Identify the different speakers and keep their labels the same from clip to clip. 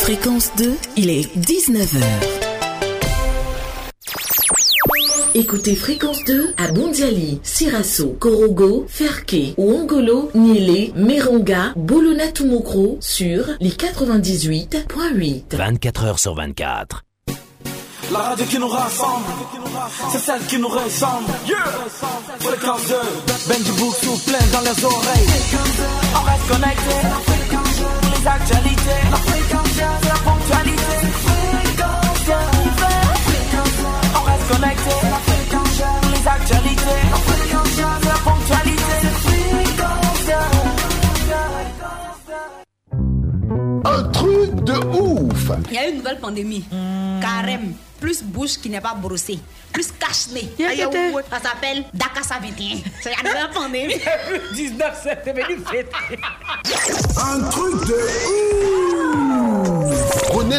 Speaker 1: Fréquence 2, il est 19h. Écoutez Fréquence 2 à Bondiali, Sirasso, Korogo, Ferke, Ouangolo, Nielé, Meronga, Bolona-Tumokro sur les 98.8.
Speaker 2: 24 heures sur 24.
Speaker 3: La radio qui nous rassemble, c'est celle qui nous ressemble. Fréquence 2, Benji Boussou plein dans les oreilles. On reste connecté, pour les actualités. La fréquence 2, c'est la ponctualité. Fréquence 2, on reste connecté, pour les actualités. La fréquence 2, c'est la ponctualité. Fréquence 2.
Speaker 4: Un truc de ouf
Speaker 5: Il y a eu une nouvelle pandémie. Carême. Plus bouche qui n'est pas brossée. Plus cache-nez. Aïe, ouh, ouh, Ça s'appelle Dakassa 21. C'est la nouvelle pandémie.
Speaker 6: 19, c'est devenu fête.
Speaker 4: Un truc de ouf Prenez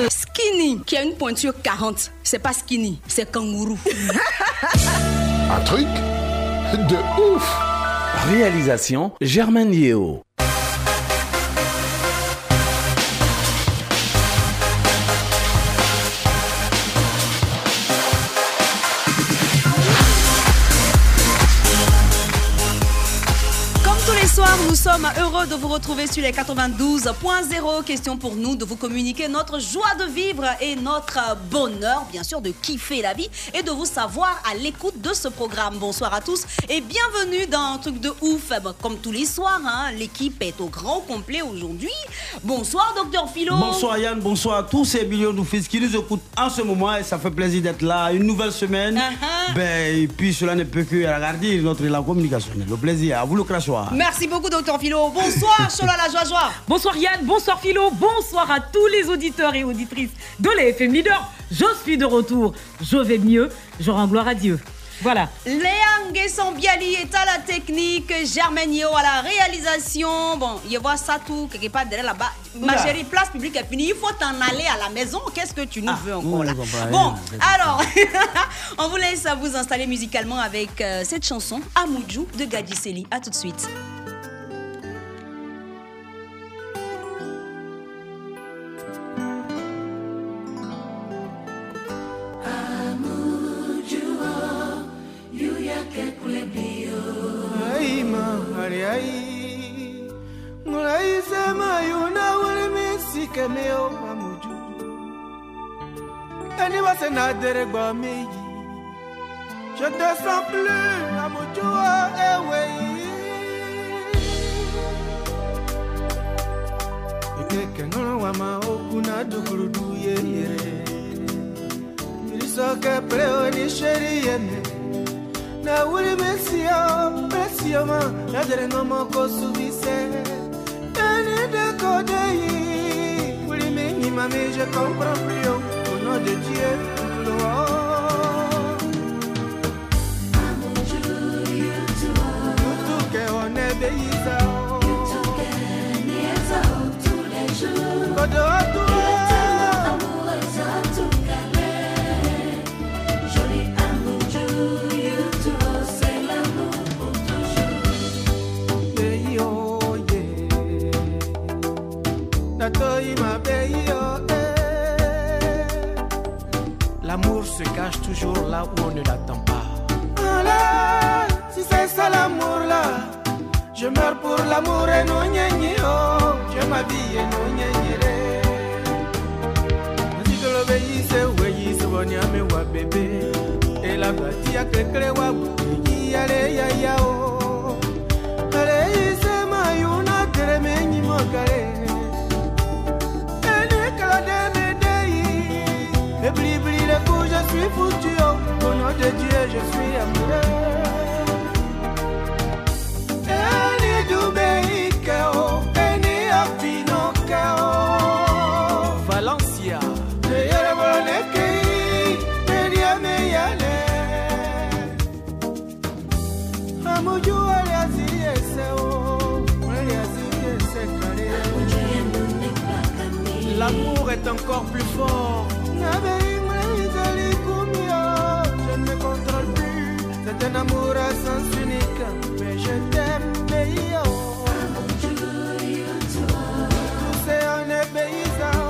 Speaker 5: Skinny, qui a une pointure 40. C'est pas skinny, c'est kangourou.
Speaker 4: un truc de ouf
Speaker 2: Réalisation Germaine Léo.
Speaker 7: Comme tous les soirs, nous sommes heureux de vous retrouver sur les 92.0. Question pour nous de vous communiquer notre joie de vivre et notre bonheur, bien sûr, de kiffer la vie et de vous savoir à l'écoute de ce programme. Bonsoir à tous et bienvenue dans un truc de ouf. Eh ben, Comme tous les soirs, hein, l'équipe est au grand complet aujourd'hui. Bonsoir, docteur Philo.
Speaker 8: Bonsoir Yann, bonsoir à tous ces millions de fils qui nous écoutent en ce moment et ça fait plaisir d'être là. Une nouvelle semaine.
Speaker 7: Uh-huh.
Speaker 8: ben, et puis cela ne peut que agrandir notre élan communicationnel. Le plaisir, à vous le crachoir.
Speaker 7: Merci beaucoup, docteur Philo. Bonsoir, Chola la joie joie.
Speaker 9: Bonsoir Yann, bonsoir Philo, bonsoir à tous les auditeurs et auditrices de l'EFM Leader. Je suis de retour, je vais mieux, je rends gloire à Dieu. Voilà.
Speaker 7: Léa Nguesson-Biali est à la technique, Germaine Yeo à la réalisation. Bon, il voit ça tout quelque part derrière là-bas. Ma
Speaker 8: Oula.
Speaker 7: chérie, place publique est finie. Il faut t'en aller à la maison. Qu'est-ce que tu nous
Speaker 8: Ah,
Speaker 7: veux encore
Speaker 8: oui,
Speaker 7: là
Speaker 8: bon, bah,
Speaker 7: Bon,
Speaker 8: oui,
Speaker 7: alors, on vous laisse à vous installer musicalement avec euh, cette chanson Amoudjou de Gadjiseli. À tout de suite.
Speaker 10: Aima aliai Mulaisa mayuna ulimisi kemeo mamuju Ani wase na dere gba meji Je te sens plus mamuju ewei Ekeke nuru wama oku na dukuru du yeyere Mirisoke preo ni sheri yeme na wuli mesio mesio ma na dere no mo ko subise ene de ko de yi wuli me ni ma me je comprends plus au nom de Dieu gloire Tout que on est beisa Kodo tu Baby, oh yeah. Natoy, ma baby, oh eh.
Speaker 6: L'amour se cache toujours là où on ne l'attend pas.
Speaker 10: Ah là, si c'est ça l'amour là, je meurs pour l'amour et non gna gna, oh, je m'habille et non gna gna, re. Nasi kolo beyi se weyi se woni ame wa bébé, et la bati ya kekere wa buyi ya le ya ya oh. Ale yi se ma yu na tere me nyi mo kare. Ene kala de me de yi. Et bli bli le coup, je suis foutu. oh. Au nom de Dieu, je suis amoureux. Ene dube ikeo, ene afino keo.
Speaker 6: Valenciennes.
Speaker 10: l'amour est encore plus fort. Je ne me contrôle plus, c'est un amour à sens unique. Mais je t'aime, pays. oh. Tout c'est un épaysant.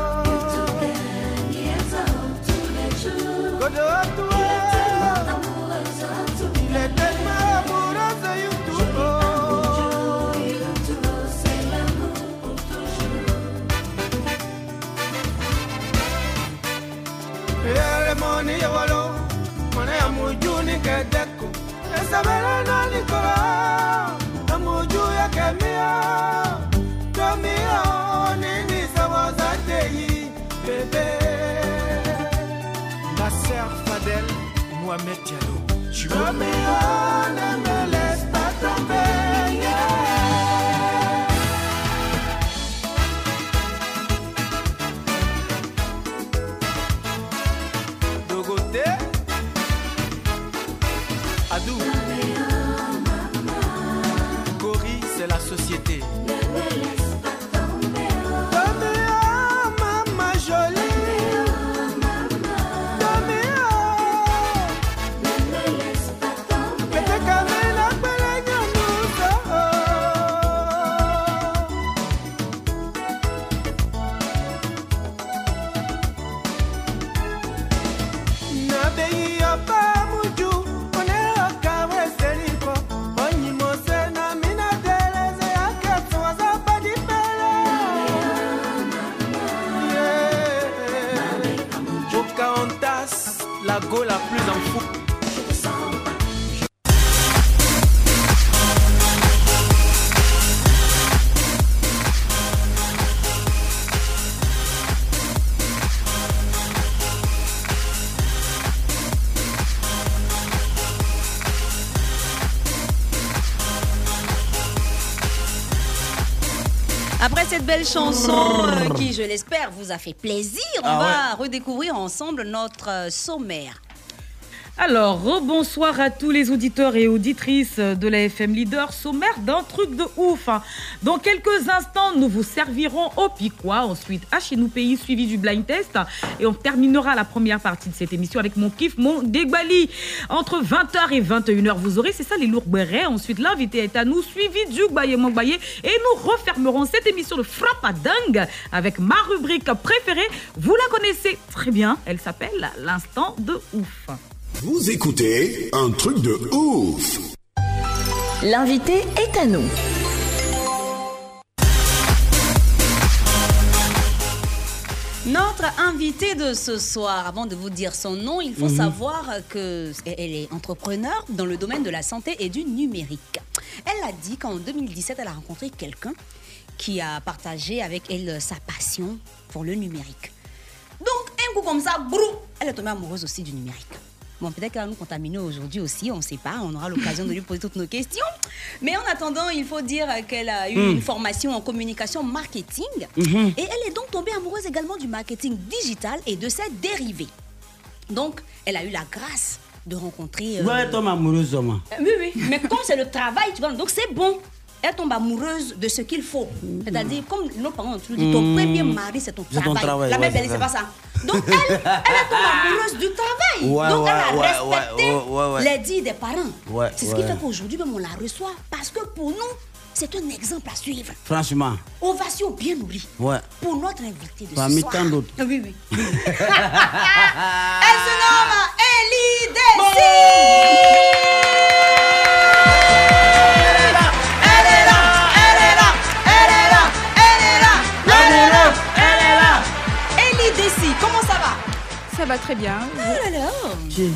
Speaker 10: Godo, toi. Il est tellement amoureux de YouTube. Yale moni ya walo, mwana ya muju ni kedeko. Esabela na nikola, na muju ya kemia. Tomia nini sawa za teyi, bébé.
Speaker 6: Ma sœur Fadel Mohamed Diallo. Je suis
Speaker 10: Tomia, ne me laisse pas tomber, yeah.
Speaker 6: Dogoté. Adou. Gori, c'est la société.
Speaker 10: Tomia, maman jolie. Tomia. Etekame na kpelenge muso. Nabeyi yoba muju, one okawe seliko. Onyi mose na mina deleze aketu azabadi pele.
Speaker 6: Yeah. Pocahontas, la go la plus en fou.
Speaker 7: Après cette belle chanson euh, qui, je l'espère, vous a fait plaisir, on
Speaker 9: Ah
Speaker 7: va redécouvrir ensemble notre euh, sommaire.
Speaker 9: Alors, rebonsoir à tous les auditeurs et auditrices de la FM Leader, sommaire d'un truc de ouf. hein. Dans quelques instants, nous vous servirons au Piquois, ensuite à Chez nous Pays, suivi du blind test. Et on terminera la première partie de cette émission avec mon kiff, mon dégbali. Entre 20h et 21h, vous aurez, c'est ça, les lourds bérets. Ensuite, l'invité est à nous, suivi du Gbaye mon Gbaye. Et nous refermerons cette émission de frappe à dingue avec ma rubrique préférée. Vous la connaissez très bien, elle s'appelle l'instant de ouf.
Speaker 4: Vous écoutez un truc de ouf.
Speaker 1: L'invité est à nous.
Speaker 7: Notre invitée de ce soir, avant de vous dire son nom, il faut
Speaker 8: Mhm.
Speaker 7: savoir que elle est entrepreneur dans le domaine de la santé et du numérique. Elle a dit qu'en 2017, elle a rencontré quelqu'un qui a partagé avec elle sa passion pour le numérique. Donc, un coup comme ça, brou, elle est tombée amoureuse aussi du numérique. Bon, peut-être qu'elle va nous contaminer aujourd'hui aussi, on ne sait pas, on aura l'occasion de lui poser toutes nos questions. Mais en attendant, il faut dire qu'elle a eu
Speaker 8: Mm.
Speaker 7: une formation en communication marketing.
Speaker 8: Mhm.
Speaker 7: Et elle est donc tombée amoureuse également du marketing digital et de ses dérivés. Donc, elle a eu la grâce de rencontrer. euh,
Speaker 8: Ouais, tombe amoureuse, moi.
Speaker 7: euh, Oui, oui. Mais comme c'est le travail, tu vois, donc c'est bon. Elle tombe amoureuse de ce qu'il faut. C'est-à-dire, comme nos parents ont toujours dit, ton
Speaker 8: Mmh.
Speaker 7: premier mari, c'est ton
Speaker 8: C'est ton
Speaker 7: travail.
Speaker 8: travail,
Speaker 7: La
Speaker 8: ouais,
Speaker 7: mère
Speaker 8: c'est
Speaker 7: belle,
Speaker 8: ça.
Speaker 7: c'est pas ça. Donc, elle, elle est tombée amoureuse du travail.
Speaker 8: Ouais,
Speaker 7: donc, elle a
Speaker 8: ouais, ouais,
Speaker 7: respecté
Speaker 8: ouais, ouais, ouais.
Speaker 7: les dires des parents.
Speaker 8: Ouais,
Speaker 7: c'est ce qui
Speaker 8: ouais.
Speaker 7: fait qu'aujourd'hui, même, on la reçoit parce que pour nous, c'est un exemple à suivre.
Speaker 8: Franchement,
Speaker 7: Ovation bien nourrie
Speaker 8: ouais.
Speaker 7: pour notre invité de ce
Speaker 8: Parmi
Speaker 7: soir.
Speaker 8: tant d'autres.
Speaker 7: Ah Oui, oui. Elle se nomme Ellie Dessy. Ellie Dessy, comment ça va
Speaker 11: Ça va très bien.
Speaker 7: Ah là là.
Speaker 8: Qui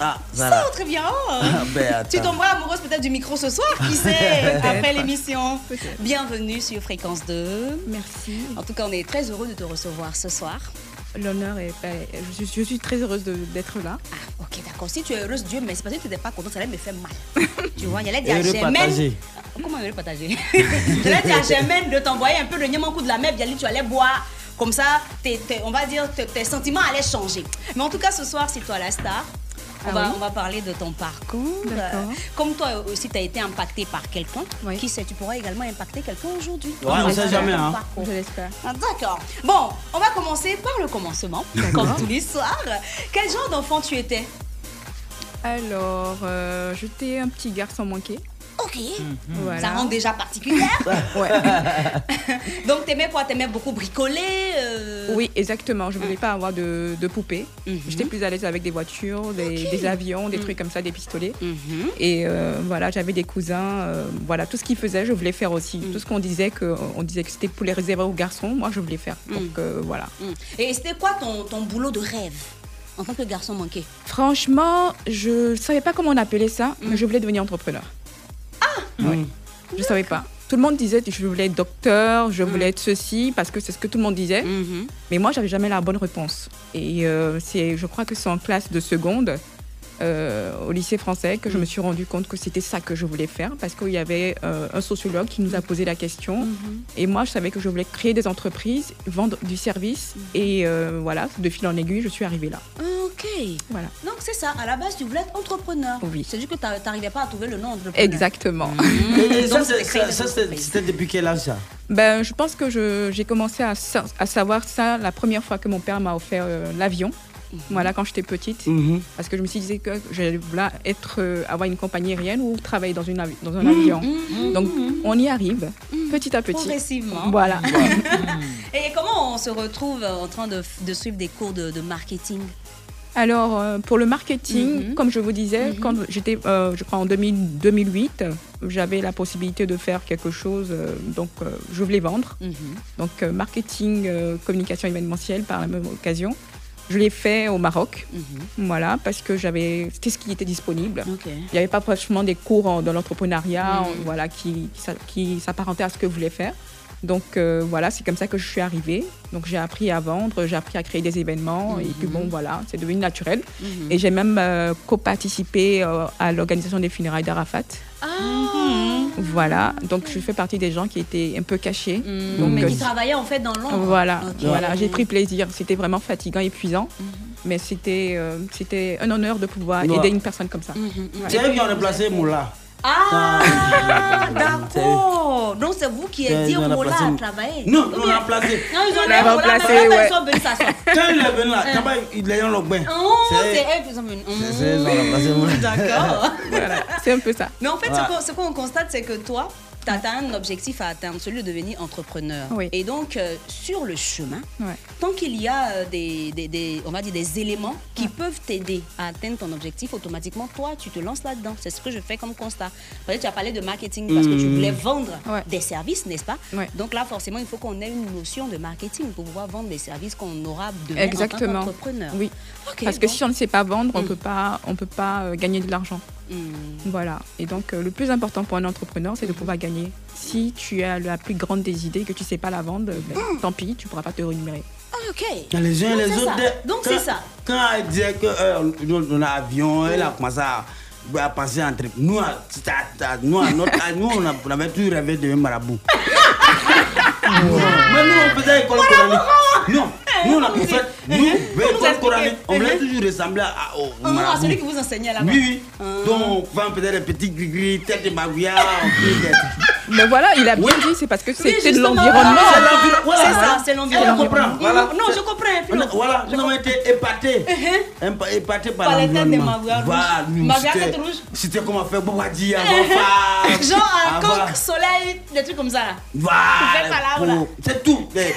Speaker 8: Ah,
Speaker 7: Ça
Speaker 8: Zara.
Speaker 7: va très bien.
Speaker 8: Ah, ben, attends.
Speaker 7: tu tomberas amoureuse peut-être du micro ce soir, qui sait,
Speaker 8: Peut-être.
Speaker 7: après l'émission. Bienvenue sur Fréquence 2. Merci. En tout cas, on est très heureux de te recevoir ce soir.
Speaker 11: L'honneur est. ben, je, je suis très heureuse de- d'être là.
Speaker 7: Ah, Ok, d'accord. Si tu es heureuse, Dieu, mais c'est parce que tu n'étais pas contente, ça allait me faire mal. tu vois, il allait dire à
Speaker 8: Heureux
Speaker 7: Germaine.
Speaker 8: partagé.
Speaker 7: Comment heureux partagé Il allait dire à Germaine de t'envoyer un peu de niaman coup de la mer, bien dit, tu allais boire. Comme ça, tes- tes- on va dire, tes, tes sentiments allaient changer. Mais en tout cas, ce soir, c'est toi la star. On,
Speaker 11: Ah
Speaker 7: va,
Speaker 11: oui.
Speaker 7: on va parler de ton parcours.
Speaker 11: D'accord.
Speaker 7: Euh, Comme toi aussi, tu as été impacté par quelqu'un. Qui sait, tu pourras également impacter quelqu'un aujourd'hui.
Speaker 8: Ouais, on sait jamais, hein.
Speaker 7: Je l'espère. D'accord. Bon, on va commencer par le commencement, comme tous les soirs. Quel genre d'enfant tu étais
Speaker 11: Alors, euh, j'étais un petit garçon manqué.
Speaker 7: Ok. Ça rend déjà particulière. Donc, t'aimais quoi T'aimais beaucoup bricoler euh,
Speaker 11: Oui, exactement. Je voulais pas avoir de, de poupée.
Speaker 7: Mhm.
Speaker 11: J'étais plus à l'aise avec des voitures, des, des avions, des trucs comme ça, des pistolets.
Speaker 7: Mhm.
Speaker 11: Et euh, voilà, j'avais des cousins. euh, voilà, tout ce qu'ils faisaient, je voulais faire aussi.
Speaker 7: Mhm.
Speaker 11: Tout ce qu'on disait que on disait que c'était pour les réserver aux garçons, moi je voulais faire. Donc euh, voilà.
Speaker 7: Mm. Et c'était quoi ton, ton boulot de rêve en tant que garçon manqué
Speaker 11: Franchement, je savais pas comment on appelait ça, mais je voulais devenir entrepreneur. Ah Oui. Je savais pas. Tout le monde disait que je voulais être docteur, je voulais être ceci, parce que c'est ce que tout le monde disait. Mais moi, j'avais jamais la bonne réponse. Et euh, c'est, je crois que c'est en classe de seconde, euh, au lycée français, que je me suis rendu compte que c'était ça que je voulais faire, parce qu'il y avait euh, un sociologue qui nous a posé la question.
Speaker 7: Mm-hmm.
Speaker 11: Et moi, je savais que je voulais créer des entreprises, vendre du service. Et euh, voilà, de fil en aiguille, je suis arrivée là.
Speaker 7: Ok.
Speaker 11: Voilà.
Speaker 7: Donc, c'est ça. À la base, tu voulais être entrepreneur.
Speaker 11: Oui.
Speaker 7: C'est juste que t'a- t'arrivais pas à trouver le nom entrepreneur.
Speaker 11: Exactement.
Speaker 8: Mm. Et- et ça,
Speaker 11: Donc,
Speaker 8: Hum, c'est-
Speaker 11: c'est créer
Speaker 8: ça,
Speaker 11: des
Speaker 8: ça, c'était c'était depuis quel âge ça
Speaker 11: Ben, je pense que je- j'ai commencé à, sa- à savoir ça la première fois que mon père m'a offert euh, l'avion. Voilà, quand j'étais petite.
Speaker 12: Mm-hmm. 嗯
Speaker 8: Mhm.
Speaker 11: Parce que je me suis dit que j'allais vouloir être, euh, avoir une compagnie aérienne ou travailler dans, une avi- dans un
Speaker 7: Mhm.
Speaker 11: avion.
Speaker 7: Mhm.
Speaker 11: Donc, on y arrive, petit à petit.
Speaker 7: Progressivement.
Speaker 11: Voilà.
Speaker 7: Et comment on se retrouve euh, en train de, f- de suivre des cours de, de marketing
Speaker 11: Alors, euh, pour le marketing, comme je vous disais, quand j'étais, euh, je crois, en 2000 2008, euh, j'avais la possibilité de faire quelque chose. euh, donc, euh, je voulais vendre. Donc, euh, marketing, euh, communication événementielle par la même occasion. Je l'ai fait au Maroc, voilà, parce que j'avais, c'était ce qui était disponible.
Speaker 7: Mhm. Ok.
Speaker 11: Il n'y avait pas franchement des cours en- dans l'entrepreneuriat
Speaker 7: Mhm.
Speaker 11: en- voilà, qui, qui s'a- qui s'apparentaient à ce que je voulais faire. Donc euh, voilà, c'est comme ça que je suis arrivée. Donc j'ai appris à vendre, j'ai appris à créer des événements et puis bon voilà, c'est devenu naturel.
Speaker 7: Mhm.
Speaker 11: Et j'ai même euh, co-participé euh, à l'organisation des funérailles d'Arafat.
Speaker 7: Ah,
Speaker 11: Voilà, donc je fais partie des gens qui étaient un peu cachés. Donc,
Speaker 7: Mm. Mais qui
Speaker 11: euh,
Speaker 7: travaillait en fait dans l'ombre.
Speaker 11: voilà,
Speaker 7: Ok. Mm-hmm.
Speaker 11: voilà, j'ai pris plaisir. C'était vraiment fatigant, épuisant, mais c'était euh, c'était un honneur de pouvoir
Speaker 8: Ouais.
Speaker 11: aider une personne comme ça.
Speaker 7: Mm-hmm.
Speaker 8: C'est eux qui ont remplacé Moula.
Speaker 7: Ah,
Speaker 8: Ah,
Speaker 7: d'accord. Donc c'est vous qui avez dit
Speaker 8: Ils ont
Speaker 7: au Mola
Speaker 8: remplacé-
Speaker 7: à travailler.
Speaker 8: Non, ils l'ont remplacé.
Speaker 7: Non, ils ont
Speaker 8: Ils
Speaker 7: dit
Speaker 8: l'ont
Speaker 7: au Mola,
Speaker 8: remplacé,
Speaker 7: mais là,
Speaker 8: ouais.
Speaker 7: ils sont venus ça, ça.
Speaker 8: Quand il est venu là,
Speaker 7: Euh.
Speaker 8: quand même, il est en bain.
Speaker 7: Oh,
Speaker 8: C'est-
Speaker 7: c'est eux qui sont venus.
Speaker 8: C'est- Mmh, c'est- ils ont remplacé Moula.
Speaker 7: D'accord.
Speaker 11: C'est un peu ça.
Speaker 7: Mais en fait,
Speaker 8: Ouais.
Speaker 7: ce qu'on- ce qu'on constate, c'est que toi, tu as, un objectif à atteindre, celui de devenir entrepreneur. Et donc, euh, sur le chemin, tant qu'il y a euh, des, des- des- on va dire des éléments qui peuvent t'aider à atteindre ton objectif, automatiquement, toi, tu te lances là-dedans. C'est ce que je fais comme constat. Par exemple, tu as parlé de marketing parce que tu
Speaker 8: Mhm.
Speaker 7: voulais vendre des services, n'est-ce pas Donc là, forcément, il faut qu'on ait une notion de marketing pour pouvoir vendre des services qu'on aura demain en tant
Speaker 11: Exactement.
Speaker 7: qu'entrepreneur.
Speaker 11: Oui.
Speaker 7: Ok,
Speaker 11: Parce que
Speaker 7: bon. Mm.
Speaker 11: si on ne sait pas vendre, on peut pas, on peut pas euh, gagner de l'argent.
Speaker 7: Mmh.
Speaker 11: Voilà. Et donc euh, le plus important pour un entrepreneur,
Speaker 7: Mm-hmm.
Speaker 11: c'est de pouvoir gagner. Si tu as la plus grande des idées et que tu sais pas la vendre, ben, tant pis, tu pourras pas te rémunérer.
Speaker 7: Ah, ok.
Speaker 8: Quand Les uns et
Speaker 7: Mm. Donc,
Speaker 8: les
Speaker 7: c'est ça.
Speaker 8: autres. dès-
Speaker 7: Donc
Speaker 8: quand-
Speaker 7: c'est ça.
Speaker 8: Quand elle disait que euh, nous, on a avion, elle a commencé à, à penser à entre nous, à, à- à- nous, à notre- à nous, on, a- on avait tout rêvé de marabout. Mais nous, on faisait école coranique. Non, nous, on a
Speaker 7: Eh,
Speaker 8: tout fait. Nous, école coranique, on voulait toujours ressembler à, au, au
Speaker 7: Ah,
Speaker 8: marabout.
Speaker 7: celui qui vous enseignait là-bas.
Speaker 8: Oui,
Speaker 7: Mmh.
Speaker 8: oui. Donc, on faisait des petits gris-gris, tête de magouillard, on faisait des-
Speaker 11: Mais voilà, il a bien dit, c'est parce que
Speaker 8: Oui,
Speaker 11: c'était de
Speaker 8: justement,
Speaker 11: l'environnement.
Speaker 8: C'est l'environnement. Voilà,
Speaker 7: Ah, C'est ça,
Speaker 8: voilà.
Speaker 7: c'est l'environnement.
Speaker 8: On comprend.
Speaker 7: Mhm.
Speaker 8: Voilà.
Speaker 7: Non, je comprends, Philo. Uh-huh.
Speaker 8: On a- Voilà, nous avons été épatés. Épa- Épatés par
Speaker 7: Par la tête de
Speaker 8: l'environnement.
Speaker 7: Magua rouge.
Speaker 8: Voilà, nous,
Speaker 7: Magua
Speaker 8: c'était-
Speaker 7: tête rouge.
Speaker 8: C'était comme on fait Bobadi avant Fab.
Speaker 7: Genre euh, un
Speaker 8: avant-
Speaker 7: coq, soleil, des trucs comme ça là.
Speaker 8: Voilà.
Speaker 7: Vous faites ça là,
Speaker 8: bon, C'est tout. Les-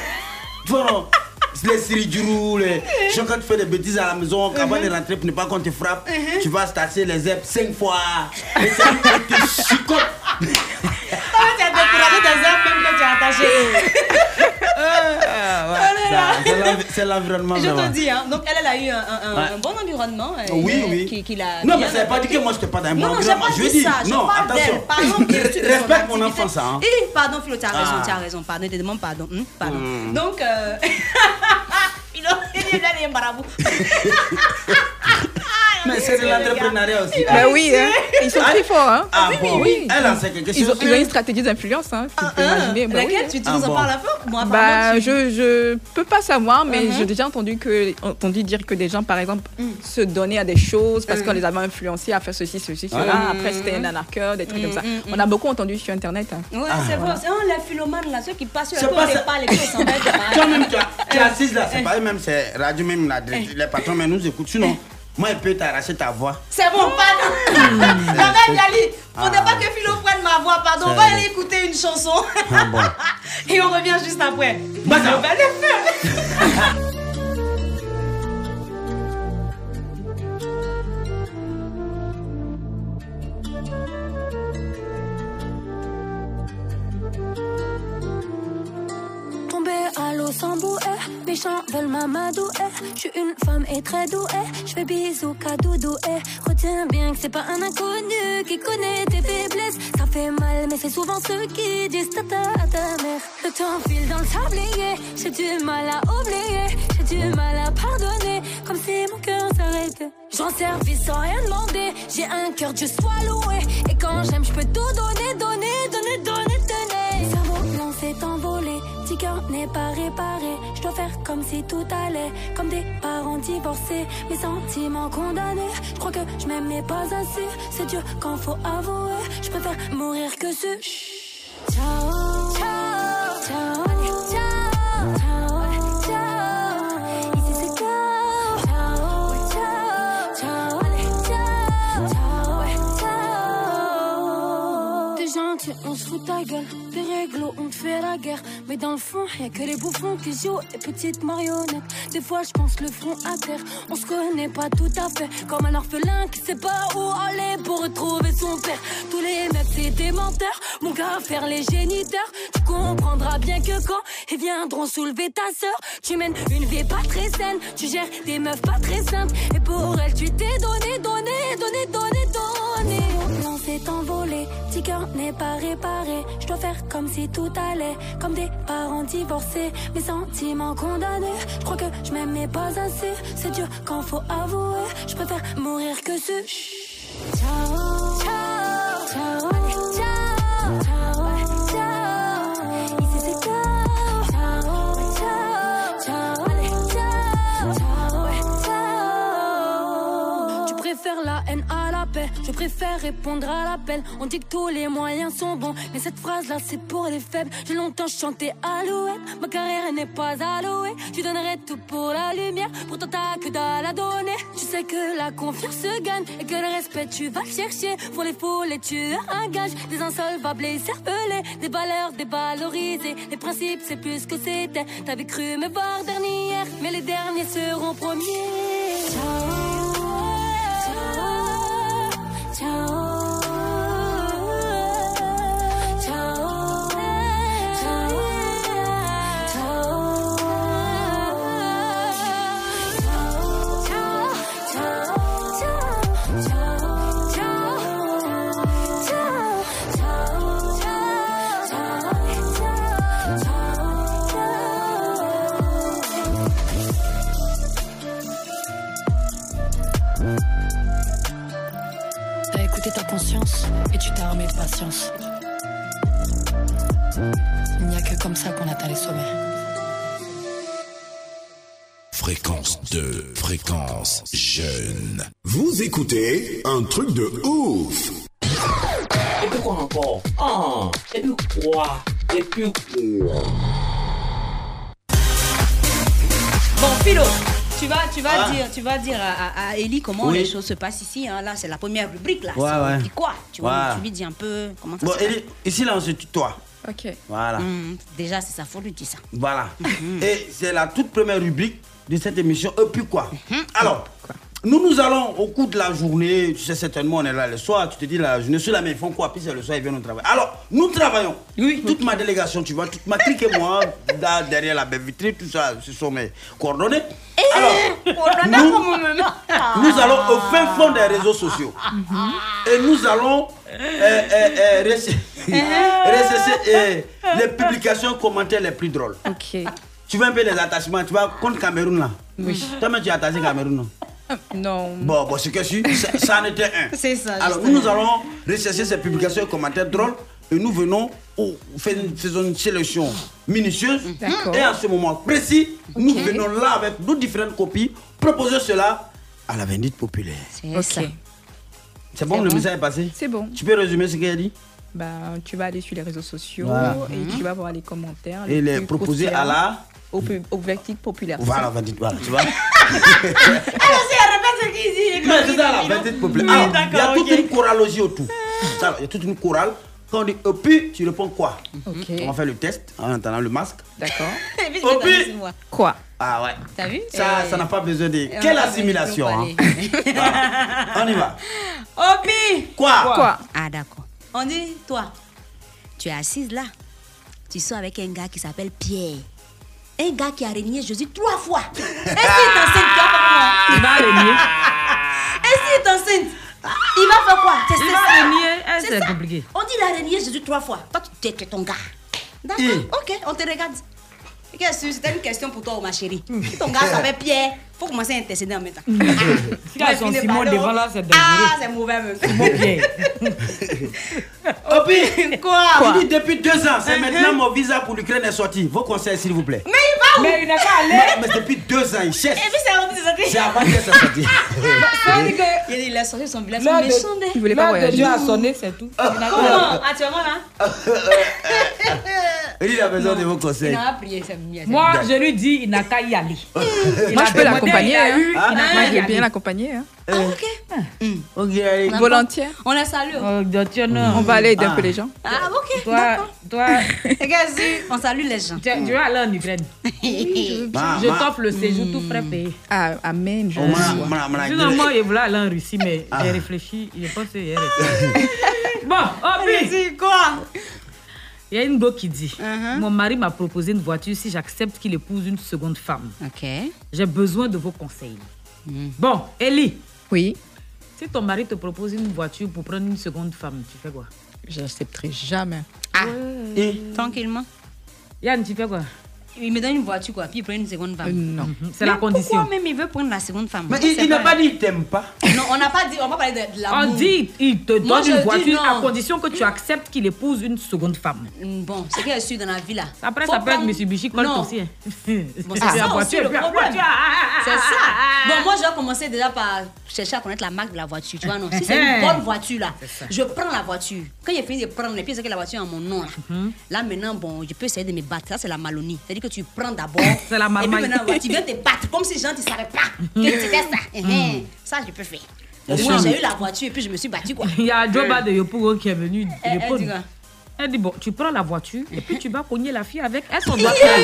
Speaker 8: tu vois, non, Les siridjurous, les...
Speaker 7: Uh-huh.
Speaker 8: Genre, quand tu fais des bêtises à la maison, avant de rentrer pour ne pas qu'on te frappe,
Speaker 7: Mhm.
Speaker 8: tu vas se tasser les herbes cinq fois. Et ça te chicote.
Speaker 7: Ah, tu as découragé tes herbes même que tu as attachées.
Speaker 8: Ah, ouais,
Speaker 7: Oh là
Speaker 8: ça, c'est l'envi- C'est l'environnement.
Speaker 7: Je te
Speaker 8: vraiment.
Speaker 7: dis, hein. donc elle, elle a eu un, un- un-
Speaker 8: Ouais.
Speaker 7: un bon environnement. euh,
Speaker 8: Oui,
Speaker 7: euh,
Speaker 8: oui.
Speaker 7: Qui, qui l'a
Speaker 8: Non, mais
Speaker 7: bien
Speaker 8: ça veut pas dire que moi je te parle d'un
Speaker 7: Non,
Speaker 8: bon
Speaker 7: non, j'ai
Speaker 8: environnement.
Speaker 7: pas
Speaker 8: Je
Speaker 7: dit
Speaker 8: veux dire,
Speaker 7: ça. Je
Speaker 8: non,
Speaker 7: parle
Speaker 8: attention.
Speaker 7: d'elle. Parlons bien sûr de son
Speaker 8: Respecte mon
Speaker 7: activité.
Speaker 8: enfant, ça. hein.
Speaker 7: Eh, pardon, Philo, tu as raison,
Speaker 8: Ah.
Speaker 7: tu as raison. Pardon, je te demande pardon. hein, pardon.
Speaker 8: Mm.
Speaker 7: Donc, euh... Philo, il est bien les marabouts.
Speaker 8: Mais c'est de l'entrepreneuriat aussi.
Speaker 11: Ben oui, hein. ils sont très forts. Hein.
Speaker 8: Ah bon, oui. Elle, c'est quelque
Speaker 11: Ils ont,
Speaker 8: chose.
Speaker 11: ils ont une stratégie d'influence. Hein, tu peux imaginer. Ben oui,
Speaker 7: Ah, Laquelle
Speaker 11: hein.
Speaker 8: Ah,
Speaker 7: tu utilises en par la porte Moi,
Speaker 11: bah,
Speaker 7: pardon, tu-
Speaker 11: je je peux pas savoir, mais
Speaker 7: Mhm.
Speaker 11: j'ai déjà entendu que entendu dire que des gens, par exemple,
Speaker 7: Mm.
Speaker 11: se donnaient à des choses parce
Speaker 7: Euh.
Speaker 11: qu'on les avait influencés à faire ceci, ceci, cela.
Speaker 7: Ouais.
Speaker 11: Après, c'était un anarcheur, des trucs
Speaker 7: Mhm,
Speaker 11: comme ça.
Speaker 7: mhm,
Speaker 11: On a beaucoup entendu sur Internet. hein.
Speaker 8: Ah,
Speaker 7: Ouais, c'est vrai. C'est oh, la philomane là, ceux qui passent sur
Speaker 11: C'est
Speaker 7: la tour
Speaker 11: pas
Speaker 7: des
Speaker 11: ça.
Speaker 7: pas, les pieds s'en mettent.
Speaker 8: Toi-même, tu as-
Speaker 7: Eh,
Speaker 8: tu es assise là, c'est pas eux-mêmes, c'est radio, même la, les patrons, mais nous écoutent. Sinon, moi, il peut t'arracher ta voix.
Speaker 7: C'est bon, pardon. Eh. La même Lali, faudrait
Speaker 8: Ah.
Speaker 7: pas que Philo prenne ma voix, pardon. On va
Speaker 8: C'est- Ah,
Speaker 7: aller écouter une chanson. Et on revient juste après. On va le faire.
Speaker 13: Tombée à l'eau sans bouée, méchants veulent m'amadouer. Je suis une femme et très douée, je fais bisous cadoudou et retiens bien que c'est pas un inconnu qui connaît tes faiblesses. Ça fait mal, mais c'est souvent ceux qui disent tata à ta mère. Le temps file dans le sablier, j'ai du mal à oublier, j'ai du mal à pardonner, comme si mon cœur s'arrêtait. J'en service sans rien demander, j'ai un cœur juste soit loué. Et quand j'aime, je peux tout donner, donner, donner, donner, donner. Ça vaut non, s'est envolé, petit cœur n'est pas réparé. Je dois faire comme si tout allait, comme des parents divorcés, mes sentiments condamnés. Je crois que je m'aimais pas assez, c'est dur quand faut avouer. Je préfère mourir que ce. Ciao, ciao, ciao, ciao, ciao, ciao. Ici c'est ciao, ciao, ciao, ciao, ciao, ciao, ciao. T'es gentil, on se fout de ta gueule. T'es réglo, on te fait la guerre. Mais dans le fond, y'a que les bouffons qui jouent les petites marionnettes. Des fois, je pense le front à terre. On se connaît pas tout à fait. Comme un orphelin qui sait pas où aller pour retrouver son père. Tous les mecs, c'est des menteurs. Mon gars, faire les géniteurs. Tu comprendras bien que quand ils viendront soulever ta sœur, tu mènes une vie pas très saine. Tu gères des meufs pas très simples. Et pour elles, tu t'es donné, donné, donné, donné, donné. Non, c'est envolé. Petit cœur n'est pas réparé. Je dois faire comme si tout allait. Comme des parents divorcés. Mes sentiments condamnés. Je crois que je m'aimais pas assez. C'est dur quand faut avouer. Je préfère mourir que ce. Ciao, ciao, ciao, ciao, ciao, ciao. Ici c'est ciao, ciao, ciao, ciao, ciao, ciao, ciao. Tu préfères la haine à la paix, je préfère répondre à l'appel. On dit que tous les moyens sont bons, mais cette phrase-là c'est pour les faibles. J'ai longtemps chanté Alouette, ma carrière n'est pas allouée. Tu donnerais tout pour la lumière, pourtant t'as que dalle à donner. Tu sais que la confiance se gagne et que le respect tu vas le chercher. Pour les fous, les tueurs, un gage, des insolvables et cervelés, des valeurs dévalorisées. Les principes c'est plus ce que c'était. T'avais cru me voir dernière, mais les derniers seront premiers.
Speaker 14: T'as écouté ta conscience et tu t'as armé de patience. Il n'y a que comme ça qu'on atteint les sommets.
Speaker 15: Fréquence 2, fréquence jeune.
Speaker 4: Vous écoutez un truc de ouf.
Speaker 12: Et puis quoi encore Ah, et puis quoi Et puis quoi
Speaker 7: Bon, Philo, tu vas, tu vas
Speaker 8: Ah.
Speaker 7: dire, tu vas dire à, à- à Ellie comment
Speaker 8: Oui.
Speaker 7: les choses se passent ici. hein. Là, c'est la première rubrique là.
Speaker 8: Ouais,
Speaker 7: C'est
Speaker 8: ouais.
Speaker 7: rubrique quoi Tu vois,
Speaker 8: Ouais.
Speaker 7: tu lui dis un peu comment ça
Speaker 8: Bon,
Speaker 7: se passe.
Speaker 8: Ellie, ici, là, on se tutoie.
Speaker 11: Ok.
Speaker 8: Voilà.
Speaker 7: Hum, déjà, c'est ça, faut lui dire ça.
Speaker 8: Voilà. Et c'est la toute première rubrique de cette émission. Et puis quoi Alors, nous nous allons au cours de la journée, tu sais certainement on est là le soir, tu te dis la journée, ceux-là mais ils font quoi Puis c'est le soir, ils viennent au travail. Alors, nous travaillons. Toute ma délégation, tu vois, toute ma clique et moi, là, derrière la baie vitrée, tout ça, ce sont mes coordonnées. Nous- Nous allons au fin fond des réseaux sociaux. Et nous allons euh, euh, euh, reç- recenser, euh, les publications, commentaires les plus drôles.
Speaker 11: Ok.
Speaker 8: Tu veux un peu les attachements, tu vois, contre Cameroun là.
Speaker 11: Oui.
Speaker 8: Toi-même, tu es attaché Cameroun, non
Speaker 11: Non.
Speaker 8: Bon, bon, c'est que si, ça, ça en était un.
Speaker 7: C'est ça.
Speaker 8: Alors, nous,
Speaker 7: justement.
Speaker 8: nous allons rechercher ces publications et commentaires drôles et nous venons, au- faire une- faisons une sélection minutieuse.
Speaker 11: D'accord.
Speaker 8: Et à ce moment précis, nous venons là avec nos différentes copies, proposer cela à la vendite populaire.
Speaker 11: Ok.
Speaker 8: C'est bon,
Speaker 11: C'est
Speaker 8: le
Speaker 11: bon.
Speaker 8: message est passé
Speaker 11: C'est bon.
Speaker 8: Tu peux résumer ce qu'elle a dit
Speaker 11: Bah, tu vas aller sur les réseaux sociaux
Speaker 8: Voilà. Mm-hmm.
Speaker 11: et tu vas voir les commentaires.
Speaker 8: Et les
Speaker 11: plus
Speaker 8: proposer
Speaker 11: populaires,
Speaker 8: à la-
Speaker 11: Au, pub- au verdict populaire.
Speaker 8: Voilà, vendite, voilà, tu vois Mais c'est ça la
Speaker 7: Alors,
Speaker 8: vendite populaire.
Speaker 7: Oui,
Speaker 8: Alors, il y a
Speaker 7: d'accord,
Speaker 8: toute
Speaker 7: ok.
Speaker 8: une choralogie autour. Ça, Il y a toute une chorale. Quand on dit et puis, tu réponds quoi
Speaker 11: Ok.
Speaker 8: On va faire le test en attendant le masque.
Speaker 11: D'accord.
Speaker 8: Au pire.
Speaker 11: Quoi
Speaker 8: Ah ouais.
Speaker 7: T'as vu
Speaker 8: Ça,
Speaker 7: Eh.
Speaker 8: ça n'a pas besoin de.
Speaker 7: on
Speaker 8: Quelle
Speaker 7: a pas
Speaker 8: assimilation
Speaker 7: besoin
Speaker 8: hein. Voilà. On y va.
Speaker 7: Opi
Speaker 8: Quoi
Speaker 5: Quoi Ah d'accord.
Speaker 7: On dit toi.
Speaker 5: Tu es assise là. Tu sors avec un gars qui s'appelle Pierre. Un gars qui a régné Jésus trois fois. Et s'il est enceinte, tu vas faire quoi
Speaker 9: Il va régner.
Speaker 5: Et s'il est enceinte, il va faire quoi C'est
Speaker 9: Il
Speaker 5: c'est
Speaker 9: va
Speaker 5: ça.
Speaker 9: régner. Eh,
Speaker 5: C'est
Speaker 9: c'est
Speaker 5: ça.
Speaker 9: compliqué.
Speaker 5: On dit il a régné Jésus trois fois. Toi, tu t'es que ton gars. D'accord.
Speaker 9: Hum.
Speaker 5: Ok, on te regarde. Qu'est-ce que C'était une question pour toi, ma chérie.
Speaker 9: Hmm.
Speaker 5: Si ton gars savait Pierre, faut commencer à intercéder en même temps.
Speaker 9: Si là, son Simon devant là, c'est dangereux.
Speaker 5: Ah, c'est mauvais même.
Speaker 8: Opi
Speaker 7: Quoi
Speaker 8: Tu dis Ah, depuis deux ans, c'est
Speaker 7: Mhm.
Speaker 8: maintenant mon visa pour l'Ukraine est sorti. Vos conseils, s'il vous plaît.
Speaker 7: Mais il va où
Speaker 9: Mais il n'est pas allé.
Speaker 8: Mais, mais depuis deux ans, il cherche.
Speaker 7: Et puis c'est rendu des
Speaker 8: C'est avant qu'elle soit sortie.
Speaker 7: Il a sorti son billet,
Speaker 9: L'heure
Speaker 7: c'est
Speaker 9: de-
Speaker 7: méchant. hein.
Speaker 9: Il voulait pas L'heure de voyager. Euh, Dieu a sonné, c'est tout.
Speaker 7: Ah,
Speaker 9: Il n'a
Speaker 7: Comment
Speaker 9: pas-
Speaker 7: Actuellement là
Speaker 8: Il a besoin de vos
Speaker 9: Il
Speaker 8: conseils.
Speaker 9: n'a
Speaker 7: pas prié, c'est mieux.
Speaker 9: Moi, je lui dis, il n'a qu'à y aller.
Speaker 11: Euh. Moi, je peux l'accompagner. hein. Moi, je
Speaker 9: vais
Speaker 11: vais bien l'accompagner. hein.
Speaker 7: Ah, Ok.
Speaker 9: Euh.
Speaker 7: Hmm.
Speaker 8: Ok, allez.
Speaker 11: Volontiers.
Speaker 7: On la salue.
Speaker 9: Oh,
Speaker 11: On va aller aider un peu les gens.
Speaker 7: Ah, ok.
Speaker 9: Toi-
Speaker 7: d'accord.
Speaker 9: toi-
Speaker 7: Regarde, si, on salue les gens.
Speaker 9: Tu vas aller en Ukraine.
Speaker 8: Ma-
Speaker 9: je
Speaker 8: ma-
Speaker 9: t'offre le séjour tout frais payé.
Speaker 11: Ah, amen.
Speaker 8: Oh, mala- mala- mala-
Speaker 9: Sinon, moi, il voulait aller en Russie, mais j'ai réfléchi, il est pensé hier. bon, Obi
Speaker 7: quoi Uh-huh.
Speaker 9: Il y a une go qui dit Mon mari m'a proposé une voiture si j'accepte qu'il épouse une seconde femme.
Speaker 5: Ok.
Speaker 9: J'ai besoin de vos conseils.
Speaker 7: Hmm.
Speaker 9: Bon, Ellie.
Speaker 11: Oui.
Speaker 9: Si ton mari te propose une voiture pour prendre une seconde femme, tu fais quoi
Speaker 11: J'accepterai jamais.
Speaker 7: Ah. Tranquillement.
Speaker 9: Yann, tu fais quoi Euh,
Speaker 7: Il me donne une voiture, quoi. Puis il prend une seconde femme.
Speaker 9: Non. C'est
Speaker 7: Mais
Speaker 9: la condition.
Speaker 7: Pourquoi même il veut prendre la seconde femme
Speaker 9: Mais il- il n'a
Speaker 8: pas dit il t'aime pas.
Speaker 7: Non, on n'a pas dit, on va parler de, de l'amour.
Speaker 9: On dit, il te
Speaker 7: Moi,
Speaker 9: donne
Speaker 7: je
Speaker 9: une
Speaker 7: dis
Speaker 9: voiture
Speaker 7: non.
Speaker 9: à condition que tu acceptes qu'il épouse une seconde femme.
Speaker 7: Mm, Bon, c'est que je suis dans la vie là.
Speaker 9: Après,
Speaker 7: Faut
Speaker 9: ça peut être
Speaker 7: prendre-
Speaker 9: Mitsubishi Colt
Speaker 7: Non.
Speaker 9: aussi. hein.
Speaker 7: Bon, c'est
Speaker 9: Ah, la
Speaker 7: ça aussi
Speaker 9: voiture,
Speaker 7: le
Speaker 9: puis la
Speaker 7: problème.
Speaker 9: voiture, ah, ah, ah,
Speaker 7: C'est ça.
Speaker 9: ah, ah.
Speaker 7: Bon, moi, j'ai commencé déjà par chercher à connaître la marque de la voiture. Tu vois, non Si c'est
Speaker 9: Hein.
Speaker 7: une bonne voiture, là,
Speaker 9: C'est ça.
Speaker 7: je prends la voiture. Quand j'ai fini de prendre, les puis c'est que la voiture est en mon nom, là.
Speaker 9: Mm-hmm.
Speaker 7: Là, maintenant, bon, je peux essayer de me battre. Ça, c'est la malonie. C'est-à-dire que tu prends d'abord.
Speaker 9: C'est la
Speaker 7: Et puis
Speaker 9: marmaille.
Speaker 7: maintenant, ouais, tu viens te battre comme si les gens ne savaient pas que tu fais ça. Hein,
Speaker 9: Mm-hmm.
Speaker 7: hein. Ça, je peux faire.
Speaker 9: Bien
Speaker 7: Moi,
Speaker 9: sûr.
Speaker 7: j'ai eu la voiture et puis je me suis battue, quoi. Eh,
Speaker 9: Il y a Joba
Speaker 7: Euh.
Speaker 9: de Yopougon qui est venu
Speaker 7: elle dit
Speaker 9: répondre.
Speaker 7: quoi
Speaker 9: Elle dit bon, tu prends la voiture et puis tu vas cogner la fille avec elle son doigt. faire. C'est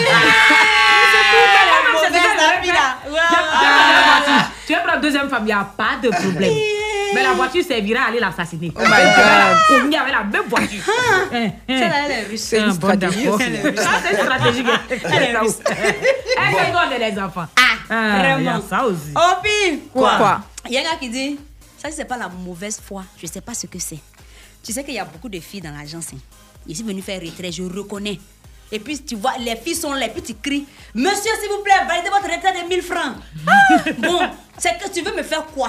Speaker 9: tout, mais
Speaker 7: mauvaise
Speaker 9: c'est déjà
Speaker 7: la
Speaker 9: le
Speaker 7: fille,
Speaker 9: fait.
Speaker 7: là.
Speaker 9: Tu
Speaker 7: Ouais,
Speaker 9: vas- tu vas
Speaker 7: ouais,
Speaker 9: prendre la
Speaker 7: ouais.
Speaker 9: voiture. Tu vas prendre la deuxième femme, il n'y a pas de problème. Mais la voiture servira à aller l'assassiner. Oh
Speaker 11: my God.
Speaker 9: Cogner avec la même voiture. Hein, hein.
Speaker 7: Celle-là, Ah. elle est riche.
Speaker 9: C'est une
Speaker 7: Bon,
Speaker 9: stratégie
Speaker 7: d'accord.
Speaker 9: aussi.
Speaker 7: Elle est riche.
Speaker 9: Ah, c'est une stratégie.
Speaker 7: Elle est riche.
Speaker 9: Elle fait donner les enfants. Ah, il y a
Speaker 7: vraiment.
Speaker 9: ça aussi.
Speaker 7: Oh, puis
Speaker 9: Quoi Quoi
Speaker 7: Il y a un gars qui dit Ça, c'est pas la mauvaise foi. Je sais pas ce que c'est. Tu sais qu'il y a beaucoup de filles dans l'agence. hein. Je suis venue faire retrait, je reconnais. Et puis, tu vois, les filles sont là, et puis tu cries Monsieur, s'il vous plaît, validez votre retrait de 1000 francs. Ah, bon, c'est que tu veux me faire quoi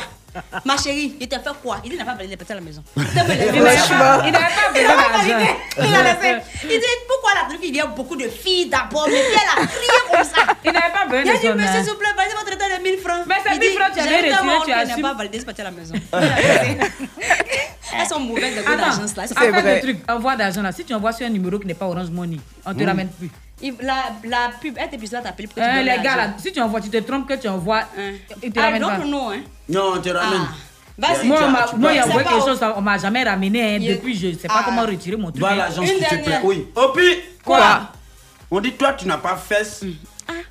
Speaker 7: Ma chérie, il t'a fait quoi Il dit, Il n'a pas validé les petits à la maison. Il n'avait
Speaker 9: Il n'avait pas- il n'avait pas
Speaker 7: Il n'a pas
Speaker 9: besoin
Speaker 7: validé.
Speaker 9: d'argent.
Speaker 7: Il a laissé. Il dit Pourquoi la truc Il y a beaucoup de filles d'abord, mais puis elle a crié comme ça.
Speaker 9: Il n'avait pas besoin
Speaker 7: Il a
Speaker 9: de
Speaker 7: dit
Speaker 9: son,
Speaker 7: Monsieur,
Speaker 9: hein.
Speaker 7: s'il vous plaît, validez votre retrait de 1000 francs.
Speaker 9: Mais c'est
Speaker 7: Il
Speaker 9: 1000
Speaker 7: dit,
Speaker 9: francs, tu
Speaker 7: J'ai
Speaker 9: avais
Speaker 7: tellement honte
Speaker 9: retiré, tu
Speaker 7: qu'il n'a
Speaker 9: assumes.
Speaker 7: pas validé ce papier à la maison. Elles sont mauvaises, les gars d'agence là. Elles sont
Speaker 9: Attends,
Speaker 7: mauvaises.
Speaker 9: le truc, envoi d'argent là. Si tu envoies sur un numéro qui n'est pas Orange Money, on te
Speaker 8: Mmh.
Speaker 7: Mm.
Speaker 9: ramène plus.
Speaker 7: Il- La, la pub, elle t'épuise là, t'appelles pour que tu
Speaker 9: Euh,
Speaker 7: donnes
Speaker 9: les gars là,
Speaker 7: l'argent.
Speaker 9: si tu envoies, tu te trompes que tu envoies, ils te
Speaker 7: Ah,
Speaker 9: ramènent
Speaker 7: donc
Speaker 9: pas.
Speaker 7: non, hein.
Speaker 8: Non, tu ramènes.
Speaker 7: Vas-y.
Speaker 9: Moi,
Speaker 7: Tu
Speaker 9: on
Speaker 7: as-
Speaker 9: m'a-
Speaker 7: tu
Speaker 9: moi,
Speaker 7: peux-
Speaker 9: il y a
Speaker 7: c'est
Speaker 9: envoyé
Speaker 7: pas
Speaker 9: quelque
Speaker 7: au-
Speaker 9: chose, ça, on m'a jamais ramené. hein.
Speaker 7: Il-
Speaker 9: Depuis, je ne sais pas
Speaker 8: Ah.
Speaker 9: comment retirer mon truc.
Speaker 8: Voilà l'agence,
Speaker 9: Une
Speaker 8: s'il te plaît.
Speaker 9: dernière.
Speaker 8: Oui. Opi
Speaker 9: Quoi Mm. Ah.
Speaker 8: On dit, toi, tu n'as pas fesse.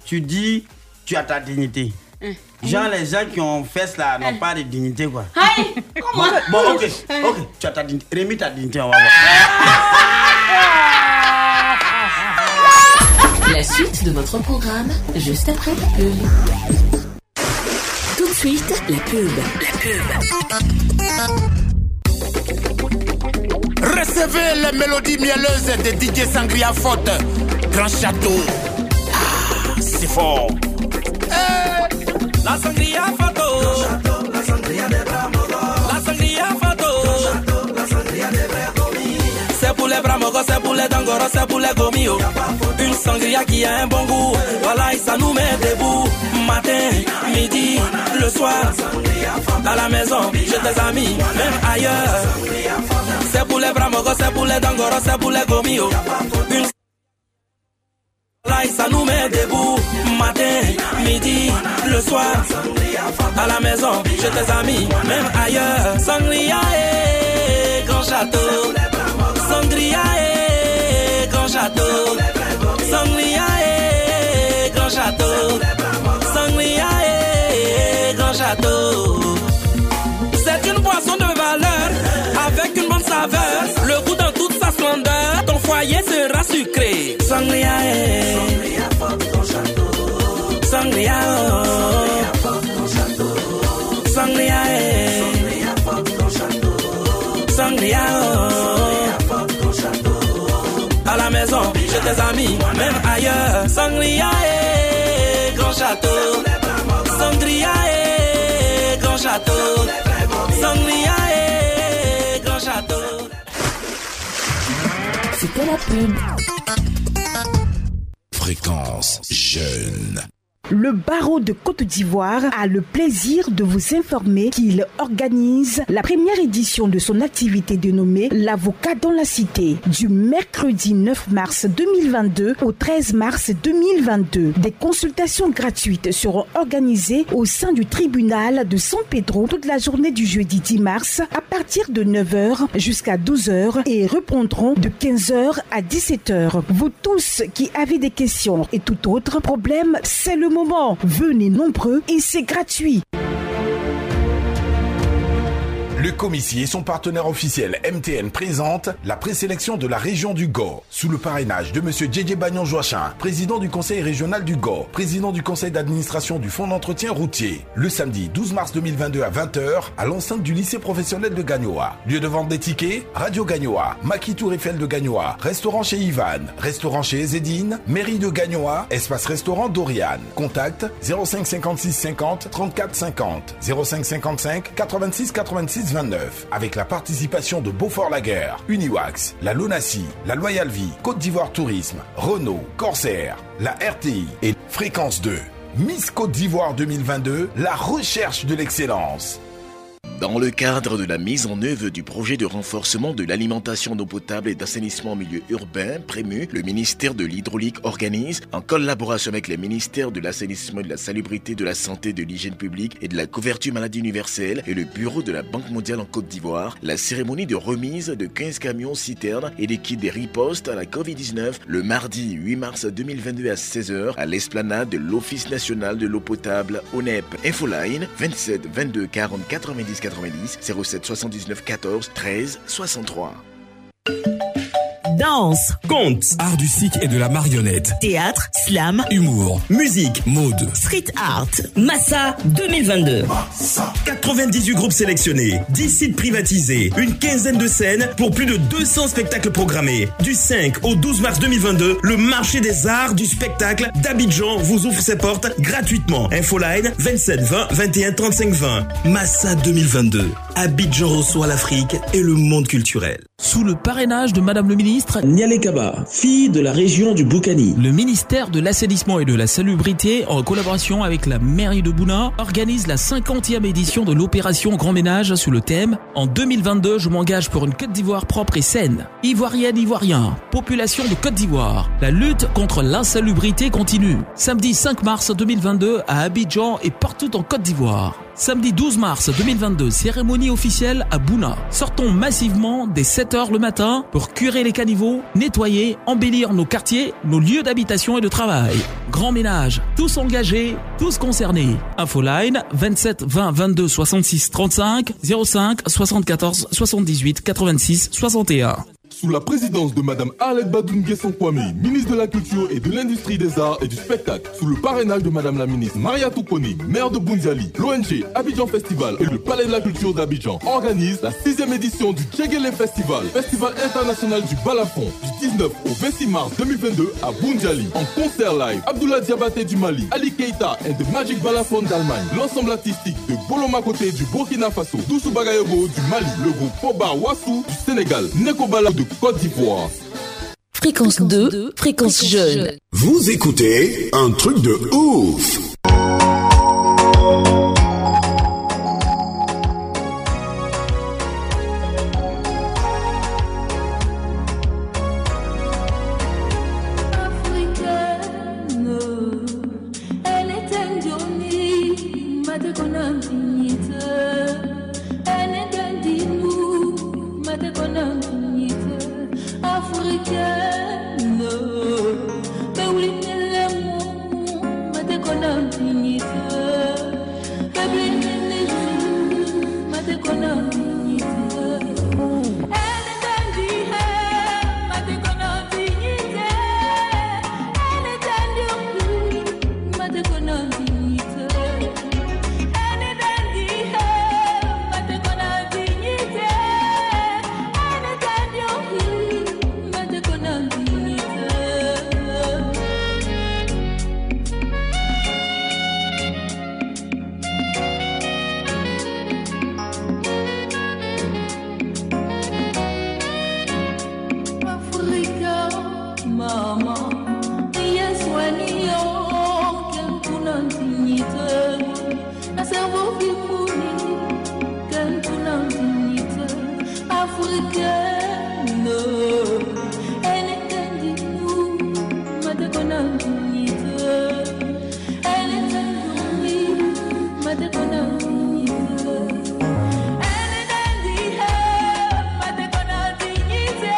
Speaker 8: Tu dis, tu as ta dignité.
Speaker 7: Hein.
Speaker 9: Mm.
Speaker 8: Genre, les gens qui ont fesse là n'ont
Speaker 9: Ah.
Speaker 7: Hein.
Speaker 8: pas de dignité, quoi.
Speaker 7: Aïe, comment
Speaker 8: Bon, ok, ok, tu as ta dignité. Rémi, ta dignité, on va voir.
Speaker 1: La suite de votre programme, juste après la pub. Tout de suite, la pub. La
Speaker 16: Recevez les mélodies mielleuses de DJ Sangria Forte. Grand château. Ah, c'est fort.
Speaker 12: La sangria photo.
Speaker 3: les bramogos, c'est pour les dangoros, c'est pour les gomios. Une sangria qui a un bon goût, voilà, et ça nous met debout. Matin, midi, le soir, dans la maison, j'ai des amis, même ailleurs. C'est pour les bramogos, c'est pour les dangoros, c'est pour les gomios. Une Là, ça nous met debout, matin, midi, le soir. À la maison, j'ai tes amis, même ailleurs. Sangria et grand château. Sangria et grand château. Sangria et grand château. Sangria et grand château. C'est une boisson de valeur, avec une bonne saveur. Le goût dans toute sa splendeur, ton foyer sera sucré. Sangria, eh. Sangria, oh. Sangria, eh. Sangria, oh. À la maison, chez tes amis, même ailleurs. Sangria, eh. Grand château. Sangria, eh. Grand château. Sangria, eh. Grand château.
Speaker 1: C'était la pub.
Speaker 15: Fréquence jeune.
Speaker 17: Le barreau de Côte d'Ivoire a le plaisir de vous informer qu'il organise la première édition de son activité dénommée L'avocat dans la cité du mercredi 9 mars 2022 au 13 mars 2022. Des consultations gratuites seront organisées au sein du tribunal de San Pedro toute la journée du jeudi 10 mars à partir de 9h jusqu'à 12h et répondront de 15h à 17h. Vous tous qui avez des questions et tout autre problème, c'est le moment moment. Venez nombreux et c'est gratuit.
Speaker 4: Le Comici et son partenaire officiel MTN présente la présélection de la région du Gord sous le parrainage de Monsieur JJ Bagnon Joachin, président du conseil régional du Gord, président du conseil d'administration du fonds d'entretien routier. Le samedi 12 mars 2022 à 20h à l'enceinte du lycée professionnel de Gagnoa. Lieu de vente des tickets, Radio Gagnoa, Maki Tour Eiffel de Gagnoa, restaurant chez Ivan, restaurant chez Ezedine, mairie de Gagnoa, espace restaurant Dorian. Contact 05 56 50 34 50 05 55 86 86 29, avec la participation de Beaufort-Laguerre, Uniwax, la Lonassi, la Loyal Vie, Côte d'Ivoire Tourisme, Renault, Corsair, la RTI et Fréquence 2. Miss Côte d'Ivoire 2022, la recherche de l'excellence.
Speaker 18: Dans le cadre de la mise en œuvre du projet de renforcement de l'alimentation d'eau potable et d'assainissement en milieu urbain, Prému, le ministère de l'Hydraulique organise, en collaboration avec les ministères de l'Assainissement et de la Salubrité, de la Santé, de l'Hygiène publique et de la Couverture Maladie Universelle et le Bureau de la Banque mondiale en Côte d'Ivoire, la cérémonie de remise de 15 camions citernes et des kits des ripostes à la Covid-19 le mardi 8 mars 2022 à 16h à l'esplanade de l'Office national de l'eau potable, ONEP. Infoline 27 22 40 90 90 07 79 14 13 63.
Speaker 19: Danse,
Speaker 20: conte, art du cycle et de la marionnette,
Speaker 19: théâtre, slam,
Speaker 20: humour, musique, mode,
Speaker 19: street art, Massa 2022.
Speaker 20: 98 groupes sélectionnés, 10 sites privatisés, une quinzaine de scènes pour plus de 200 spectacles programmés. Du 5 au 12 mars 2022, le marché des arts du spectacle d'Abidjan vous ouvre ses portes gratuitement. Infoline 27 20 21 35 20. Massa 2022. Abidjan reçoit l'Afrique et le monde culturel.
Speaker 21: Sous le parrainage de Madame le ministre,
Speaker 22: Niale Kaba, fille de la région du Boukani.
Speaker 21: Le ministère de l'assainissement et de la salubrité, en collaboration avec la mairie de Bouna, organise la 50e édition de l'opération Grand Ménage sous le thème En 2022, je m'engage pour une Côte d'Ivoire propre et saine. Ivoirienne, Ivoirien, population de Côte d'Ivoire. La lutte contre l'insalubrité continue. Samedi 5 mars 2022 à Abidjan et partout en Côte d'Ivoire. Samedi 12 mars 2022, cérémonie officielle à Bouna. Sortons massivement dès 7h le matin pour curer les caniveaux, nettoyer, embellir nos quartiers, nos lieux d'habitation et de travail. Grand ménage, tous engagés, tous concernés. Infoline 27 20 22 66 35 05 74 78 86 61.
Speaker 23: Sous la présidence de Madame Arlette Badoungué Sankwame, ministre de la Culture et de l'Industrie des Arts et du Spectacle, sous le parrainage de Madame la ministre Maria Toukoni, maire de Bunzali, l'ONG Abidjan Festival et le Palais de la Culture d'Abidjan organisent la sixième édition du Djegele Festival, festival international du balafon, du 19 au 26 mars 2022 à Bunzali. En concert live, Abdullah Diabaté du Mali, Ali Keita et The Magic Balafon d'Allemagne, l'ensemble artistique de Boloma Côté du Burkina Faso, Doussou Bagayogo du Mali, le groupe Foba Wassou du Sénégal, Nekobala de Côte d'Ivoire.
Speaker 1: Fréquence 2, fréquence jeune.
Speaker 4: Vous écoutez un truc de ouf
Speaker 24: africaine. Elle est indomie, ma de conambinite. Elle est indinou, ma de conambinite. Africaine. Mais oui, mais l'amour, ma de conambinite. Mais oui, mais les jours, ma de conambinite. Elle est indignée, ma de conambinite. Elle est endormie, ma te connavite. Elle est endormie, ma te connavite. Elle est endormie, ma te connavite. Africa, mama, yes, when you're can put on dignity. That's a woman moon can put on dignity. African, no, anything you mother gonna dignity. Anything you need, mother gonna dignity. Anything you have, mother gonna dignity.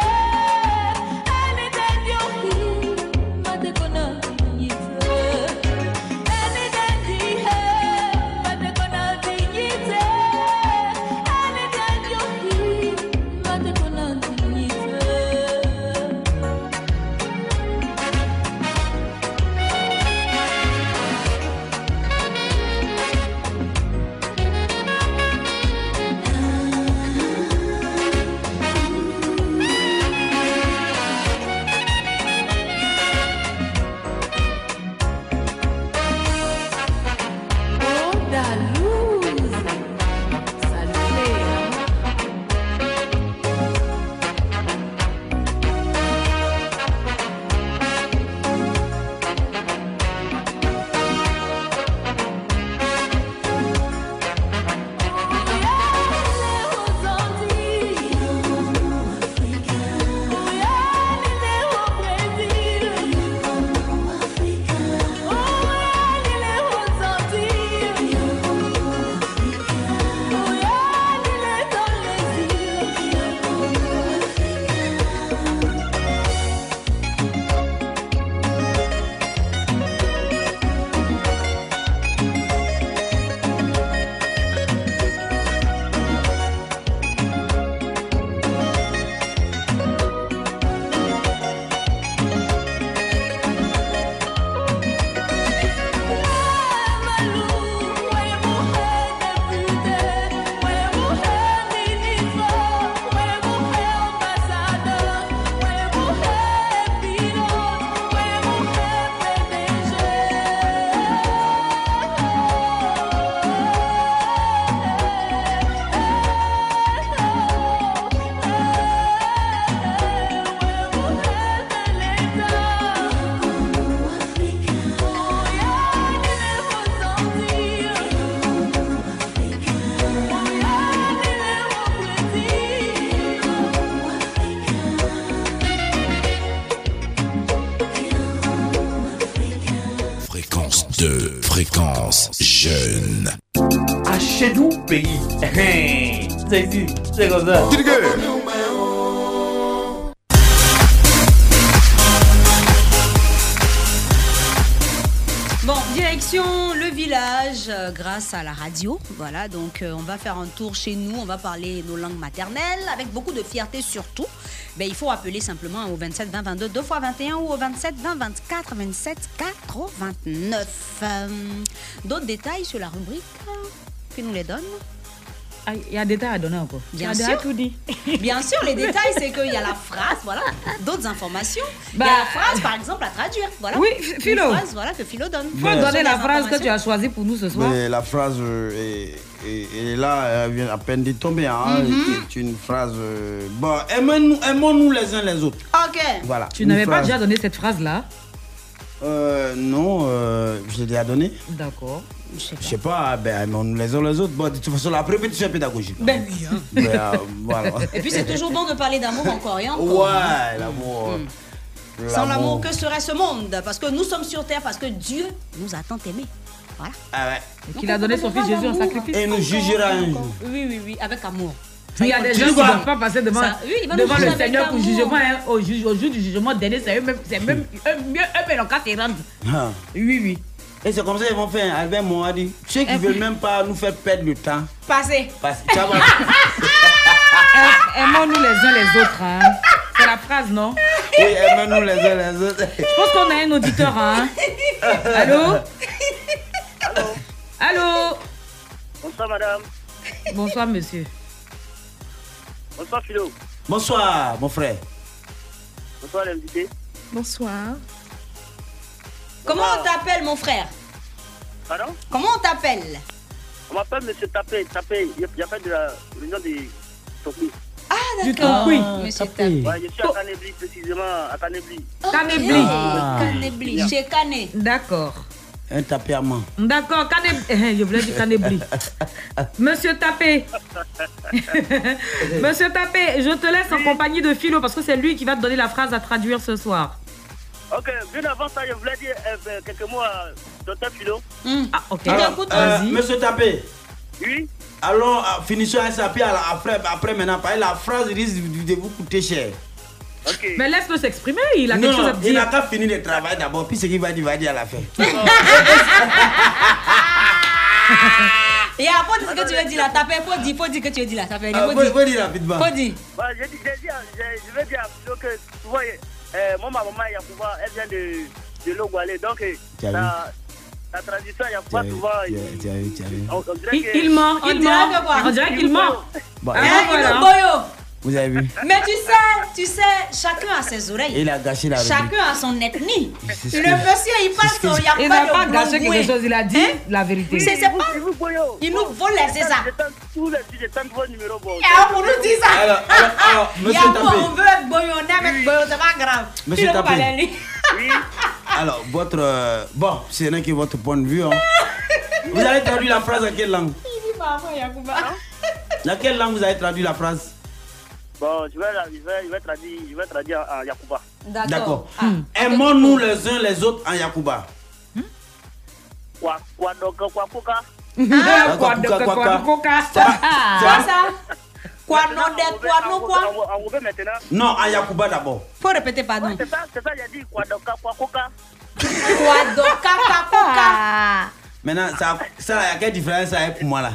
Speaker 15: Fréquence 2, fréquence jeune.
Speaker 6: Ah, chez nous, pays. Hein, C'est ici, c'est comme ça.
Speaker 7: Bon, direction le village euh, grâce à la radio. Voilà, donc euh, on va faire un tour chez nous, on va parler nos langues maternelles avec beaucoup de fierté surtout. Ben, il faut appeler simplement au 27 20 22 2 fois 21 ou au 27 20 24 27 89. Euh, D'autres détails sur la rubrique euh, qui nous les donne
Speaker 9: Ah, Il y a des détails à donner encore.
Speaker 7: Bien
Speaker 9: Tu as
Speaker 7: sûr.
Speaker 9: tout dit.
Speaker 7: Bien sûr, les détails, c'est qu'il y a la phrase, voilà, d'autres informations.
Speaker 9: Bah,
Speaker 7: il y a la phrase, par exemple, à traduire. Voilà.
Speaker 9: Oui,
Speaker 7: Une
Speaker 9: Philo.
Speaker 7: phrase, voilà, que Philo donne.
Speaker 9: Faut
Speaker 8: Mais-
Speaker 9: donner la
Speaker 7: Des
Speaker 9: phrase que tu as
Speaker 7: informations.
Speaker 9: choisie pour nous ce soir.
Speaker 8: Mais la phrase euh, est, est- est là, elle vient à peine de tomber.
Speaker 9: Mm-hmm.
Speaker 8: hein.
Speaker 7: Mhm.
Speaker 8: C'est une phrase. euh, bon, aimons-nous aimons-nous les uns les autres.
Speaker 7: Ok.
Speaker 8: Voilà.
Speaker 9: Tu
Speaker 8: une
Speaker 9: n'avais pas
Speaker 8: phrase.
Speaker 9: déjà donné cette phrase-là
Speaker 8: Euh, non, euh, je l'ai déjà donné.
Speaker 9: D'accord. Je
Speaker 8: sais pas, ben, aimons-nous les uns les autres. Bon, de toute façon, la répétition est pédagogique.
Speaker 7: Ben oui. hein.
Speaker 8: Ben, euh, voilà.
Speaker 7: Et puis, c'est toujours bon de parler d'amour encore et encore. hein.
Speaker 8: Ouais, l'amour.
Speaker 7: Sans l'amour, que serait ce monde Parce que nous sommes sur terre, parce que Dieu nous a tant aimés. Voilà.
Speaker 8: Ah ouais.
Speaker 9: Et qu'il a donné son fils Jésus en sacrifice.
Speaker 8: Et nous jugera un jour.
Speaker 7: Oui, oui, oui, avec amour.
Speaker 9: Il y a des gens qui ne
Speaker 7: doivent
Speaker 9: doivent pas passer devant,
Speaker 7: Ça- oui, il va nous
Speaker 9: devant
Speaker 7: juger
Speaker 9: le
Speaker 7: avec
Speaker 9: Seigneur pour
Speaker 7: amour.
Speaker 9: jugement. hein. Au, ju- au jour du jugement dernier, c'est eux-mêmes- c'est même eux- mieux eux-mêmes en cas de rendre.
Speaker 8: Hein.
Speaker 9: Oui, oui.
Speaker 8: Et c'est comme ça qu'ils vont faire avec moi. dit, Ceux qui
Speaker 9: Eh.
Speaker 8: ne veulent même pas nous faire perdre le temps.
Speaker 7: Passez.
Speaker 8: Parce que ça va-
Speaker 9: Aimons-nous les uns les autres. hein. C'est la phrase, non
Speaker 8: Oui, aimons-nous les uns les autres.
Speaker 9: Je pense qu'on a un auditeur. Hein. Allô Allô
Speaker 25: Bonsoir madame.
Speaker 9: Bonsoir, monsieur.
Speaker 25: Bonsoir Philo.
Speaker 8: Bonsoir, mon frère.
Speaker 25: Bonsoir l'invité.
Speaker 7: Ah, Bonsoir. Comment on t'appelle, mon frère
Speaker 25: Pardon
Speaker 7: Comment on t'appelle
Speaker 25: On m'appelle Monsieur Tapé. Tapé, il y a pas de la réunion des Tokui.
Speaker 7: Ah,
Speaker 9: Du Tokui.
Speaker 25: Monsieur
Speaker 9: Tapé.
Speaker 25: Ouais, je suis à Canébli, précisément à Canébli.
Speaker 9: Canébli.
Speaker 8: Ah.
Speaker 7: Canébli, Oh, chez Canet.
Speaker 9: D'accord.
Speaker 8: Un tapis à main.
Speaker 9: D'accord, Canébli. Je voulais dire Canébli. Monsieur Tapé. Monsieur Tapé, je te laisse en compagnie de Philo parce que c'est lui qui va te donner la phrase à traduire ce soir.
Speaker 25: Ok, bien avant ça, je voulais dire euh, euh, quelques mots à Docteur Philo.
Speaker 7: Hmm.
Speaker 9: Ah, ok.
Speaker 8: Alors, euh, Monsieur Tapé.
Speaker 25: Oui.
Speaker 8: Alors, euh, finissons un tapis à la- après, après maintenant. Parce que la phrase risque de, de vous coûter cher.
Speaker 9: Mais laisse-le s'exprimer, il a
Speaker 8: non,
Speaker 9: quelque chose à te
Speaker 8: non, il n'a
Speaker 9: dire.
Speaker 8: qu'à finir le travail d'abord, puis ce qu'il va dire, il va dire à la fin.
Speaker 7: Et après, dis ce que tu veux dire là. Tapez, faut dire, faut dire que tu veux dire là. Tapez,
Speaker 8: Ah, faut- faut dire rapidement.
Speaker 7: Faut dire.
Speaker 25: Bah, je, dis- je, dis à- je, je veux dire à Philo que souvent, euh, moi, ma maman Yacouba, elle vient de, de Logwalé. Donc, euh,
Speaker 8: Tu as
Speaker 25: la, la transition Yacouba, souvent, il- on, on dirait
Speaker 9: Il,
Speaker 25: que-
Speaker 9: il ment, il ment. On dirait qu'il ment.
Speaker 8: Bon,
Speaker 7: Hein,
Speaker 9: Ah,
Speaker 8: alors,
Speaker 9: voilà.
Speaker 8: Vous avez vu
Speaker 7: Mais tu sais, tu sais, chacun a ses oreilles.
Speaker 8: Il a gâché la
Speaker 7: Chacun a son ethnie.
Speaker 8: C'est ce
Speaker 7: Le
Speaker 8: que-
Speaker 7: monsieur, il passe, il n'y a
Speaker 9: Il
Speaker 7: pas
Speaker 9: n'a
Speaker 7: de
Speaker 9: pas
Speaker 7: bon
Speaker 9: gâché
Speaker 7: goût.
Speaker 9: quelque chose, il a dit la vérité.
Speaker 7: C'est c'est pas. Il nous vole, c'est ça.
Speaker 25: Tous les jours, je tente vos numéros. Bon,
Speaker 7: Et alors, pour nous dire ça.
Speaker 8: Alors, alors, alors,
Speaker 7: Il y a
Speaker 8: monsieur
Speaker 7: quoi,
Speaker 8: Tapé.
Speaker 7: on veut être boyau, on aime être boyau, c'est pas grave.
Speaker 8: Monsieur
Speaker 7: Philo
Speaker 8: Tapé.
Speaker 7: Palais, lui.
Speaker 8: Alors, votre. euh, bon, c'est rien que votre point de vue. hein. vous avez traduit la phrase en quelle langue
Speaker 7: Il dit maman Yacouba.
Speaker 8: Dans quelle langue vous avez traduit la phrase
Speaker 25: Bon, je vais, la- je vais, je vais traduire, je vais traduire à, à Yacouba.
Speaker 8: D'accord. Aimons-nous les uns les autres en Yakuba.
Speaker 25: Quoi, quoi, donc, quoi, coca
Speaker 8: Ah,
Speaker 9: quoi, donc, quoi, donc, quoi.
Speaker 7: Quoi ça Quoi, non, d'être, quoi, non, quoi
Speaker 25: On revient maintenant.
Speaker 8: Non, en Yakuba d'abord.
Speaker 7: Faut répéter, pardon.
Speaker 25: C'est ça, c'est ça, j'ai dit quoi, donc, quoi, coca
Speaker 7: Quoi, donc, caca,
Speaker 9: Ah.
Speaker 7: coca.
Speaker 8: Maintenant, ça, ça, il y a quelle différence ça est pour moi là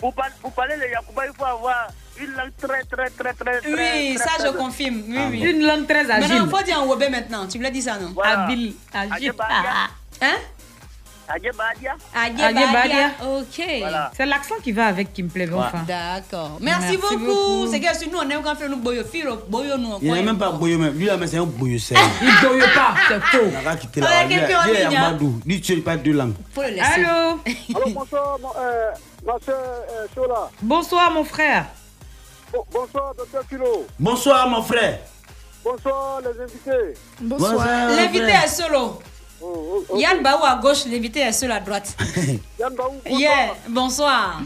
Speaker 25: Pour parler, pour parler de Yacouba, il faut avoir une langue très, très, très, très. très,
Speaker 7: Oui,
Speaker 25: très,
Speaker 7: ça,
Speaker 25: très-
Speaker 7: je confirme. Oui, oui.
Speaker 9: Une langue très
Speaker 7: Maintenant,
Speaker 9: agile.
Speaker 7: faut dire en wobé maintenant. Tu voulais dire ça, non
Speaker 25: Voilà.
Speaker 9: Habile, agile.
Speaker 25: Adebadia.
Speaker 7: Hein
Speaker 25: Adebadia.
Speaker 9: Adebadia.
Speaker 7: Ok.
Speaker 9: C'est l'accent qui va avec qui me plaît, mais enfin.
Speaker 7: D'accord. Merci,
Speaker 9: Merci
Speaker 7: beaucoup.
Speaker 9: beaucoup.
Speaker 7: C'est que si nous, on aime quand on fait nous boyo, filo, boyo, nous, on
Speaker 8: Il n'est
Speaker 7: croit.
Speaker 8: même pas Boyo, même. Lui là, mais c'est un Boyo sec.
Speaker 9: Il ne boye pas, c'est faux.
Speaker 8: Il n'a qu'à quitter
Speaker 7: Ah,
Speaker 8: là.
Speaker 7: il y a quelqu'un en
Speaker 8: Lui, il est
Speaker 7: ligne,
Speaker 8: en Badou. Lui, tu n'as pas deux langues.
Speaker 7: Faut le laisser.
Speaker 9: Allô
Speaker 25: Alors, bonsoir, mon, euh, monsieur euh, Chola.
Speaker 9: Bonsoir, mon frère.
Speaker 25: Bon- bonsoir, docteur Philo.
Speaker 8: Bonsoir, mon frère.
Speaker 25: Bonsoir, les invités.
Speaker 8: Bonsoir,
Speaker 7: L'invité
Speaker 8: frère.
Speaker 7: est solo.
Speaker 25: Oh, oh,
Speaker 7: Yann Baou à gauche, l'invité est seul à droite.
Speaker 25: Yann Baou, bonsoir.
Speaker 7: Yeah, bonsoir.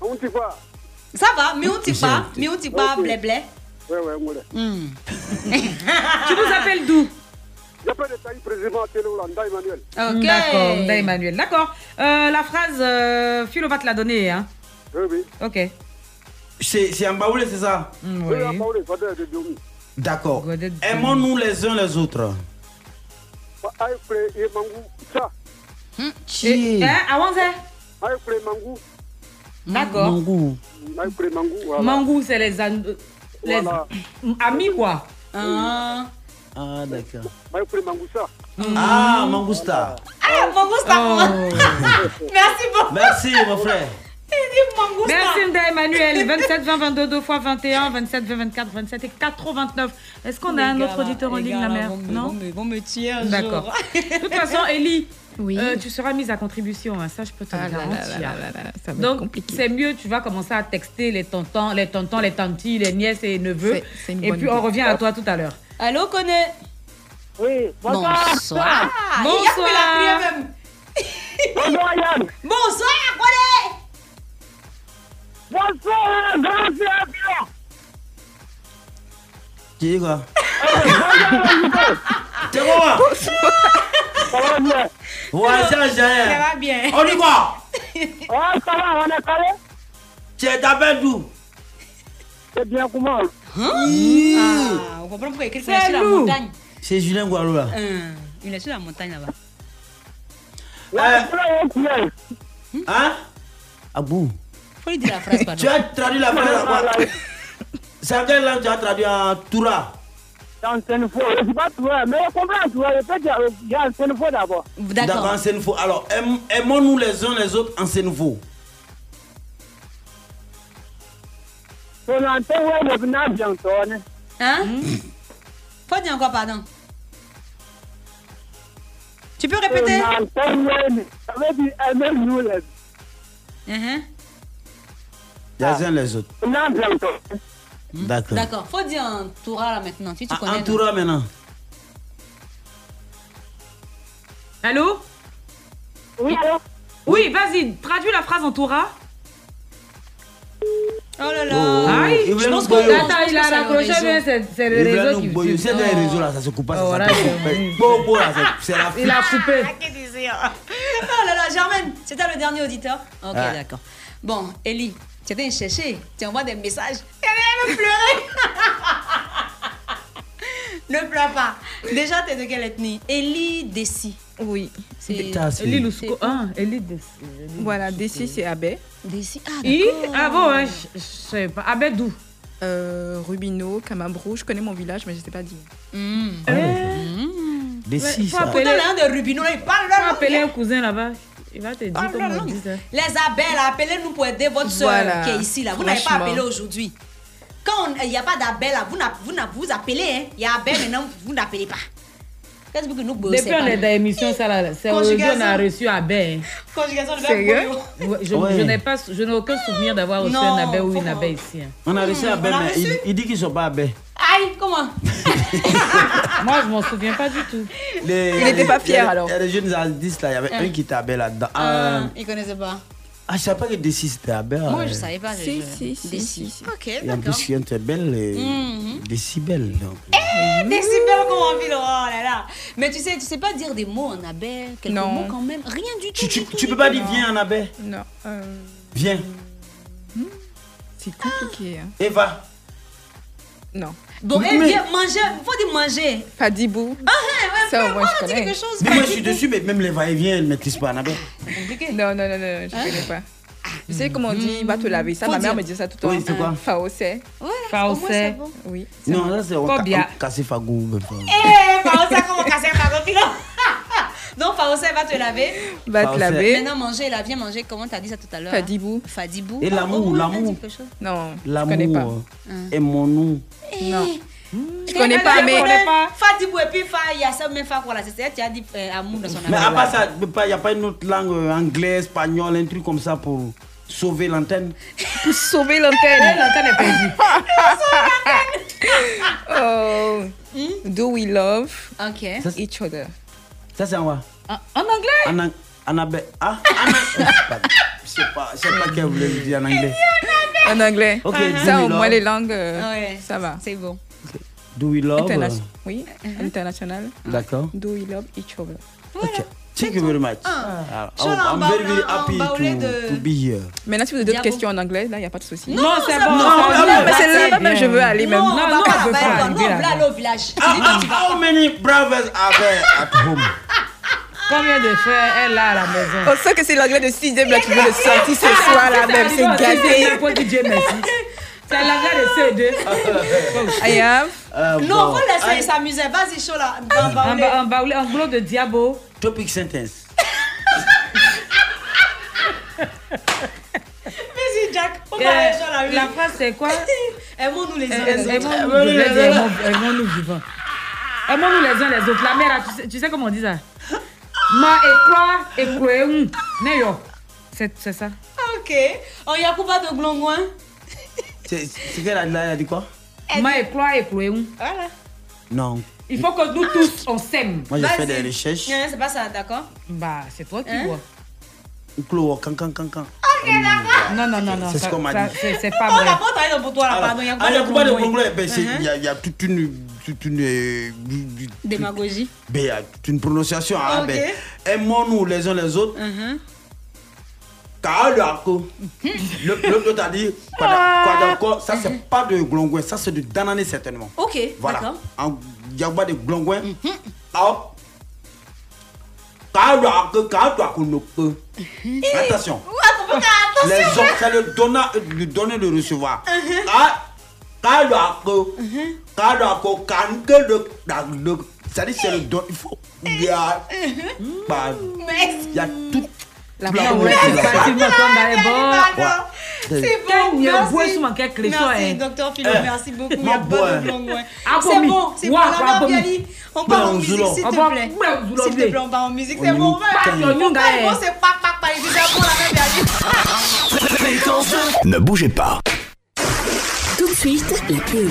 Speaker 25: Comment tu vas
Speaker 7: Ça va, mais où tu vas Mais où tu vas,
Speaker 25: Ok.
Speaker 7: blé
Speaker 25: Ouais, ouais, moi. là.
Speaker 7: Hmm.
Speaker 9: Tu nous appelles d'où
Speaker 25: J'appelle le pays président Télolanda Emmanuel.
Speaker 7: Ok.
Speaker 9: Mm, D'accord, Nda Emmanuel. D'accord. Euh, la phrase, euh, Philo va te la donner. Hein.
Speaker 25: Oui, oui.
Speaker 9: Ok.
Speaker 8: C'est c'est en Baoulé, c'est ça
Speaker 25: Oui. Oui, Baoulé, Baoulé de Domi.
Speaker 8: D'accord. Aimons-nous les uns les autres.
Speaker 25: Ba- Aïe, Fré, et Mangou, ça.
Speaker 7: Eh,
Speaker 9: Et- hein, Awanze
Speaker 25: Aïe, Fré, Mangou.
Speaker 9: D'accord.
Speaker 8: Mangou.
Speaker 25: Aïe, Fré, Mangou. voilà.
Speaker 9: Mangou, c'est les, an- euh, les Mm,
Speaker 25: Voilà.
Speaker 9: amis, quoi.
Speaker 25: Eh,
Speaker 7: Ah,
Speaker 8: Ah, d'accord.
Speaker 25: Aïe, Fré, Mangou, ça.
Speaker 9: Mm.
Speaker 8: Ah, Mangousta.
Speaker 7: Ah, mon goût, ça
Speaker 8: Oh.
Speaker 7: Merci beaucoup.
Speaker 8: Merci, mon frère.
Speaker 7: Il dit
Speaker 9: Merci Nda Emmanuel. 27 20 22 2 fois 21 27 20 24 27 et 89. Est-ce qu'on a
Speaker 7: Les
Speaker 9: un
Speaker 7: gars,
Speaker 9: autre
Speaker 7: là,
Speaker 9: auditeur en
Speaker 7: les
Speaker 9: ligne
Speaker 7: gars,
Speaker 9: la
Speaker 7: là,
Speaker 9: mère
Speaker 7: vont me-
Speaker 9: Non.
Speaker 7: vont me- vont me tuer un jour.
Speaker 9: D'accord. De toute façon Ellie. euh, tu seras mise à contribution, hein, ça je peux te
Speaker 11: Ah
Speaker 9: le
Speaker 11: là là
Speaker 9: garantir.
Speaker 11: là là là là, ça va être
Speaker 9: Donc c'est mieux, tu vas commencer à texter les tontons, les tontons, les tantilles, les nièces et les neveux.
Speaker 11: c'est une
Speaker 9: Et
Speaker 11: bonne
Speaker 9: puis on
Speaker 11: idée.
Speaker 9: revient à toi tout à l'heure.
Speaker 7: Allô, connaît
Speaker 25: Oui,
Speaker 9: bonsoir. Bonsoir.
Speaker 7: Ah, il a fait la prière même.
Speaker 25: Bonsoir, Yann.
Speaker 7: Bonsoir, Koné.
Speaker 25: Bonsoir, grand frère Pierre.
Speaker 8: Qui est quoi
Speaker 25: C'est
Speaker 8: moi
Speaker 25: Ça va bien
Speaker 8: Ouais, c'est un géant.
Speaker 7: Ça va bien.
Speaker 8: On y va
Speaker 25: Ouais, ça va, on est calé
Speaker 8: Tu es d'abord d'où
Speaker 25: C'est bien comment
Speaker 7: Hein? Ah, on comprend pourquoi il y a quelqu'un sur la
Speaker 8: Salut.
Speaker 7: montagne.
Speaker 8: C'est Julien Guarou là.
Speaker 7: Hein, Il est sur la montagne là-bas.
Speaker 8: Euh. Hein Abou.
Speaker 7: Faut lui dire la phrase, pardon.
Speaker 8: Tu as traduit la phrase en quoi C'est en quelle langue tu as traduit en Toura
Speaker 25: Dans une fois, je ne sais pas toi, mais je comprends, tu vois, je peux dire, il y a une fois d'abord.
Speaker 8: en Sénéfo. Alors, aim- aimons-nous les uns les autres en Sénéfo.
Speaker 25: Son antenne, ouais, le venant bien tourné.
Speaker 7: Hein Faut dire encore pardon. Tu peux répéter
Speaker 25: Son antenne, ouais, ça veut dire, aimez-nous les
Speaker 11: Uh-huh.
Speaker 7: Mhm.
Speaker 8: Les
Speaker 25: Ah.
Speaker 8: uns les autres.
Speaker 25: venant bien tournés.
Speaker 8: D'accord.
Speaker 7: D'accord, faut dire en Toura là maintenant, si tu connais.
Speaker 8: Ah, En
Speaker 7: non
Speaker 8: Toura maintenant.
Speaker 9: Allô
Speaker 25: Oui, allô
Speaker 9: Oui, vas-y, traduis la phrase en Torah.
Speaker 7: Oh là là
Speaker 9: Aïe,
Speaker 8: ils
Speaker 9: je
Speaker 8: veulent
Speaker 9: pense
Speaker 8: nous
Speaker 9: que
Speaker 8: boyau.
Speaker 9: Attends, il a
Speaker 7: c'est le
Speaker 9: raccroché,
Speaker 7: réseau.
Speaker 9: mais c'est c'est le
Speaker 8: Ils veulent
Speaker 9: réseau
Speaker 8: nous
Speaker 9: qui
Speaker 8: boyau. C'est des
Speaker 9: Non.
Speaker 8: réseaux là, ça se coupe pas, ça
Speaker 9: Voilà,
Speaker 8: se coupe. Bon, bon, là, c'est- c'est la
Speaker 9: Il a coupé.
Speaker 8: Ah,
Speaker 7: Quel désir Oh là là, Germaine, c'était le dernier auditeur Ok,
Speaker 8: hein? Ah.
Speaker 7: d'accord. Bon, Ellie, tu viens chercher, tu envoies des messages. Elle elle veut pleurer Ne pleure pas. Déjà, t'es de quelle ethnie Ellie Dessy.
Speaker 11: Oui.
Speaker 7: C'est
Speaker 11: Ellie
Speaker 9: Lusco. Ah, Ellie Dessy.
Speaker 11: Voilà, Dessy, c'est Abé.
Speaker 7: Dessy, ah,
Speaker 9: Hi,
Speaker 11: d'accord.
Speaker 9: ah bon, hein, je- je sais pas. Abé d'où
Speaker 11: euh, Rubino, Camambrou, je connais mon village, mais je ne sais pas dire. Hmm.
Speaker 9: Eh.
Speaker 8: Dessy,
Speaker 11: ça.
Speaker 7: Pourtant, l'un de Rubino, il parle là.
Speaker 9: Faut appeler un cousin là-bas. Il va te dire comment on dit ça.
Speaker 7: Les abeilles, là, appelez-nous pour aider votre soeur
Speaker 9: Voilà.
Speaker 7: qui est ici. Là. Vous n'avez pas
Speaker 9: Franchement.
Speaker 7: appelé aujourd'hui. Quand on- il n'y a pas d'abeille, là, vous, n'a- vous, n'a- vous appelez. hein. Il y a abeille maintenant, vous n'appelez pas. Qu'est-ce que nous bossons
Speaker 9: Depuis on est dans l'émission, ça là, c'est aujourd'hui
Speaker 7: Conjugaison.
Speaker 9: on a reçu Abé.
Speaker 7: Conjugaison de verbe
Speaker 9: Sérieux
Speaker 7: boyau.
Speaker 9: Ouais, Je,
Speaker 8: Ouais.
Speaker 9: je n'ai pas, je n'ai aucun souvenir d'avoir reçu
Speaker 7: Non,
Speaker 9: un Abé ou
Speaker 7: faut
Speaker 9: une
Speaker 7: pas.
Speaker 9: Abé ici. hein.
Speaker 8: On a réussi à
Speaker 7: Hmm,
Speaker 8: Ben,
Speaker 7: on a
Speaker 8: mais
Speaker 7: réussi
Speaker 8: il, il dit qu'ils sont pas à Ben.
Speaker 7: Aïe, comment
Speaker 9: Moi, je m'en souviens pas du tout.
Speaker 8: Les- Euh,
Speaker 9: Il était pas fier,
Speaker 8: les-
Speaker 9: alors.
Speaker 8: Les jeunes artistes là, il y avait
Speaker 7: Hein.
Speaker 8: un qui était à Ben là-dedans.
Speaker 7: Ah,
Speaker 8: Ah,
Speaker 7: Il ne connaissait pas.
Speaker 8: ah, je savais pas que Dessy c'était à Ben.
Speaker 7: Moi,
Speaker 8: euh.
Speaker 7: je ne savais pas. je-
Speaker 11: Si,
Speaker 7: je-
Speaker 11: si, si,
Speaker 7: Dessy.
Speaker 11: si, si.
Speaker 7: Ok,
Speaker 8: Et en
Speaker 7: d'accord.
Speaker 8: plus, Yann, tu es belle. Et...
Speaker 7: Mhm.
Speaker 8: Décibel, donc.
Speaker 7: Eh, des si belles qu'on envie, Laurent, oh là là. Mais tu sais, tu sais pas dire des mots en abeille, quelques
Speaker 8: Non.
Speaker 7: mots quand même, rien du tout.
Speaker 8: Tu, tu, tu peux pas dire hein. viens en abbé
Speaker 11: Non.
Speaker 8: Viens.
Speaker 7: Hmm
Speaker 11: C'est compliqué. hein.
Speaker 8: Eva.
Speaker 11: Non.
Speaker 7: Bon, eh bien, manger, faut dire manger.
Speaker 11: Fadibou.
Speaker 7: Ah, ouais, ouais,
Speaker 11: Ça, au
Speaker 7: ouais,
Speaker 11: moins, je
Speaker 7: on dit
Speaker 11: connais.
Speaker 7: quelque chose.
Speaker 8: Mais moi, je suis dessus, mais même les va-et-vient, elles ne maîtrisent pas en abbé.
Speaker 11: Non, non, non, non, je ne connais pas. Tu sais comment on dit, va te laver. Ça,
Speaker 8: Faut
Speaker 11: ma mère
Speaker 8: dire.
Speaker 11: me disait ça tout le temps.
Speaker 8: Oui, c'est quoi
Speaker 11: Faosé.
Speaker 9: Faosé. au moins, c'est
Speaker 11: Oui.
Speaker 8: Non, là, c'est on ca-
Speaker 11: Combien
Speaker 8: on casse Fagou. même pas.
Speaker 7: Eh, Faosa, comment casser Faosa, Philo Donc, Faosa, elle va te laver.
Speaker 11: Va te
Speaker 8: Faosa. laver.
Speaker 7: Maintenant, manger, là, viens manger. Comment t'as dit ça tout à l'heure
Speaker 11: Fadibou.
Speaker 7: Fadibou.
Speaker 8: Et l'amour,
Speaker 7: Ah, au moins,
Speaker 8: l'amour.
Speaker 7: elle dit quelque chose.
Speaker 11: Non,
Speaker 8: L'amour
Speaker 7: Hein.
Speaker 8: est Mm. mon nom.
Speaker 11: Non.
Speaker 7: Eh. Je
Speaker 11: connais pas, mais- Je connais
Speaker 7: Fadibou et puis Fa, il y a ça, même Fa, quoi, là. C'est ça, tu as dit euh, amour dans son
Speaker 8: Mais à
Speaker 7: amour.
Speaker 8: part ça, il n'y a pas une autre langue euh, anglaise, espagnole, un truc comme ça pour sauver l'antenne
Speaker 11: Pour sauver l'antenne.
Speaker 9: l'antenne est perdue.
Speaker 11: oh. Do we love
Speaker 7: Ok.
Speaker 11: each other?
Speaker 8: Ça, c'est en quoi
Speaker 9: En anglais
Speaker 8: En ang- en abbé. Ah en ang- Je sais pas, je sais pas qu'elle voulait me dire en anglais.
Speaker 11: En anglais.
Speaker 8: Ok,
Speaker 11: ça,
Speaker 8: do
Speaker 11: au
Speaker 8: we
Speaker 11: moins,
Speaker 8: love?
Speaker 11: les langues, euh, ça va.
Speaker 7: C'est bon.
Speaker 8: Do we love euh,
Speaker 11: International. Oui, international.
Speaker 8: D'accord.
Speaker 11: Do we love each other?
Speaker 8: Thank you very much.
Speaker 7: Ah.
Speaker 8: Alors,
Speaker 11: Sean
Speaker 8: I'm
Speaker 11: Ambaoulé-
Speaker 8: very, very happy
Speaker 11: Ambaoulé
Speaker 8: to,
Speaker 11: de-
Speaker 8: to be here.
Speaker 11: Maintenant, si vous avez
Speaker 7: Diabo.
Speaker 11: d'autres questions en anglais, là, il n'y a pas de souci.
Speaker 7: Non, Non, c'est ça bon, va.
Speaker 11: Non,
Speaker 7: ça va.
Speaker 11: non, mais c'est
Speaker 7: Bah,
Speaker 11: là
Speaker 7: c'est
Speaker 11: même je veux aller même.
Speaker 7: Non, on va pas là-bas, elle va- nous, on veut aller au village. Tu dis
Speaker 8: How,
Speaker 7: que tu vas
Speaker 8: Ah, how many brothers are there at home?
Speaker 9: Combien de frères elle a à la maison
Speaker 11: On sait que c'est l'anglais de 6ème, là, tu veux le sortir ce
Speaker 9: Ah,
Speaker 11: soir, là, même, c'est gâté.
Speaker 9: C'est l'anglais de C2.
Speaker 11: I have-
Speaker 7: Non, faut laisser s'amuser. Vas-y, chaud là. Dans
Speaker 9: Un
Speaker 7: Baoulé.
Speaker 9: ba- un baoulé, un boulot de diabo.
Speaker 8: Topic sentence.
Speaker 7: Vas-y,
Speaker 9: Euh, la phrase c'est quoi
Speaker 7: Aimons-nous les uns
Speaker 9: Euh,
Speaker 7: les autres.
Speaker 9: Aimons-nous je vais dire aimons- aimons-nous vivants. Aimons-nous les uns les autres. La mère, tu sais, tu sais comment on dit ça Ma et toi et Kouéou. Neyo. C'est c'est ça.
Speaker 7: Ok. On y a pour pas de hein? glongoin.
Speaker 8: C'est c'est qu'elle a dit là, elle a dit quoi
Speaker 9: Ma et toi et Kouéou.
Speaker 7: Voilà.
Speaker 8: Non.
Speaker 9: Il faut que nous tous on s'aime.
Speaker 8: Moi, j'ai fait
Speaker 9: Vas-y.
Speaker 8: des recherches.
Speaker 7: Non, c'est pas ça, d'accord
Speaker 9: Bah, c'est toi qui
Speaker 7: Hein
Speaker 9: vois.
Speaker 8: Clo, can, can, can, can.
Speaker 9: Non, non, non, non.
Speaker 8: C'est ce
Speaker 9: ça-
Speaker 8: qu'on m'a
Speaker 9: ça,
Speaker 8: dit.
Speaker 9: C'est c'est pas vrai.
Speaker 7: On a pas travaillé pour toi là,
Speaker 8: Alors,
Speaker 7: pardon. Il y a
Speaker 8: ah,
Speaker 7: pas
Speaker 8: il y a
Speaker 7: de
Speaker 8: pas de
Speaker 7: glongoin.
Speaker 8: problème. Ben, c'est- Il y a- il y a toute une. Toute une. euh, du- du-
Speaker 7: Démagogie.
Speaker 8: ben, il y a toute une prononciation. hein,
Speaker 7: Ok. Mm-hmm.
Speaker 8: ben. Aimons-nous les uns les autres. Kaadako. Le L'autre t'a dit. Kaadako. Ça, c'est pas de glongouin. Ça, c'est du danané, certainement.
Speaker 7: Ok,
Speaker 8: Voilà.
Speaker 7: Mm-hmm. d'accord. Mm-hmm.
Speaker 8: En Yagba de Glongwen. Hop. Kaadako, kaadako, no peu. Attention. Les
Speaker 7: Attention. Mm-hmm.
Speaker 8: hommes, c'est le donna- le donner, le recevoir. Ah, kaadako, kaadako, kanke de- dan- de- C'est-à-dire, c'est le don. Il faut. Il y a. bah, Il y a tout.
Speaker 9: La
Speaker 8: tout la
Speaker 9: parole
Speaker 8: prononciation.
Speaker 9: est facilement comme dans les bords.
Speaker 8: Ouais.
Speaker 7: C'est
Speaker 9: Quel
Speaker 7: bon,
Speaker 9: mieux
Speaker 7: merci.
Speaker 9: bois sous ma cake, les soins,
Speaker 7: Merci,
Speaker 9: hein.
Speaker 7: docteur Philo,
Speaker 9: Eh.
Speaker 7: merci beaucoup. Il y
Speaker 9: Ma
Speaker 7: a pas
Speaker 9: boy.
Speaker 7: de glongoin. C'est
Speaker 9: Abomi.
Speaker 7: bon, c'est bon.
Speaker 9: Ouah,
Speaker 7: La mère
Speaker 9: abomi.
Speaker 7: Bialy, on part en
Speaker 9: Brown
Speaker 7: musique,
Speaker 9: Zulon.
Speaker 7: s'il
Speaker 9: On va-
Speaker 7: te plaît.
Speaker 9: Brown Zulon,
Speaker 7: S'il te
Speaker 9: oui.
Speaker 7: plaît, on part en musique,
Speaker 9: On
Speaker 7: c'est
Speaker 9: y
Speaker 7: bon.
Speaker 9: passe,
Speaker 7: on va.
Speaker 9: on y
Speaker 7: On part,
Speaker 9: va,
Speaker 7: bon,
Speaker 9: eh.
Speaker 7: c'est pac, pac, pac. Il est déjà bon, la mère Bialy.
Speaker 15: Ne bougez pas.
Speaker 1: Tout de suite, la pub.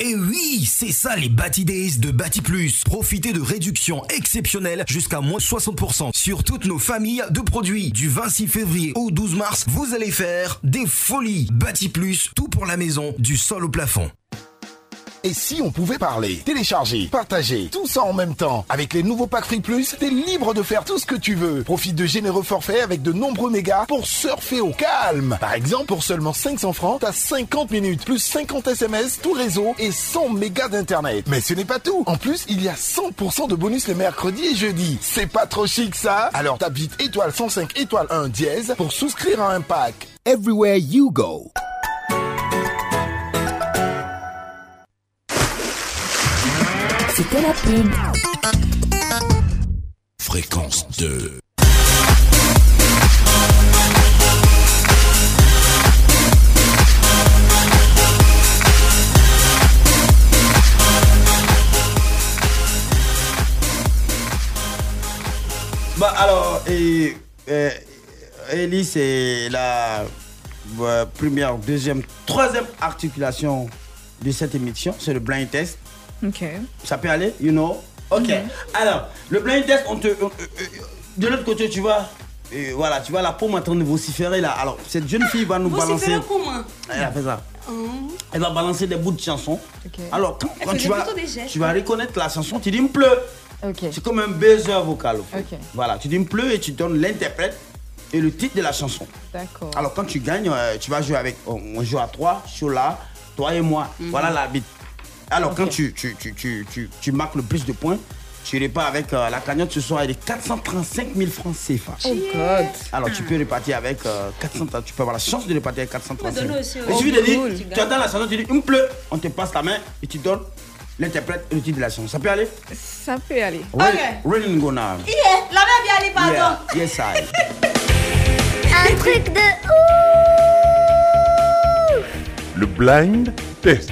Speaker 5: Et Eh oui, c'est ça les Bati Days de Bati Plus. Profitez de réductions exceptionnelles jusqu'à moins 60% sur toutes nos familles de produits. Du 26 février au 12 mars, vous allez faire des folies. Bati Plus, tout pour la maison, du sol au plafond.
Speaker 4: Et si on pouvait parler, télécharger, partager, tout ça en même temps Avec les nouveaux packs Free Plus, t'es libre de faire tout ce que tu veux. Profite de généreux forfaits avec de nombreux mégas pour surfer au calme. Par exemple, pour seulement 500 francs, t'as 50 minutes, plus 50 SMS, tout réseau et 100 mégas d'internet. Mais ce n'est pas tout. En plus, il y a 100% de bonus les mercredis et jeudis. C'est pas trop chic ça Alors tape vite étoile 105 étoile 1 dièse pour souscrire à un pack. Everywhere you go.
Speaker 1: C'était la pub.
Speaker 15: Fréquence 2.
Speaker 8: Bah alors, et, euh, Ellie, c'est la euh, première, deuxième, troisième articulation de cette émission. C'est le blind test.
Speaker 11: Ok.
Speaker 8: Ça peut aller, you know. Ok. Alors, le blind test, on te, euh, euh, euh, de l'autre côté, tu vois. euh, voilà, tu vois la paume en train de vociférer là. Alors, cette jeune fille va nous balancer.
Speaker 7: Vociférer comment
Speaker 8: Elle a fait ça.
Speaker 7: Hum.
Speaker 8: Elle va balancer des bouts de chansons. Alors, quand,
Speaker 7: Elle
Speaker 8: quand
Speaker 7: faisait
Speaker 8: tu, vas,
Speaker 7: plutôt des gestes. hein.
Speaker 8: tu vas reconnaître la chanson, tu dis me pleut. C'est comme un baiser vocal. au fait.
Speaker 11: Ok.
Speaker 8: Voilà, tu dis me pleut et tu donnes l'interprète et le titre de la chanson.
Speaker 11: D'accord.
Speaker 8: Alors, quand tu gagnes, euh, tu vas jouer avec. On, on joue à trois, je suis là, toi et moi.
Speaker 11: Mhm.
Speaker 8: Voilà l'arbitre. Alors, quand tu, tu, tu, tu, tu, tu marques le plus de points, tu repars avec euh, la cagnotte ce soir, elle est 435 000 francs CFA.
Speaker 11: Oh, God.
Speaker 8: Alors, tu peux repartir avec euh, 400. Tu peux avoir la chance de repartir avec 435
Speaker 7: Mais donne-le aussi,
Speaker 8: Il
Speaker 7: oh,
Speaker 8: suffit de dire,
Speaker 7: cool.
Speaker 8: tu entends la chanson, tu dis, il me pleut. On te passe la main et tu donnes l'interprète et le titre de la chanson. Ça peut aller
Speaker 11: Ça peut aller.
Speaker 8: Ren- Renin Gona.
Speaker 7: Yeah, la mère Bialy, pardon.
Speaker 8: Yeah, Yes, I.
Speaker 7: Un truc de
Speaker 10: Le blind test.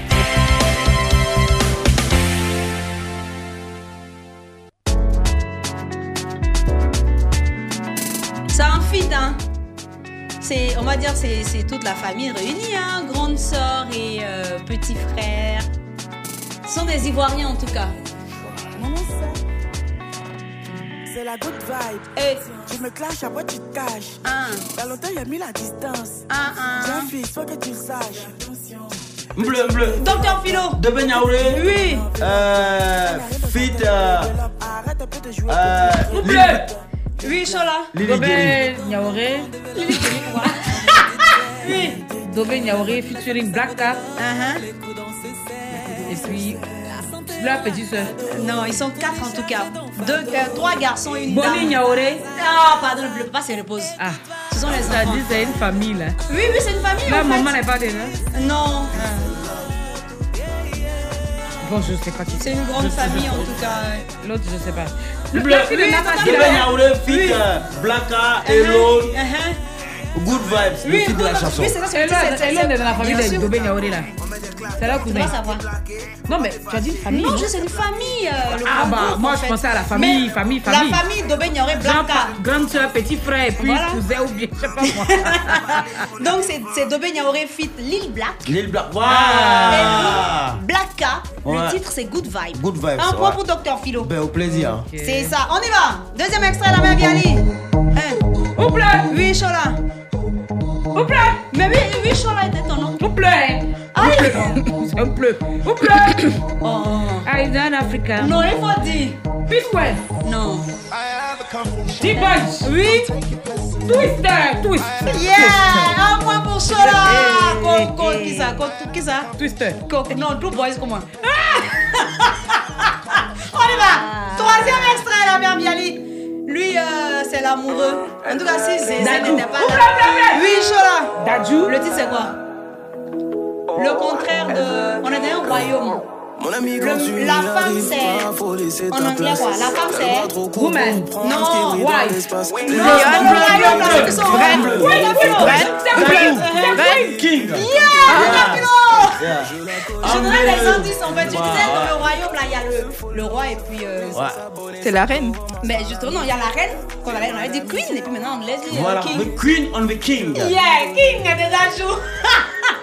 Speaker 7: Ça en fit, hein. C'est, on va dire, c'est, c'est toute la famille réunie, hein. Grande sœur et euh, petit frère. Ce sont des Ivoiriens, en tout cas.
Speaker 13: C'est la good vibe.
Speaker 7: Eh.
Speaker 13: Tu me clashes, après tu te caches. Il y a longtemps, il a mis la distance. J'ai un fils, faut que tu le saches.
Speaker 8: Bleu, bleu.
Speaker 7: Docteur Philo.
Speaker 8: De Benyaouré.
Speaker 13: Eh,
Speaker 7: Oui.
Speaker 8: Euh. Fit. Euh. euh,
Speaker 7: Oui, Chola.
Speaker 8: Lily
Speaker 9: Dobé Niaoré. Oui. Dobé Niaoré featuring Black Cat.
Speaker 7: Uh-huh.
Speaker 9: Et puis, la petite soeur.
Speaker 7: Non, ils sont quatre en tout cas. Deux, euh, trois garçons, une
Speaker 9: Bonnie
Speaker 7: dame.
Speaker 9: Niaoré.
Speaker 7: Ah, pardon, le papa se repose.
Speaker 9: Ah.
Speaker 7: Ce sont les
Speaker 9: Ça
Speaker 7: enfants.
Speaker 9: dit, c'est une famille là.
Speaker 7: Oui, oui, c'est une famille.
Speaker 9: Ma
Speaker 7: en fait.
Speaker 9: maman Ah. n'est pas dedans.
Speaker 7: Non.
Speaker 9: Bon, je sais pas qui
Speaker 7: C'est une grande famille, en tout cas.
Speaker 9: L'autre, je sais pas.
Speaker 7: Le
Speaker 8: Bleu.
Speaker 7: peuple de Napa,
Speaker 8: De
Speaker 7: c'est vrai.
Speaker 8: Benyaouré, Fit. euh, Blacka, Elon.
Speaker 7: Uh-huh.
Speaker 8: Good Vibes, le titre de la chanson.
Speaker 9: Oui, c'est ça, c'est
Speaker 8: Hello,
Speaker 9: ça.
Speaker 8: Hello,
Speaker 9: on est dans la famille
Speaker 8: Bien
Speaker 9: des
Speaker 8: sûr.
Speaker 9: Dobé Niaoré là. C'est là qu'on
Speaker 7: Comment
Speaker 9: est.
Speaker 7: ça va
Speaker 9: Non, mais tu as dit une famille.
Speaker 7: Non, juste une famille. euh, le
Speaker 9: Ah
Speaker 7: grand
Speaker 9: bah,
Speaker 7: groupe,
Speaker 9: moi
Speaker 7: en
Speaker 9: je
Speaker 7: fait.
Speaker 9: pensais à la famille,
Speaker 7: Mais
Speaker 9: famille, famille.
Speaker 7: La famille d'Obeignoré Blanca.
Speaker 9: Grand- Grande soeur, petit frère, puis
Speaker 7: Voilà.
Speaker 9: cousin ou bien, je sais pas moi.
Speaker 7: Donc c'est- c'est Dobeignoré fit Lil Black.
Speaker 8: Lil Black.
Speaker 7: Ah.
Speaker 8: Waouh
Speaker 7: Blacka.
Speaker 8: Ouais.
Speaker 7: Le titre c'est Good Vibe.
Speaker 8: Good Vibes,
Speaker 7: Un point
Speaker 8: ouais.
Speaker 7: pour Docteur Philo.
Speaker 8: Ben, au plaisir.
Speaker 7: C'est ça, on y va. Deuxième extrait, la main Viali. Hein. Oui, Chola. Mais oui, oui, Chola était ton nom. Allez.
Speaker 9: C'est un pleu. Ou pleu. Aïda en Africa.
Speaker 7: Non, il faut dire.
Speaker 9: Pete West.
Speaker 7: Non.
Speaker 9: T-Bunch. Oui. Twister. Twist.
Speaker 7: Yeah! Un point pour Chola.
Speaker 9: Hey,
Speaker 7: Col- col-
Speaker 9: hey.
Speaker 7: Qui ça? Col- Qui ça?
Speaker 9: Twister.
Speaker 7: Co- Non, True Boys, comment? On y va! Troisième extrait, la mère Bialy. Lui, euh, c'est l'amoureux. En tout cas, si c'est- ça
Speaker 9: Dadju.
Speaker 7: n'était pas
Speaker 9: Ouh,
Speaker 7: là.
Speaker 9: blablabla.
Speaker 7: Oui, Chola.
Speaker 9: Dadju.
Speaker 7: Le titre, c'est quoi? Le contraire de. On est dans un royaume.
Speaker 12: Mon ami,
Speaker 7: Le-
Speaker 12: quand tu
Speaker 7: la
Speaker 12: n'arrives
Speaker 7: femme, c'est-
Speaker 12: pas, faut laisser
Speaker 7: En
Speaker 12: ta
Speaker 7: anglais,
Speaker 12: place.
Speaker 7: quoi? La femme,
Speaker 12: Tellement
Speaker 7: c'est.
Speaker 12: trop court
Speaker 9: Woman.
Speaker 12: pour
Speaker 7: Non,
Speaker 12: prendre ce qui brille dans
Speaker 7: wife.
Speaker 12: l'espace.
Speaker 7: Oui,
Speaker 12: Les
Speaker 7: non,
Speaker 12: gens
Speaker 7: non,
Speaker 12: sont
Speaker 7: non,
Speaker 12: bleus, bleus,
Speaker 7: non, non, non,
Speaker 12: bleus,
Speaker 7: non,
Speaker 12: bleus, bleus,
Speaker 7: non, non,
Speaker 12: bleus, bleus, bleus,
Speaker 7: non, non, non,
Speaker 12: bleus,
Speaker 7: non,
Speaker 12: bleus,
Speaker 7: non,
Speaker 12: King.
Speaker 9: Ah.
Speaker 7: Yeah! Philo!
Speaker 8: Yeah.
Speaker 7: Je donnerai les indices en fait. Tu disais
Speaker 8: euh, Ouais,
Speaker 7: dans
Speaker 8: ouais.
Speaker 7: le royaume là, il y a le, le roi et puis. euh,
Speaker 8: Ouais.
Speaker 11: C'est la reine.
Speaker 7: Mais justement, non, il y a la reine. Quand la reine, on avait dit queen et puis maintenant on laisse dire euh,
Speaker 8: Voilà,
Speaker 7: king.
Speaker 8: the queen on the king.
Speaker 7: Yeah, king des ajouts.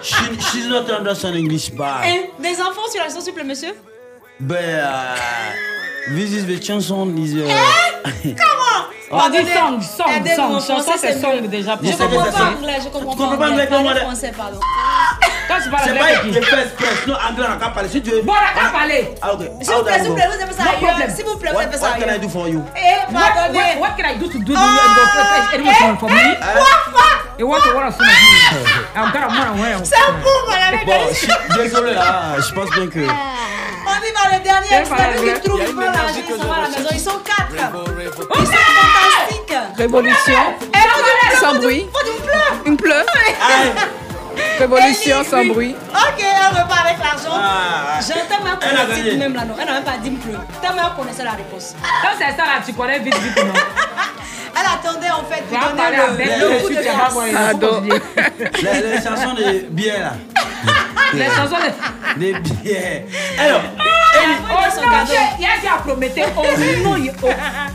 Speaker 8: She, she's not understand English,
Speaker 9: Eh.
Speaker 8: but...
Speaker 7: Et Des infos sur la chanson, s'il vous plaît, monsieur.
Speaker 8: but uh, this is the chanson is... Uh,
Speaker 7: Comment
Speaker 9: Eh? On dit
Speaker 7: Pardonnez.
Speaker 9: song, song,
Speaker 7: Aidez-nous,
Speaker 9: song.
Speaker 7: en
Speaker 9: Chanson,
Speaker 7: français,
Speaker 9: c'est song
Speaker 7: mieux.
Speaker 9: déjà pour
Speaker 7: Je
Speaker 9: ça.
Speaker 7: comprends
Speaker 8: C'est
Speaker 7: pas
Speaker 8: ça.
Speaker 7: anglais, je comprends
Speaker 8: Tu comprends
Speaker 7: pas
Speaker 8: pas
Speaker 7: anglais.
Speaker 8: anglais, comment
Speaker 7: Parlez
Speaker 8: on est-
Speaker 7: français, pardon.
Speaker 9: Quand tu parles
Speaker 8: C'est
Speaker 9: anglais,
Speaker 8: pas
Speaker 9: tu
Speaker 8: une
Speaker 9: dis.
Speaker 8: presse, presse. Non, anglais, on n'a qu'à parler. Si tu veux...
Speaker 9: Bon, on n'a qu'à parler.
Speaker 8: Ah, ok.
Speaker 7: S'il vous plaît, s'il vous plaît, vous avez ça
Speaker 9: No
Speaker 7: ailleurs.
Speaker 9: problem.
Speaker 7: S'il vous plaît, vous
Speaker 8: What,
Speaker 7: avez ça
Speaker 8: what can I
Speaker 7: ailleurs.
Speaker 8: do for you?
Speaker 7: Eh,
Speaker 9: What, what,
Speaker 7: pardonnez.
Speaker 9: what can I do to do the
Speaker 7: Ah,
Speaker 9: the- the- the- anyone for me?
Speaker 7: eh,
Speaker 9: Eh, what what else can I do? I've got a more and more.
Speaker 7: C'est un coup, madame.
Speaker 8: Bon, je suis Oh, désolé, là. Je pense bien que...
Speaker 7: On y va, le dernier
Speaker 9: Eh,
Speaker 7: extrait.
Speaker 9: voilà,
Speaker 7: Vu qu'ils
Speaker 9: voilà.
Speaker 7: trouvent
Speaker 9: Il y a une
Speaker 7: pas la
Speaker 9: énergie
Speaker 7: vie,
Speaker 9: que
Speaker 7: ils
Speaker 9: je
Speaker 7: sont à la
Speaker 9: recherche.
Speaker 7: maison. Ils sont quatre. Ils sont fantastiques.
Speaker 11: Révolution. Sans bruit. Une pleure. Révolution sans bruit.
Speaker 7: Ok, on repart avec l'argent.
Speaker 11: Ah,
Speaker 7: J'entends même
Speaker 11: elle a
Speaker 7: qu'on
Speaker 11: gagné.
Speaker 7: dit même là, non. Elle n'a même pas dit me plus. Tellement elle connaissait la réponse.
Speaker 9: Quand c'est ça là, tu connais vite vite non?
Speaker 7: Elle attendait en fait
Speaker 9: Tu vas
Speaker 7: de
Speaker 9: parler
Speaker 7: donner
Speaker 9: avec
Speaker 7: le,
Speaker 9: le
Speaker 7: le coup de
Speaker 9: tu vas
Speaker 7: grâce.
Speaker 9: voir les faut continuer.
Speaker 8: Les, les chansons de bière, là.
Speaker 7: Ah,
Speaker 9: Eh, Les chansons de.
Speaker 8: Des bières. Alors,
Speaker 9: Oh non, il y a qui a prometté. Oh non, il oh,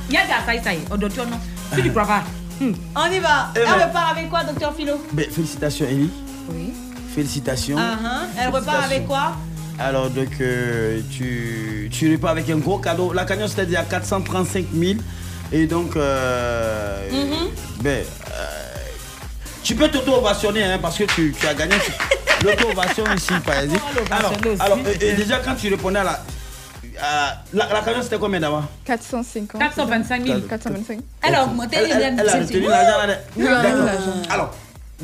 Speaker 9: il y a qui a ça y ça y. On donne ton nom. Tu dis bravo.
Speaker 7: On y va.
Speaker 8: Eh
Speaker 7: Elle
Speaker 8: ben.
Speaker 7: repart avec quoi, docteur Philo
Speaker 8: ben, félicitations, Ellie.
Speaker 7: Oui.
Speaker 8: Félicitations.
Speaker 7: Ah, hein. Elle repart avec quoi
Speaker 8: Alors donc euh, tu, tu repars avec un gros cadeau. La cagnotte c'était à 435 000 et donc euh,
Speaker 7: Mhm.
Speaker 8: ben, euh, tu peux t'auto-ovationner hein, parce que tu, tu as gagné l'auto-ovation ici par exemple. Alors, alors euh, euh, déjà quand tu répondais à la à- la, la cagnotte c'était combien d'abord
Speaker 11: 450.
Speaker 9: 425 000.
Speaker 11: 425.
Speaker 7: Elle a augmenté
Speaker 8: Elle, elle- elle a retenu l'argent là.
Speaker 11: Oui, elle a retenu l'argent.
Speaker 8: Alors,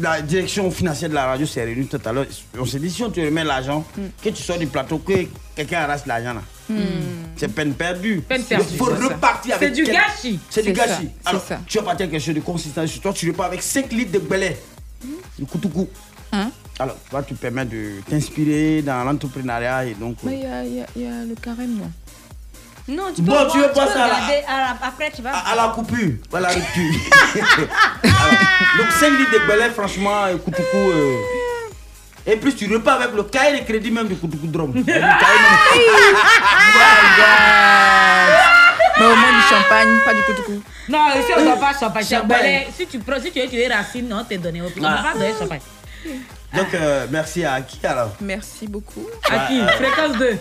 Speaker 8: la direction financière de la radio s'est réunie tout à l'heure. On s'est dit, si on te remet l'argent,
Speaker 9: Hmm.
Speaker 8: que tu sors du plateau, que quelqu'un arrache l'argent là. C'est peine perdue.
Speaker 9: Peine perdue,
Speaker 8: Il faut
Speaker 9: c'est ça.
Speaker 8: repartir avec.
Speaker 9: C'est du
Speaker 8: quel-
Speaker 9: gâchis.
Speaker 8: C'est du
Speaker 9: C'est ça,
Speaker 8: gâchis.
Speaker 9: c'est
Speaker 8: Alors,
Speaker 9: ça.
Speaker 8: tu vas partir quelque chose de consistant sur toi, tu repars avec 5 litres de belay.
Speaker 9: Hmm.
Speaker 8: Du coup,
Speaker 11: Hein?
Speaker 8: Alors, toi, tu permets de t'inspirer dans l'entrepreneuriat et donc. euh,
Speaker 11: Mais
Speaker 9: euh,
Speaker 11: il y a- il y, a- il y a le carême, non
Speaker 7: Non,
Speaker 8: tu peux Bon, avoir- tu veux tu pas peux ça, là. regarder
Speaker 7: Après, tu vas.
Speaker 8: À, à la coupure, à la rupture. Alors, donc 5 litres de balai, franchement, euh, Koutoukou. euh, Et plus tu repars avec le cahier de crédit même de Koutoukou Drum. Le cahier même.
Speaker 11: Oh Mais au moins du champagne, pas du coutou.
Speaker 9: Non, si on ne doit pas champagne,
Speaker 8: Champagne.
Speaker 9: champagne. Si tu prends, si tu veux tuer Racine, on t'est donné au pire. On
Speaker 8: Ah.
Speaker 9: va donner champagne.
Speaker 8: Donc euh, merci à qui alors
Speaker 11: Merci beaucoup.
Speaker 9: À qui
Speaker 8: Ouais, ouais.
Speaker 9: Fréquence 2.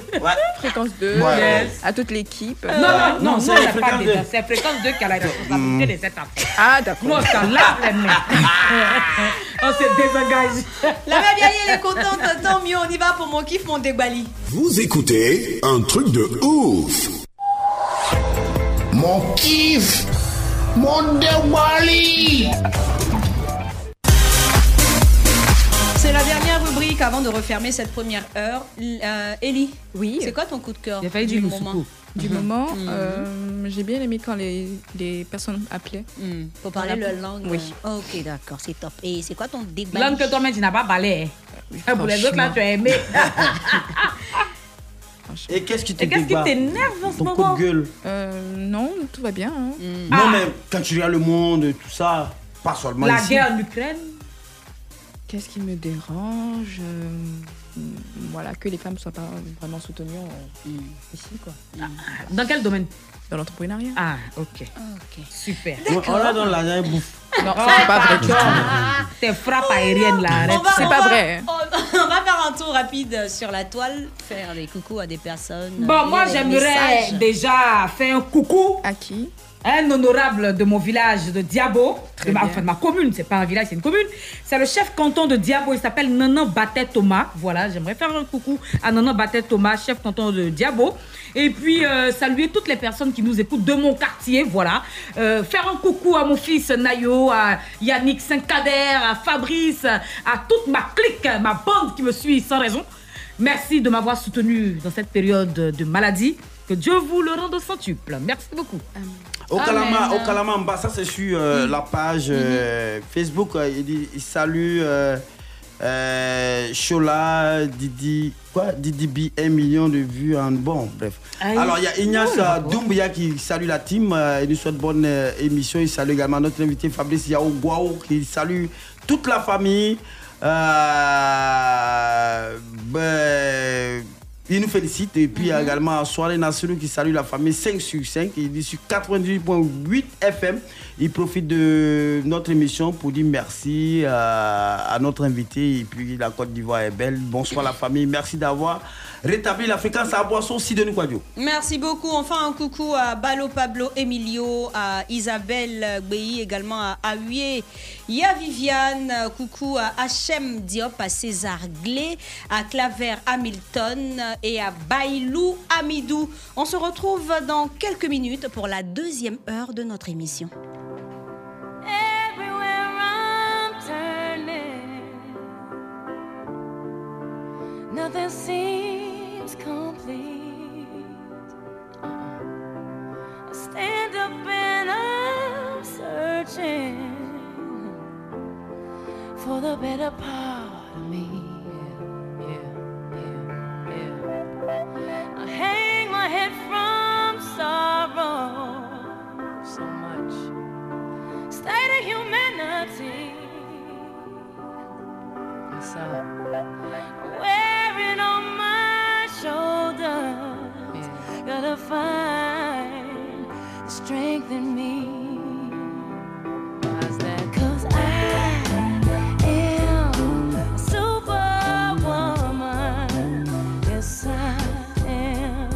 Speaker 11: Fréquence 2.
Speaker 8: Ouais. Yes.
Speaker 11: À toute l'équipe.
Speaker 9: Non, non, non,
Speaker 8: non,
Speaker 9: non,
Speaker 8: c'est
Speaker 9: on n'a pas
Speaker 8: fréquence
Speaker 9: déjà.
Speaker 8: deux.
Speaker 9: C'est fréquence 2 qui a la responsabilité de cette affaire.
Speaker 11: Ah, d'accord.
Speaker 9: Nous, on s'en lave les mains. on se désengage.
Speaker 7: La mère Bialy, elle est contente. Tant mieux, on y va pour mon kiff, mon dégbali.
Speaker 4: Vous écoutez un truc de ouf. Mon kiff. Mon déwali.
Speaker 7: C'est la dernière rubrique avant de refermer cette première heure. L- euh, Ellie,
Speaker 11: Oui.
Speaker 7: c'est quoi ton coup de cœur
Speaker 9: Il a failli
Speaker 7: du
Speaker 9: dire
Speaker 7: moment
Speaker 9: Youssoukou.
Speaker 11: Du
Speaker 7: Mhm.
Speaker 11: moment,
Speaker 7: Mhm.
Speaker 11: euh, j'ai bien aimé quand les, les personnes appelaient.
Speaker 7: Mhm. Pour parler
Speaker 11: Voilà.
Speaker 7: le langue.
Speaker 11: Oui.
Speaker 7: Ok, d'accord, c'est top. Et c'est quoi ton dégbali
Speaker 9: L'homme que toi-même, tu n'as pas balayé. Ah, Pour les autres, là, tu as aimé.
Speaker 8: Et qu'est-ce qui te
Speaker 9: Et qu'est-ce qui
Speaker 8: débat
Speaker 9: t'énerve en ce
Speaker 8: Ton coup
Speaker 9: moment Ah.
Speaker 8: de gueule.
Speaker 7: Mhm.
Speaker 11: Euh, non, tout va bien. hein.
Speaker 8: Non mais quand tu regardes le monde, tout ça. pas seulement
Speaker 9: La
Speaker 8: ici.
Speaker 9: guerre en Ukraine.
Speaker 11: Qu'est-ce qui me dérange Euh, mm, Voilà, que les femmes soient pas vraiment soutenues euh, ici, quoi.
Speaker 9: Hmm. Ah, Dans quel domaine
Speaker 11: Dans l'entrepreneuriat.
Speaker 9: Ah, ok. Super.
Speaker 8: On l'a dans la bouffe.
Speaker 11: Non, c'est pas vrai.
Speaker 9: Tes frappes aériennes là, arrête.
Speaker 7: va-
Speaker 9: ça.
Speaker 7: on va- On, on va faire un tour rapide sur la toile, faire des coucous à des personnes.
Speaker 9: Bon,
Speaker 7: lire
Speaker 9: moi
Speaker 7: des
Speaker 9: j'aimerais
Speaker 7: messages.
Speaker 9: déjà faire un coucou.
Speaker 11: À qui
Speaker 9: Un honorable de mon village de Diabo, de ma,
Speaker 11: bien.
Speaker 9: enfin de ma commune, c'est pas un village, c'est une commune. C'est le chef canton de Diabo, il s'appelle Nanan Batet Thomas. Voilà, j'aimerais faire un coucou à Nanan Batet Thomas, chef canton de Diabo. Et puis euh, saluer toutes les personnes qui nous écoutent de mon quartier, voilà. Euh, faire un coucou à mon fils Nayo, à Yannick Saint-Cader, à Fabrice, à toute ma clique, ma bande qui me suit sans raison. Merci de m'avoir soutenu dans cette période de maladie. Que Dieu vous le rende au centuple. Merci beaucoup. Ah,
Speaker 8: Au
Speaker 9: Amen.
Speaker 8: Kalama, au Kalama en bas, ça c'est sur euh, la page euh, Facebook. euh, il, dit- il salue euh, euh, Chola, Didi, quoi Didi B, 1 million de vues en bon, bref.
Speaker 6: Aïe.
Speaker 8: Alors il y a Ignace
Speaker 6: Non,
Speaker 8: euh,
Speaker 6: d'accord.
Speaker 8: Doumbia qui salue la team. euh, il nous souhaite bonne euh, émission. Il salue également notre invité Fabrice Yao Guao qui salue toute la famille. Euh, ben, il nous félicite et puis il y a également Soirée Nationale qui salue la famille 5 sur 5. Il dit sur 98.8 FM. Il profite de notre émission pour dire merci euh, à notre invité. Et puis la Côte d'Ivoire est belle. Bonsoir la famille. Merci d'avoir rétabli la fréquence à boisson Sidonie Quadio.
Speaker 7: Merci beaucoup. Enfin, un coucou à Balo Pablo Emilio, à Isabelle Gbei, également à Aouye, Y'a Viviane, euh, coucou à Hachem Diop, à César Glé, à Claver Hamilton et à Bailou Amidou. On se retrouve dans quelques minutes pour la deuxième heure de notre émission.
Speaker 12: Everywhere I'm turning, nothing seems complete. I stand up and I'm searching for the better part of me. I hang my head from sorrow so much state of humanity. What's up? Wearing on my shoulders, gotta find the strength in me. Why's that? 'Cause I am a superwoman. Yes, I am.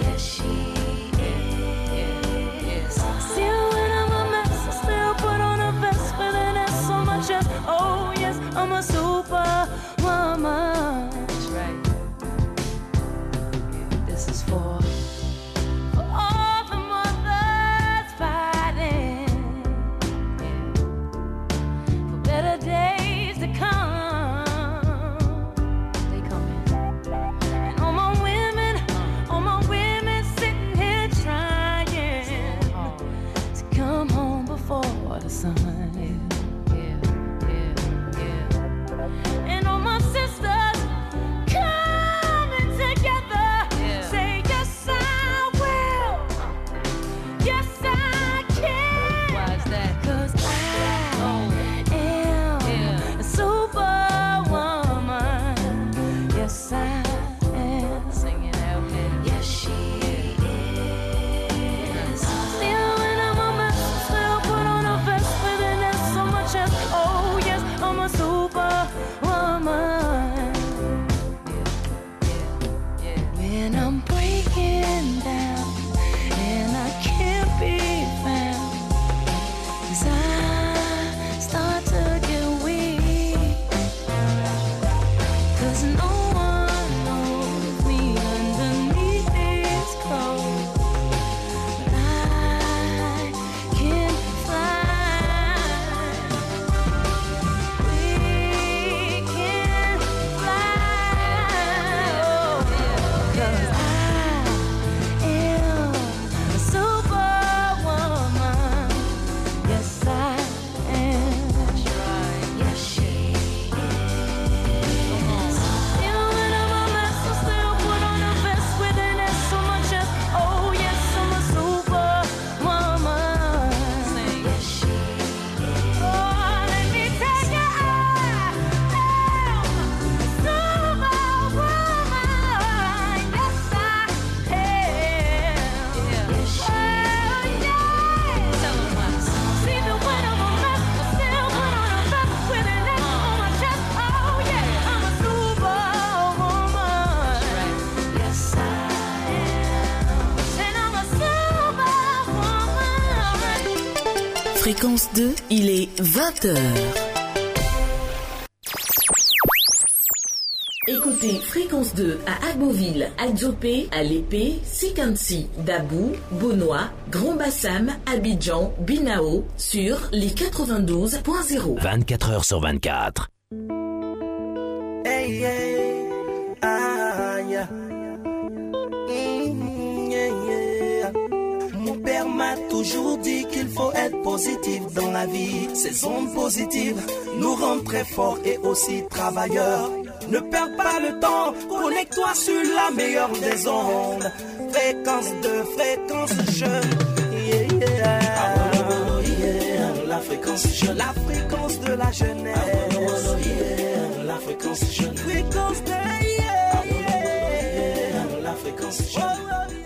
Speaker 12: Yes, she is. See her when I'm a mess, I still put on a vest with an S on my chest. Oh yes, I'm a superwoman. That's right. This is for for all the mothers fighting.
Speaker 1: Fréquence 2, il est 20h. Écoutez Fréquence 2 à Agboville, Adjopé, à l'épée, Sikansi, Dabou, Bonois, Grand Bassam, Abidjan, Binao sur les 92.0.
Speaker 14: 24 heures sur 24.
Speaker 16: Hey, hey, ah, yeah. Mm, yeah, yeah. Mon père m'a toujours dit qu'il faut être positif dans la vie. Ces ondes positives nous rendent très forts et aussi travailleurs. Ne perds pas le temps, connecte-toi sur la meilleure des ondes. Fréquence de fréquence, je. yeah, yeah. Ah, oh, yeah. La fréquence jeune, la fréquence de la jeunesse. Ah, oh, yeah. La fréquence jeune, fréquence de yeah, yeah. La fréquence jeune.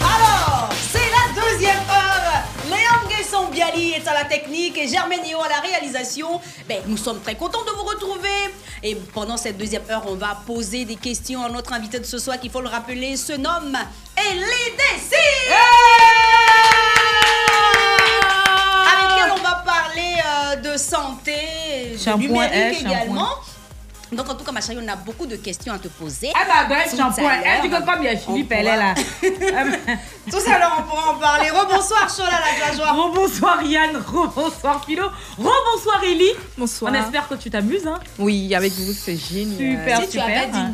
Speaker 7: Alors, c'est la deuxième heure. Léon Guesson Biali est à la technique et Germaine Nio à la réalisation. Ben, nous sommes très contents de vous retrouver. Et pendant cette deuxième heure, on va poser des questions à notre invité de ce soir qu'il faut le rappeler, se nomme Elédécy. Avec elle, on va parler euh, de santé, de
Speaker 9: Shampoing
Speaker 7: numérique
Speaker 9: F, shampoing.
Speaker 7: également. Donc en tout cas, ma chérie, on a beaucoup de questions à te poser.
Speaker 9: Elle va bien être
Speaker 7: Tout
Speaker 9: Ah, bah, shampoing.
Speaker 7: à l'heure.
Speaker 9: Elle dit que comme il y a Philippe, elle est là.
Speaker 7: Tout ça, alors, on pourra en parler. Rebonsoir, Chola, la joie.
Speaker 9: Rebonsoir, Yann. Rebonsoir, Philo. Rebonsoir, Ellie.
Speaker 11: Bonsoir.
Speaker 9: On espère que tu t'amuses. Hein.
Speaker 11: Oui, avec vous, c'est génial.
Speaker 9: Super, super.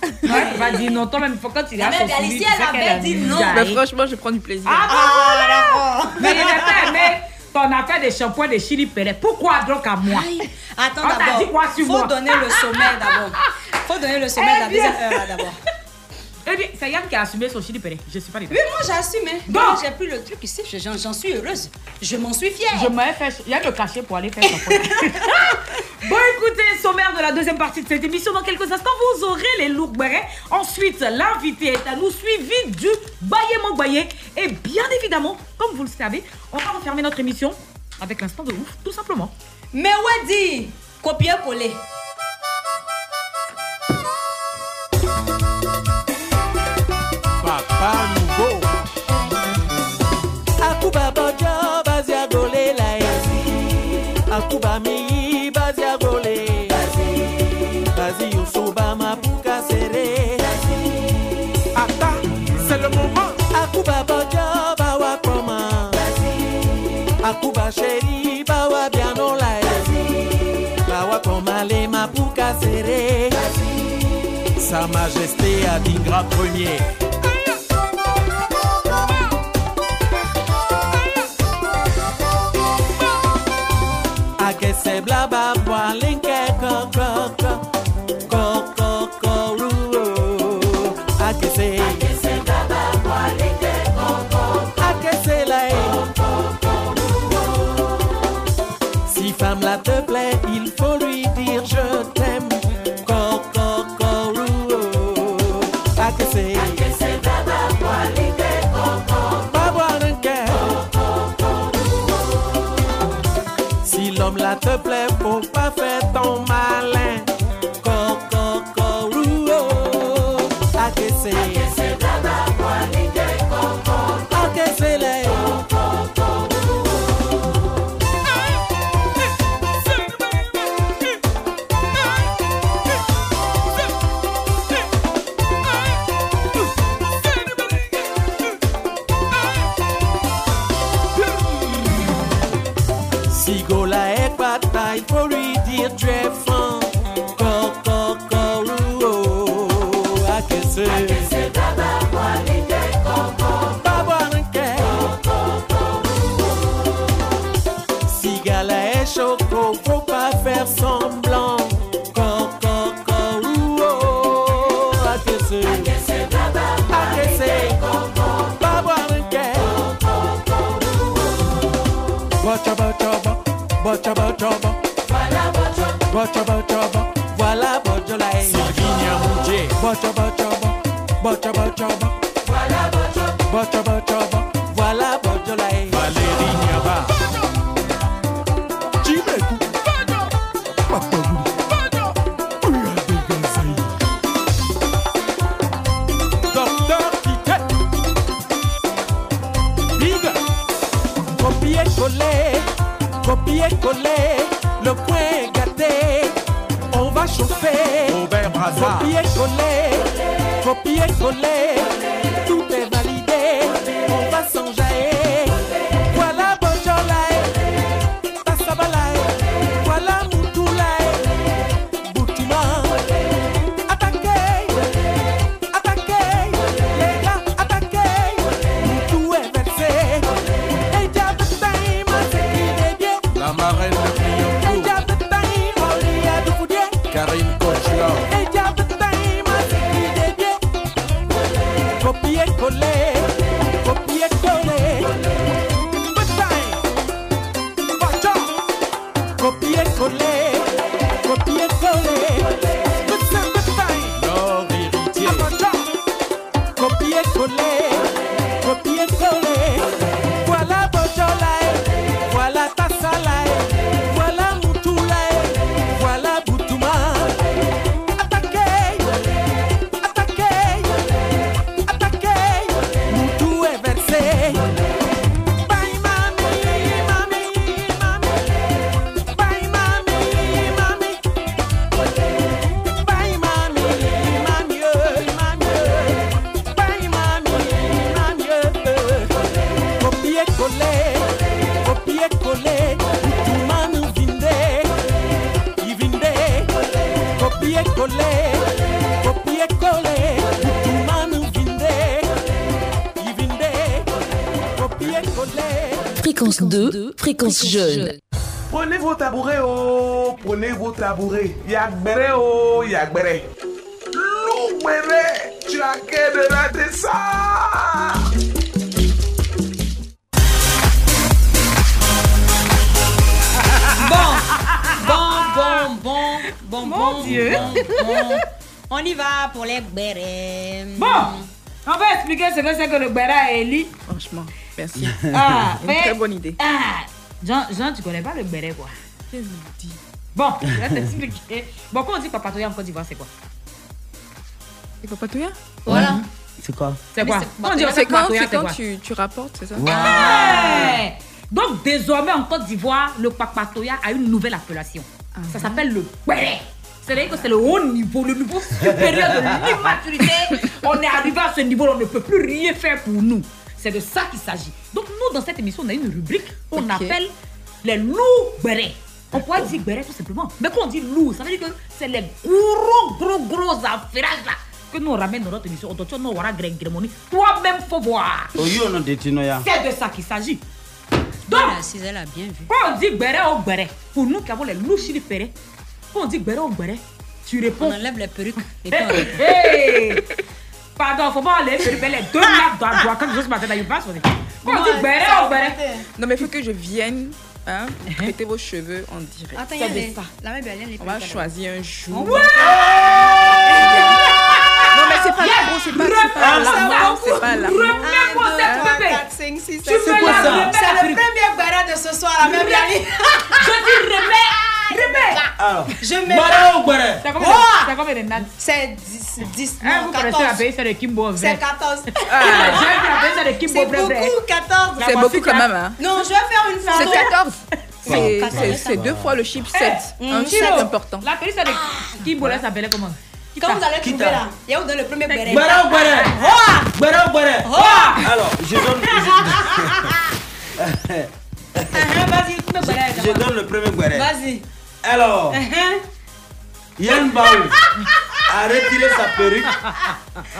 Speaker 9: Ouais, tu vas dire non. Toi-même, faut quand il
Speaker 11: La
Speaker 9: a
Speaker 7: Eh ben,
Speaker 11: mère
Speaker 9: son suivi,
Speaker 11: d'Alicia, elle
Speaker 9: tu sais
Speaker 11: a
Speaker 9: qu'elle
Speaker 11: bien dit
Speaker 9: vu.
Speaker 11: non.
Speaker 9: Ah,
Speaker 11: Bah, franchement, je prends du plaisir.
Speaker 9: Ah, bah,
Speaker 11: Ah,
Speaker 9: voilà. Mais il a fait, mais t'en as fait des shampoings de Chili Pellet. Pourquoi donc à moi
Speaker 7: Attends
Speaker 9: On t'a
Speaker 7: d'abord.
Speaker 9: dit quoi sur
Speaker 7: Faut
Speaker 9: moi
Speaker 7: donner le sommet d'abord. Faut donner le sommet de la
Speaker 9: Eh bien.
Speaker 7: deuxième heure là, d'abord.
Speaker 9: Eh bien, c'est Yann qui a assumé son Chili Pellet. Je suis pas les deux.
Speaker 7: Oui, moi j'assume. hein. Moi, j'ai pris le truc ici. J'en j'en suis heureuse. Je m'en suis fière.
Speaker 9: Je m'avais fait. Il y a le cachet pour aller faire son point. Bon, écoutez, sommaire de la deuxième partie de cette émission. Dans quelques instants, vous aurez les lourds bérets. Ensuite, l'invité est à nous, suivi du baillé mon baillé. Et bien évidemment, comme vous le savez, on va refermer notre émission avec l'instant de ouf, tout simplement.
Speaker 7: Mais Wadi, copier-coller.
Speaker 3: papa nouveau akuba bojo bazi agolela ye akuba miyi bazi agole bazi yusuba mapuka sere ata c'est le moment akuba bojo bawa koma akuba sheri bawa bianola ye bawa koma le mapuka sere sa majesté adingra premier akese blaba bwalinke kokoko kokokoruo akese akese lai si femme là te plaît il faut lui dire je t'aime kokokoruo akese babwalinke Si l'homme là te plaît, faut pas faire ton malin. Cococoruo, akese. Akese le. Si Gola e est pas taille, faut lui dire tu es franc. Cococoruo, oh, akese. Akese baba, walide, coco. Baba, nke. Si Gala est choco, faut pas faire semblant. oh, Cococoruo, akese. Akese baba, walide, coco. Baba, nke. Bacha, bacha, ba. Bacha, bacha, ba. Bacha, bacha, ba. Voilà Bojola et Virginia Moudier. Bacha, bacha, ba. Bacha, bacha, ba. Bacha, bacha, ba. Voilà Bojola et Valérie Niaba. Jimeku. Papagouli. Uya de Gazaï. Docteur Kite. pieds collés, le poing est gâté. On va chauffer, copier coller, copier coller, tout est validé. On va s'enjailler. Voilà Bojolai, Tassabalai, voilà Moutoulai, Boutouman. Attaquez, attaquez, les gars, attaquez. Moutou est versé. Et Jab Time, c'est qu'il est bien.
Speaker 23: La marraine de
Speaker 3: Et Jab Time, on y a du foudier.
Speaker 23: Clio, Karine Kochia.
Speaker 3: Et Jab Time, c'est qu'il est bien. Copier-coller, copier-coller. Good time. Watch out. Copier-coller, copier-coller. Good time, good time.
Speaker 23: L'or héritier.
Speaker 3: Watch out. Copier-coller, copier-coller. Voilà Bojolai, voilà Tassalai, voilà Moutoulai, voilà Boutouma. Attaquez, attaquez, attaquez. Moutou est versé. Bye mami, mami, mami. Bye mami, mami. Bye mami, mami, euh, mami. euh. Bye mami, mami, euh. Copier-coller, copier-coller. Moutouma nous vindait, il vindait. Copier-coller, copier-coller. Moutouma nous vindait, il vindait. Copier-coller.
Speaker 1: Fréquence 2, fréquence jeune.
Speaker 26: Prenez vos tabourets, oh, prenez vos tabourets. Yagbere, oh, yagbere. Louwere, tu as qu'à de rater ça.
Speaker 9: Bon, bon, bon, bon,
Speaker 7: Mon
Speaker 9: bon,
Speaker 7: Dieu.
Speaker 9: bon, bon.
Speaker 7: On y va pour les bérets.
Speaker 9: Bon, on va expliquer ce que c'est que le béret et Eli.
Speaker 11: Franchement, merci.
Speaker 9: Ah,
Speaker 11: Une
Speaker 9: mais-
Speaker 11: très bonne idée.
Speaker 9: Ah, Jean, Jean, tu connais pas le béret, quoi. Bon, je vais t'expliquer. Bon, quand on dit papatouya en Côte d'Ivoire, c'est quoi
Speaker 11: Et papatouya
Speaker 7: Voilà.
Speaker 8: C'est quoi
Speaker 9: C'est quoi Quand on dit
Speaker 11: C'est quand,
Speaker 9: papatouya,
Speaker 11: c'est quand
Speaker 9: quoi
Speaker 11: tu, tu rapportes, c'est ça
Speaker 9: Ouais. Donc désormais en Côte d'Ivoire, le papatoya a une nouvelle appellation.
Speaker 11: Ah.
Speaker 9: Ça s'appelle le péret. C'est-à-dire que c'est le haut niveau, le niveau supérieur de l'immaturité. On est arrivé à ce niveau, on ne peut plus rien faire pour nous. C'est de ça qu'il s'agit. Donc nous, dans cette émission, on a une rubrique qu'on
Speaker 11: Ok.
Speaker 9: appelle les loups bérets. On pourrait dire béret tout simplement. Mais quand on dit loup, ça veut dire que c'est les gros, gros, gros affaires là que nous on ramène dans notre émission. On doit dire, non, voilà, grec, grémonie. Toi-même, faut voir.
Speaker 8: Oyo no de Tinoya.
Speaker 9: C'est de ça qu'il s'agit. Donc,
Speaker 7: elle a bien vu.
Speaker 9: quand on dit beret au beret, pour nous qui avons les loups sur les pérets, quand on dit beret au beret, tu réponds. On enlève les perruques. Et
Speaker 7: puis on
Speaker 9: Pardon, faut pas enlever les perruques, mais les deux lacs doivent voir quand je suis matin, il passe. on est- Quand on dit beret Uh-huh. au beret.
Speaker 11: Non, mais il faut que je vienne. Hein, prêter vos cheveux en direct.
Speaker 7: Attends,
Speaker 11: C'est
Speaker 7: il y a des-
Speaker 11: de ça.
Speaker 7: La même elle est
Speaker 11: On va choisir un jour.
Speaker 7: Ouais
Speaker 11: Non, mais c'est pas là, Ah, gros, c'est pas, c'est pas là. Non, c'est pas là.
Speaker 7: Tu veux
Speaker 11: quoi
Speaker 7: la-
Speaker 11: ça
Speaker 7: remets
Speaker 11: C'est
Speaker 7: la- premier barrage de ce soir, la même Yannick.
Speaker 9: Je dis remets, remets.
Speaker 8: Alors,
Speaker 7: Je mets.
Speaker 8: Barrage ou barrage
Speaker 9: T'as combien de- t'as combien de nattes
Speaker 7: C'est 10, 10,
Speaker 9: Hein,
Speaker 7: non,
Speaker 9: vous connaissez la
Speaker 7: 14.
Speaker 9: paye, c'est le Kimbo. Ah.
Speaker 7: C'est 14. Ah,
Speaker 9: c'est le Kimbo.
Speaker 7: C'est
Speaker 9: vrai, vrai.
Speaker 7: beaucoup, 14.
Speaker 9: La C'est beaucoup quand même, hein.
Speaker 7: Non, je vais faire une photo.
Speaker 11: C'est 14.
Speaker 7: C'est-
Speaker 11: C'est- C'est c'est deux fois le chip 7.
Speaker 7: Eh,
Speaker 11: Un
Speaker 7: mm,
Speaker 11: chip
Speaker 7: kilo.
Speaker 11: important.
Speaker 9: La police avec Kimbo, là, s'appelait comment
Speaker 7: Quand vous allez
Speaker 8: Quitte
Speaker 7: trouver
Speaker 8: à-
Speaker 7: là, il y a où dans le premier béret
Speaker 8: Barrage ou barrage
Speaker 7: Ouah
Speaker 8: Barrage ou barrage
Speaker 7: Ouah
Speaker 8: Alors, je donne.
Speaker 7: Vas-y, le premier béret.
Speaker 8: Je donne le premier guéret.
Speaker 7: Vas-y.
Speaker 8: Alors,
Speaker 7: Hein
Speaker 8: Yann Baou a retiré sa perruque.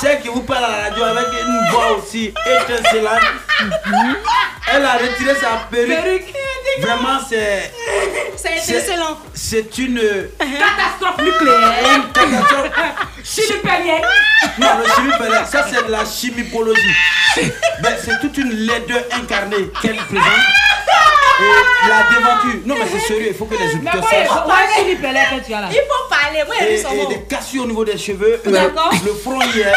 Speaker 8: Celle qui vous parle à la radio avec une voix aussi étincelante. Elle a retiré sa perruque. Vraiment, c'est.
Speaker 7: C'est
Speaker 8: c'est-
Speaker 7: excellent.
Speaker 8: C'est une. euh,
Speaker 9: Catastrophe nucléaire.
Speaker 8: Une catastrophe.
Speaker 9: Chimipellier.
Speaker 8: Non, le chimipellier, ça c'est de la chimipologie. Ben, c'est toute une laideur incarnée qu'elle présente. Et la déventure. Non, mais c'est sérieux, il faut que les
Speaker 9: Mais
Speaker 8: auditeurs
Speaker 9: quoi, il
Speaker 8: sachent.
Speaker 9: faut ouais, Chimipellier que tu as là.
Speaker 7: Il faut parler. Moi,
Speaker 8: Et,
Speaker 7: il
Speaker 8: et des cassures au niveau des cheveux. euh,
Speaker 7: D'accord.
Speaker 8: Le front hier.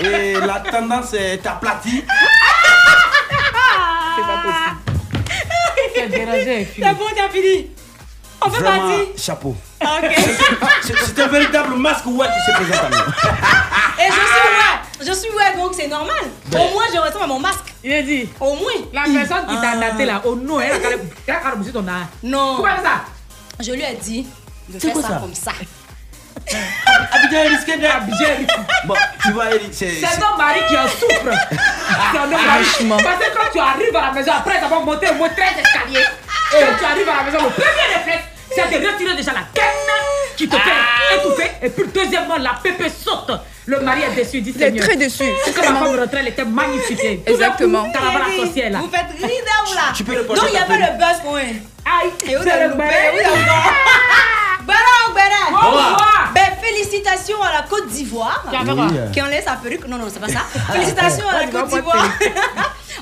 Speaker 8: Et la tendance est aplatie.
Speaker 9: C'est pas possible. C'est dérangé.
Speaker 7: C'est bon, t'as fini. On peut
Speaker 8: Vraiment,
Speaker 7: partir.
Speaker 8: chapeau.
Speaker 7: Ok.
Speaker 8: C'est c'est un véritable masque ouais qui se présente à nous.
Speaker 7: Ah. Et je suis ouais. Je suis ouais, donc c'est normal. Au moins, je ressemble à mon masque.
Speaker 9: Il a dit.
Speaker 7: Au moins.
Speaker 9: La personne qui t'a
Speaker 7: Ah.
Speaker 9: daté là, au nom, elle a calé- elle a calé monsieur ton âge.
Speaker 7: Non.
Speaker 9: Pourquoi ça
Speaker 7: Je lui ai dit de
Speaker 9: C'est
Speaker 7: faire
Speaker 9: quoi
Speaker 7: ça,
Speaker 9: ça
Speaker 7: comme ça.
Speaker 8: Abidjan est risqué d'être Abidjan. Bon, tu vois, Eric, c'est.
Speaker 9: C'est ton mari qui en souffre. C'est ton mari.
Speaker 8: Franchement.
Speaker 9: Parce que quand tu arrives à la maison, après avoir monté au moins 13 escaliers,
Speaker 11: Eh.
Speaker 9: quand tu arrives à la maison, le premier réflexe, c'est de retirer déjà la canne qui te
Speaker 11: Ah.
Speaker 9: fait étouffer. Et puis, deuxièmement, la pépé saute. Le mari est déçu, il dit
Speaker 11: Il est
Speaker 9: Seigneur.
Speaker 11: très déçu.
Speaker 9: Quand la femme rentrait, elle était magnifique.
Speaker 11: Exactement.
Speaker 9: Caravane à sorcière là.
Speaker 7: Vous faites rire là ou là
Speaker 9: Tu- tu peux le
Speaker 7: Donc
Speaker 9: porter
Speaker 7: il y
Speaker 9: ta
Speaker 7: avait
Speaker 9: feuille.
Speaker 7: le buzz pour eux.
Speaker 9: Aïe
Speaker 7: Et où
Speaker 9: c'est
Speaker 7: t'as
Speaker 9: le
Speaker 7: le
Speaker 9: buzz.
Speaker 7: buzz Bonjour, Bérard.
Speaker 9: Au revoir.
Speaker 7: Ben, félicitations à la Côte d'Ivoire.
Speaker 9: Tu as fait quoi Oui.
Speaker 7: Qui enlève sa perruque. Non, non, c'est pas ça. Félicitations à la
Speaker 9: On va
Speaker 7: Côte
Speaker 9: pas
Speaker 7: d'Ivoire.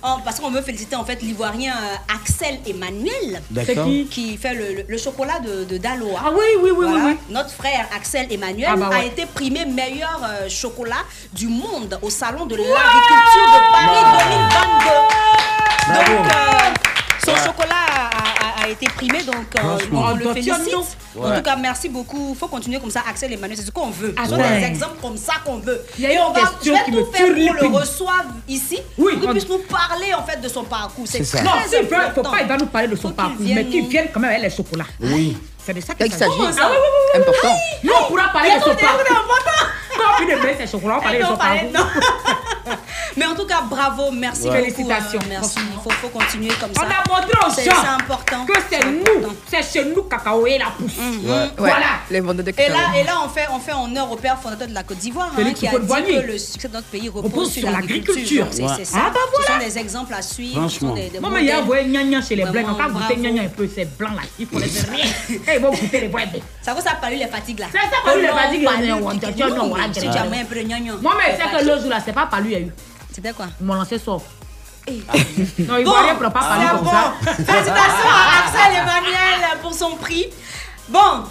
Speaker 7: En- Parce qu'on veut féliciter en fait l'Ivoirien euh, Axel Emmanuel.
Speaker 9: D'accord. C'est qui
Speaker 7: Qui fait le, le- le chocolat de, de Daloa.
Speaker 9: Ah oui, oui, oui, oui, oui.
Speaker 7: Notre frère Axel Emmanuel
Speaker 9: Ah bah ouais.
Speaker 7: a été primé meilleur euh, chocolat du monde au salon de
Speaker 9: Ah
Speaker 7: l'agriculture de
Speaker 9: Bah.
Speaker 7: Paris 2022. Donc, euh, son chocolat a- a, a été primé, donc euh,
Speaker 9: Bah. Franchement.
Speaker 7: on
Speaker 9: Oh,
Speaker 7: le félicite.
Speaker 9: Dotiano.
Speaker 7: En
Speaker 9: Ouais.
Speaker 7: tout cas, merci beaucoup. faut continuer comme ça, Axel Emmanuel, c'est ce qu'on veut.
Speaker 9: Ah
Speaker 7: Ce sont
Speaker 9: ouais.
Speaker 7: des exemples comme ça qu'on veut.
Speaker 9: Il y a une
Speaker 7: Et on va, je
Speaker 9: question
Speaker 7: vais
Speaker 9: qui
Speaker 7: tout
Speaker 9: me
Speaker 7: faire qu'on
Speaker 9: turlupine.
Speaker 7: le reçoive ici,
Speaker 9: Oui,
Speaker 7: pour qu'il
Speaker 9: on-
Speaker 7: puisse nous parler en fait de son parcours. C'est très
Speaker 9: Non, s'il veut, faut
Speaker 7: important.
Speaker 9: pas, il va nous parler de son parcours,
Speaker 7: vienne
Speaker 9: mais qu'il
Speaker 7: nous-
Speaker 9: vienne quand même avec les chocolats.
Speaker 8: Oui.
Speaker 9: C'est de ça
Speaker 7: Il
Speaker 9: qu'il
Speaker 7: s'agit.
Speaker 9: s'agit.
Speaker 7: Comment ça
Speaker 9: Ah oui, oui, oui, oui.
Speaker 7: Important.
Speaker 9: Nous, on pourra parler de
Speaker 7: Bientôt,
Speaker 9: son
Speaker 7: t'es un
Speaker 9: parcours. Quand une baisse ses chocolats, on va parler de
Speaker 7: Eh
Speaker 9: son
Speaker 7: non,
Speaker 9: parcours.
Speaker 7: non. Mais en tout cas, bravo, merci.
Speaker 9: Ouais.
Speaker 7: beaucoup,
Speaker 9: Félicitations.
Speaker 7: euh, merci. Il faut, faut continuer comme
Speaker 9: On
Speaker 7: ça.
Speaker 9: a montré aux
Speaker 7: C'est-
Speaker 9: gens
Speaker 7: C'est important. Mmh.
Speaker 9: que c'est nous, c'est chez nous Cacaoé la pousse.
Speaker 7: Ouais.
Speaker 9: Voilà.
Speaker 11: Les vendeurs de
Speaker 7: Et là, et là on, fait, on fait honneur au père fondateur de la Côte d'Ivoire, hein,
Speaker 9: Félix
Speaker 7: qui a dit
Speaker 9: Houphouët-Boigny.
Speaker 7: que le succès de notre pays
Speaker 9: repose
Speaker 7: repose sur
Speaker 9: sur
Speaker 7: l'agriculture.
Speaker 9: l'agriculture.
Speaker 7: C'est
Speaker 9: Ouais.
Speaker 7: c'est ça.
Speaker 9: Ah, bah voilà.
Speaker 7: Ce sont des exemples à suivre. Ce sont
Speaker 9: Franchement.
Speaker 7: des, des
Speaker 9: Moi, mais il y a
Speaker 7: modèles.
Speaker 9: envoyé gnagnan chez les blancs.
Speaker 7: Vraiment,
Speaker 9: Donc, quand vous
Speaker 7: bravo.
Speaker 9: goûtez gnagnan un peu, ces blancs là, ils connaissent rien. Et ils vont goûter les boîtes.
Speaker 7: Ça vaut ça parler les fatigues là.
Speaker 9: C'est ça, par lui, les
Speaker 7: Colon,
Speaker 9: fatigues, les
Speaker 7: palu,
Speaker 9: gens, on
Speaker 7: kiki,
Speaker 9: dit, tiens, non, voilà,
Speaker 7: j'ai
Speaker 9: gna,
Speaker 7: déjà
Speaker 9: gna.
Speaker 7: mis un peu de gnan-gnan.
Speaker 9: Moi, mais
Speaker 7: Les
Speaker 9: c'est que
Speaker 7: fatigues.
Speaker 9: le jour là, c'est pas par lui, il y a eu.
Speaker 7: C'était quoi
Speaker 9: Mon ancien sort. Non, il ne rien prend pas par lui
Speaker 7: c'est
Speaker 9: comme
Speaker 7: euh, bon.
Speaker 9: ça.
Speaker 7: Félicitations
Speaker 8: Ah.
Speaker 7: à Axel Emmanuel pour son prix. Bon,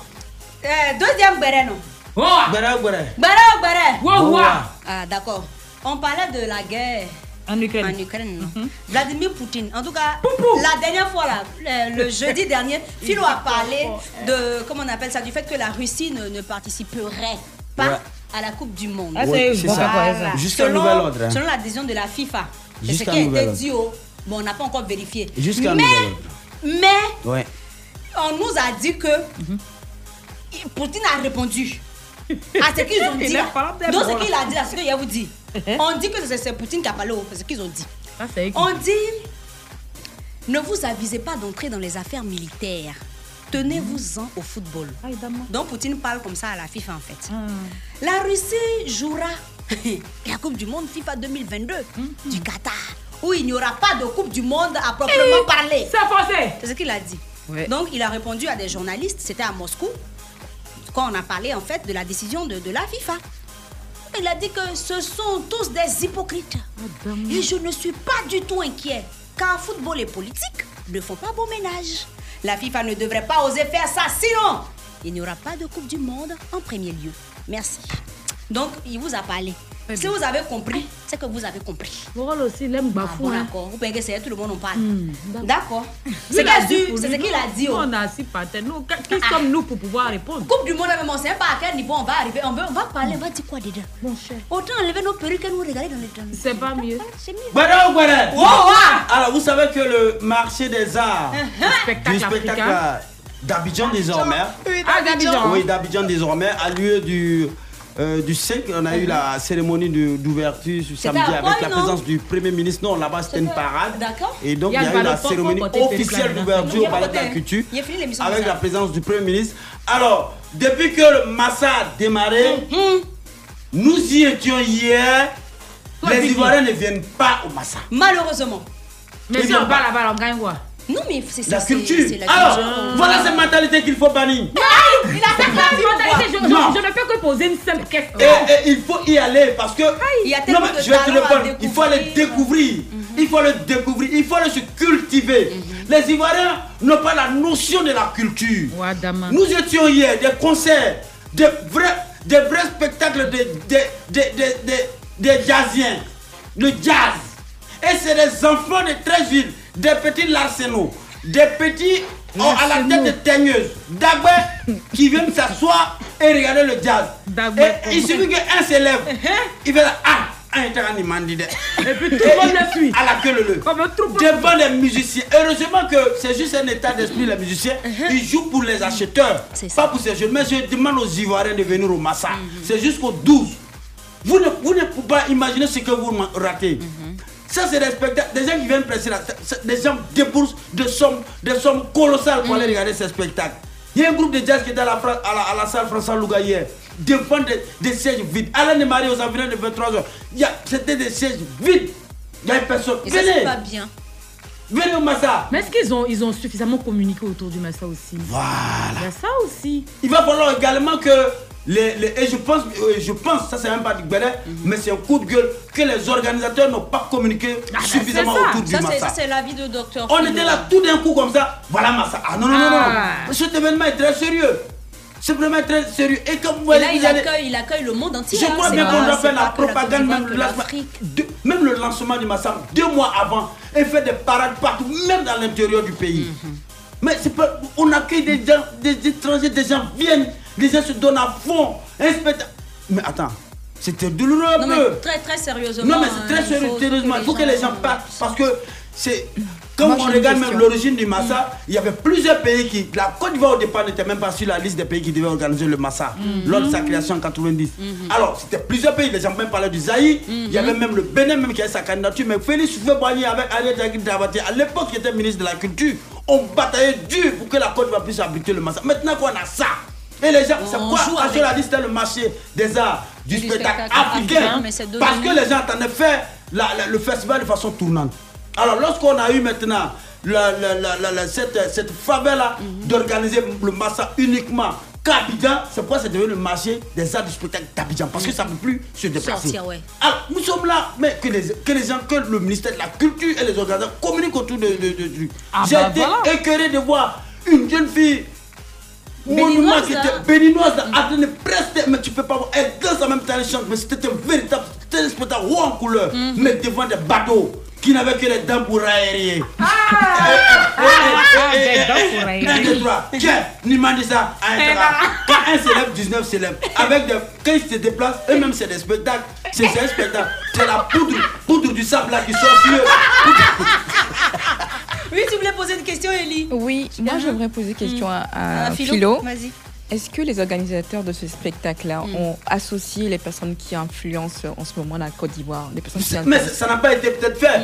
Speaker 7: euh, deuxième béret, non Ah.
Speaker 8: Béré, béré.
Speaker 7: Béret ou béret
Speaker 8: Wow, wow.
Speaker 7: Ah, d'accord. On parlait de la guerre.
Speaker 9: En Ukraine.
Speaker 7: En Ukraine, non.
Speaker 8: Mhm.
Speaker 7: Vladimir Poutine. En tout cas, la dernière fois, là, le- le jeudi dernier, Philo a parlé de, comment on appelle ça, du fait que la Russie ne, ne participerait pas
Speaker 8: Ouais.
Speaker 7: à la Coupe du Monde.
Speaker 8: Ah, c'est Ouais, c'est bon, ça. quoi, ça. Jusqu'à
Speaker 7: Selon-
Speaker 8: nouvel ordre, hein.
Speaker 7: Selon la décision de la FIFA. C'est ce qui
Speaker 8: Jusqu'à
Speaker 7: a été
Speaker 8: nouvel
Speaker 7: dit au... Bon, on n'a pas encore vérifié.
Speaker 8: Jusqu'à
Speaker 7: Mais,
Speaker 8: nouvel
Speaker 7: mais,
Speaker 8: ordre. Ouais.
Speaker 7: on nous a dit que il- Poutine a répondu à ce qu'ils ont
Speaker 9: Il
Speaker 7: dit.
Speaker 9: est pas là,
Speaker 7: Non,
Speaker 9: bon,
Speaker 7: ce qu'il
Speaker 9: là.
Speaker 7: a dit, là, ce que je vous dit.
Speaker 9: Uh-huh.
Speaker 7: On dit que c'est- c'est Poutine qui a parlé, au- c'est ce qu'ils ont dit. On dit ne vous avisez pas d'entrer dans les affaires militaires. Tenez-vous-en au football.
Speaker 9: Ah,
Speaker 7: Donc Poutine parle comme ça à la FIFA en fait. La Russie jouera la Coupe du Monde FIFA 2022
Speaker 9: Mhm.
Speaker 7: du Qatar, où il n'y aura pas de Coupe du Monde à proprement parler.
Speaker 9: Eh, C'est français.
Speaker 7: C'est ce qu'il a dit. Donc il a répondu à des journalistes, c'était à Moscou, quand on a parlé en fait de la décision de, de la FIFA. Il a dit que ce sont tous des hypocrites.
Speaker 9: Oh, ben
Speaker 7: Et je ne suis pas du tout inquiet, car football et politique ne font pas bon ménage. La FIFA ne devrait pas oser faire ça, sinon il n'y aura pas de Coupe du Monde en premier lieu. Merci. Donc, il vous a parlé. Si vous avez compris, c'est que vous avez compris. Ah,
Speaker 9: Morol aussi, l'aime bafou.
Speaker 7: Bon,
Speaker 9: hein.
Speaker 7: d'accord. Vous pouvez essayer, tout le monde en parle.
Speaker 9: Hmm,
Speaker 7: D'accord.
Speaker 9: Lui,
Speaker 7: C'est
Speaker 9: il a dit
Speaker 7: qu'il a
Speaker 9: pour
Speaker 7: dit, c'est
Speaker 9: lui,
Speaker 7: ce qu'il a
Speaker 9: nous,
Speaker 7: dit.
Speaker 9: nous,
Speaker 7: oh.
Speaker 9: On a assis par terre. Nous, qui qui sommes-nous pour pouvoir répondre
Speaker 7: Ah. Coupe du Monde, même, on ne sait pas à quel niveau on va arriver. On va, on va parler, on va dire quoi dedans Mon cher. Autant enlever nos perruques et nous regarder dans les temps. C'est
Speaker 9: pas mieux.
Speaker 7: C'est mieux.
Speaker 8: Béré ou béré
Speaker 7: Wow, wow.
Speaker 8: Alors, vous savez que le marché des arts,
Speaker 7: Uh-huh.
Speaker 9: spectacle
Speaker 8: du spectacle
Speaker 9: africain.
Speaker 8: d'Abidjan désormais, hein.
Speaker 9: Oui, Ah, d'Abidjan. d'Abidjan.
Speaker 8: Oui, d'Abidjan désormais, a lieu du. euh, du 5, on a eu la cérémonie de- d'ouverture ce
Speaker 7: Uh-huh. C'était
Speaker 8: samedi
Speaker 7: à
Speaker 8: avec
Speaker 7: Paris,
Speaker 8: la
Speaker 7: non
Speaker 8: présence du Premier ministre. Non, là-bas, c'était une parade.
Speaker 7: D'accord.
Speaker 8: Et donc, il y a,
Speaker 7: le
Speaker 8: eu la
Speaker 7: ballon
Speaker 8: cérémonie
Speaker 7: fort, fort,
Speaker 8: officielle
Speaker 7: côté
Speaker 8: d'ouverture au
Speaker 7: Pélican,
Speaker 8: palais de la
Speaker 7: hein.
Speaker 8: culture
Speaker 7: Il a fini l'émission.
Speaker 8: avec
Speaker 7: comme ça.
Speaker 8: la présence du Premier ministre. Alors, depuis que le Massa a démarré,
Speaker 9: Mm-hmm.
Speaker 8: nous y étions hier.
Speaker 7: Toi,
Speaker 8: les
Speaker 7: Bibi.
Speaker 8: Ivoiriens ne viennent pas au Massa.
Speaker 7: Malheureusement.
Speaker 8: Mais Ils si on viennent va pas.
Speaker 9: là-bas, on gagne quoi
Speaker 7: Non, mais c'est
Speaker 8: La
Speaker 7: c'est-
Speaker 8: culture.
Speaker 7: c'est la
Speaker 8: Alors,
Speaker 7: culture. Ah,
Speaker 8: voilà cette mentalité qu'il faut bannir.
Speaker 9: Il a cette classe mentalité, je, je-
Speaker 8: Non. Eh,
Speaker 9: je ne peux que poser une simple question.
Speaker 8: Et, et il faut y aller parce que.
Speaker 9: Il y a
Speaker 8: non,
Speaker 9: tellement
Speaker 8: mais
Speaker 9: de
Speaker 8: je vais te
Speaker 9: talents à Mm-hmm.
Speaker 8: répondre. Il faut le découvrir. Il faut le découvrir. Il faut le se cultiver. Les Ivoiriens n'ont pas la notion de la culture. Nous étions hier des concerts, des vrais, des vrais spectacles de, de, de, de- de- de jazziens, le jazz. Et c'est des enfants de 13 villes, des petits larcenaux, des petits oh, à la tête de teigneuses, d'abord qui viennent s'asseoir et regarder le jazz. Et il suffit qu'un s'élève, il fait là, ah, an ye taga nin man di dɛ
Speaker 9: Uh-huh. et puis tout le monde le suit
Speaker 8: à la queue leu leu devant les musiciens heureusement que c'est juste un état d'esprit les musiciens
Speaker 9: Uh-huh.
Speaker 8: ils jouent pour les acheteurs pas pour ces jeunes mais je demande aux Ivoiriens de venir au Massa
Speaker 9: Mm-hmm.
Speaker 8: c'est jusqu'au 12 vous ne, vous ne pouvez pas imaginer ce que vous ma- ratez ça c'est des spectacles des gens qui viennent presser là c'est- c'est- des gens déboursent des sommes des sommes colossales pour aller regarder ces spectacles il y a un groupe de jazz qui était à la, Fran- à la, à la salle François Louga hier, devant des, des sièges vides. Alain et Marie aux environs de 23h, il y a- c'était des sièges vides. Il n'y avait personne.
Speaker 27: Et ça, c'est
Speaker 8: Venez,
Speaker 27: pas bien.
Speaker 8: venez au Massa.
Speaker 9: Mais est-ce qu'ils ont, ils ont suffisamment communiqué autour du Massa aussi
Speaker 8: Voilà.
Speaker 9: Il y a ça aussi.
Speaker 8: Il va falloir également que. Les, les- et je pense, euh, je pense, ça c'est même pas du Bénin, mais c'est un coup de gueule que les organisateurs n'ont pas communiqué suffisamment autour du
Speaker 7: ben, ça, c'est-
Speaker 8: Massa.
Speaker 7: ça, c'est l'avis de docteur.
Speaker 8: On était là tout d'un coup comme ça, voilà Massa. Ah non, non, non, non,
Speaker 7: Ah.
Speaker 8: non. Cet événement est très sérieux. Cet événement est très sérieux. Et comme vous
Speaker 7: Et
Speaker 8: voyez,
Speaker 7: là, il
Speaker 8: vous allez-
Speaker 7: accueille, il accueille le monde entier.
Speaker 8: Je
Speaker 7: hein.
Speaker 8: crois
Speaker 7: C'est
Speaker 8: bien qu'on
Speaker 7: pas-
Speaker 8: doit
Speaker 7: c'est
Speaker 8: faire la
Speaker 7: pas que
Speaker 8: propagande,
Speaker 7: Côte
Speaker 8: même,
Speaker 7: d'Ivoire,
Speaker 8: la-
Speaker 7: que l'Afrique.
Speaker 8: de- même le lancement du massacre, deux mois avant, et faire des parades partout, même dans l'intérieur du pays.
Speaker 7: Mhm.
Speaker 8: Mais c'est pas, on accueille des gens, des étrangers, des gens viennent, les gens se donnent à fond. Un spectacle. Mais attends, c'était douloureux un
Speaker 7: Non,
Speaker 8: peu.
Speaker 7: mais très, très sérieusement.
Speaker 8: Non, mais c'est très
Speaker 7: hein,
Speaker 8: sérieux,
Speaker 7: il faut-
Speaker 8: sérieusement. Il faut que les gens partent parce que c'est. Quand
Speaker 7: Moi, j'ai
Speaker 8: on
Speaker 7: une
Speaker 8: regarde même
Speaker 7: question.
Speaker 8: l'origine du Massa, il y avait plusieurs pays qui. La Côte d'Ivoire au départ n'était même pas sur la liste des pays qui devaient organiser le Massa
Speaker 7: Mm.
Speaker 3: Mhm.
Speaker 8: lors de sa création en 90. Alors, c'était plusieurs pays. Les gens même parlaient du Zaïre.
Speaker 7: Mm.
Speaker 8: Il y avait même le Bénin même qui avait sa candidature. Mais Félix Soufé-Boigny avec Ariel Dagui Dabaté, à l'époque, qui était ministre de la Culture, on bataillait dur pour que la Côte d'Ivoire puisse habiter le Massa. Maintenant qu'on a ça, et les gens, c'est quoi
Speaker 7: joue
Speaker 8: Parce que
Speaker 7: avec.
Speaker 8: la liste est le marché des arts, du,
Speaker 7: Du
Speaker 8: spectacle,
Speaker 7: spectacle africain,
Speaker 8: africain.
Speaker 7: mais c'est devenu-
Speaker 8: Parce que les gens attendaient faire la- la- le festival de façon tournante. Alors lorsqu'on a eu maintenant la- la- la- la- la- cette, cette faveur-là d'organiser le massacre uniquement qu'Abidjan, c'est pourquoi c'est devenu le marché des arts du spectacle d'Abidjan. Parce que ça ne peut plus se déplacer.
Speaker 7: Sortir, ouais.
Speaker 8: Alors, nous sommes là, mais que les, que les gens, que le ministère de la Culture et les organisateurs communiquent autour de, de, de- du-
Speaker 3: Ah
Speaker 8: J'ai
Speaker 3: bah
Speaker 8: été
Speaker 3: voilà.
Speaker 8: écœuré de voir une jeune fille
Speaker 3: Béninoise,
Speaker 8: monument qui était
Speaker 3: hein.
Speaker 8: béninoise, là, en train de presser, mais tu peux pas voir. Elle danse en même temps, elle chante, mais c'était un véritable c'était un spectacle haut en couleur,
Speaker 3: Mm.
Speaker 8: mais devant des bateaux qui n'avaient que les dents pour aérer. Eh, eh, eh, eh, eh, un, deux, trois. Tiens, ni m'a dit ça à un drap. Quand un célèbre, 19 célèbres. Avec des. Quand ils se déplacent, eux-mêmes, c'est des spectacles. C'est c'est un spectacle. C'est la poudre, poudre du sable là qui sort sur eux.
Speaker 7: Oui, tu voulais poser une question, Ellie
Speaker 11: Oui, moi j'aimerais poser une question à, à
Speaker 7: Ah, Philo,
Speaker 11: Philo.
Speaker 7: vas-y.
Speaker 11: Est-ce que les organisateurs de ce spectacle-là
Speaker 7: Mm.
Speaker 11: ont associé les personnes qui influencent en ce moment la Côte d'Ivoire les personnes qui
Speaker 8: Mais ça ça n'a pas été peut-être fait.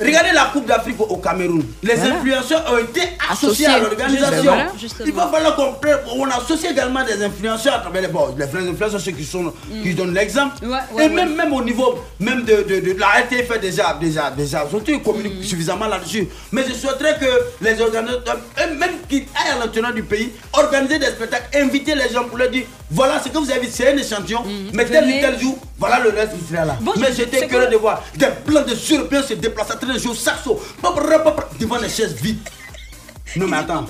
Speaker 8: Regardez la Coupe d'Afrique au- au Cameroun. Les
Speaker 11: Voilà.
Speaker 8: influenceurs ont été associés
Speaker 11: Associés.
Speaker 8: à l'organisation.
Speaker 11: Justement. Voilà.
Speaker 8: Il va falloir qu'on prenne- on associe également des influenceurs à travers les bords. Les vrais influenceurs, ceux qui, sont, qui donnent l'exemple.
Speaker 3: ouais,
Speaker 8: Et même, même au niveau même de, de, de- la RTF fait déjà, déjà, déjà, surtout, ils communiquent suffisamment là-dessus. Mais je souhaiterais que les organisateurs, eux-mêmes qui aillent à l'intérieur du pays, organiser des spectacles, inviter les gens pour leur dire voilà ce que vous avez, c'est un échantillon, mais tel
Speaker 3: Venez.
Speaker 8: ou tel jour, voilà le reste qui sera là.
Speaker 3: Bon,
Speaker 8: mais
Speaker 3: je-
Speaker 8: j'étais
Speaker 3: c'est
Speaker 8: curieux
Speaker 3: que-
Speaker 8: de voir des plans de Européens se déplacent à train de jouer au saxo, pop, rap, pop, devant les chaises vides. Non mais attends.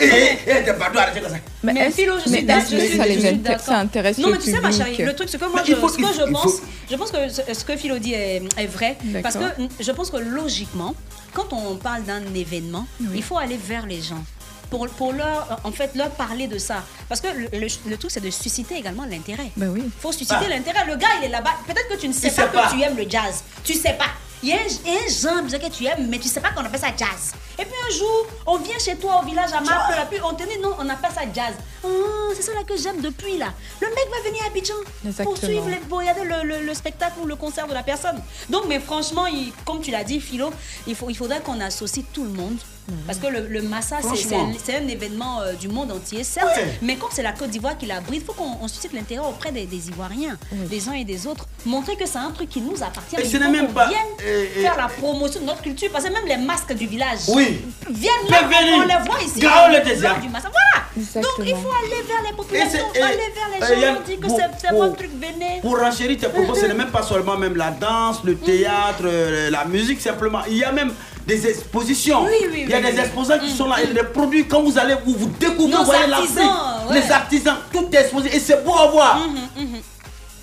Speaker 8: Eh, Et, des badauds arrêtés comme ça.
Speaker 11: Mais est-ce
Speaker 7: Philo, je
Speaker 11: mais
Speaker 7: suis d'accord,
Speaker 11: est-ce
Speaker 7: je
Speaker 11: que
Speaker 7: suis-
Speaker 11: ça
Speaker 7: je
Speaker 11: les
Speaker 7: suis
Speaker 11: inter-
Speaker 7: d'accord.
Speaker 11: ça intéresse
Speaker 7: Non,
Speaker 11: le
Speaker 7: mais tu sais, ma
Speaker 11: public
Speaker 7: chérie, le truc, c'est que moi,
Speaker 11: Mais
Speaker 7: je,
Speaker 11: il faut-
Speaker 7: ce que
Speaker 11: il
Speaker 7: je
Speaker 11: faut-
Speaker 7: pense, je pense que ce ce que Philo dit est, est vrai. Parce
Speaker 11: D'accord.
Speaker 7: que mm, je pense que logiquement, quand on parle d'un événement, il faut aller vers les gens. Pour, pour leur, en fait, leur parler de ça. Parce que le, le- le truc, c'est de susciter également l'intérêt.
Speaker 11: Ben oui.
Speaker 7: faut susciter
Speaker 11: Ah.
Speaker 7: l'intérêt. Le gars, il est là-bas. Peut-être que tu ne sais
Speaker 11: Il
Speaker 7: pas
Speaker 11: sait
Speaker 7: que
Speaker 11: pas.
Speaker 7: tu aimes le jazz. Tu sais pas. Il y a un, il y a un genre de musique que tu aimes, mais tu sais pas qu'on appelle ça jazz. Et puis un jour, on vient chez toi au village à Marple, puis on te dit non, on appelle ça jazz. Ah, c'est ça là que j'aime depuis là. Le mec va venir à Abidjan
Speaker 11: Exactement.
Speaker 7: pour suivre, les- pour regarder le, le- le spectacle ou le concert de la personne. Donc, mais franchement, il- comme tu l'as dit, Philo, il, faut, il faudrait qu'on associe tout le monde. Parce que le, le Massa, c'est- c'est
Speaker 11: Franchement.
Speaker 7: un- c'est un événement euh, du monde entier, certes,
Speaker 11: Ouais.
Speaker 7: mais comme c'est la Côte d'Ivoire qui l'abrite, il faut qu'on on suscite l'intérêt auprès des, des Ivoiriens, des uns et des autres, montrer que c'est un truc qui nous appartient.
Speaker 8: Et
Speaker 7: mais
Speaker 8: ce
Speaker 7: il
Speaker 8: n'est
Speaker 7: faut
Speaker 8: même
Speaker 7: qu'on
Speaker 8: pas-
Speaker 7: vienne
Speaker 8: euh, euh,
Speaker 7: faire la promotion de notre culture, parce que même les masques du village
Speaker 8: Oui.
Speaker 7: viennent là,
Speaker 8: Peuvent venir.
Speaker 7: on les voit ici.
Speaker 8: Gao le
Speaker 7: lors
Speaker 8: désert.
Speaker 7: du Massa. Voilà. Donc il
Speaker 11: Exactement.
Speaker 7: faut aller vers les populations,
Speaker 8: Et c'est- et-
Speaker 7: aller vers les
Speaker 8: euh,
Speaker 7: gens,
Speaker 8: Yann,
Speaker 7: leur dire que
Speaker 8: pour-
Speaker 7: c'est c'est
Speaker 8: pour-
Speaker 7: votre truc, venez.
Speaker 8: Pour renchérir tes propos, ce n'est même pas seulement même la danse, le théâtre, euh, la musique, simplement. Il y a même des expositions.
Speaker 3: Oui, oui,
Speaker 8: Il y a
Speaker 3: oui,
Speaker 8: des
Speaker 3: oui.
Speaker 8: exposants qui sont là. Et des produits, quand vous allez, vous, vous découvrez,
Speaker 3: Nos
Speaker 8: vous voyez
Speaker 3: artisans,
Speaker 8: l'Afrique.
Speaker 3: ouais. Mm.
Speaker 8: Les artisans, tout est exposé. Et c'est beau à voir.
Speaker 7: Mmh,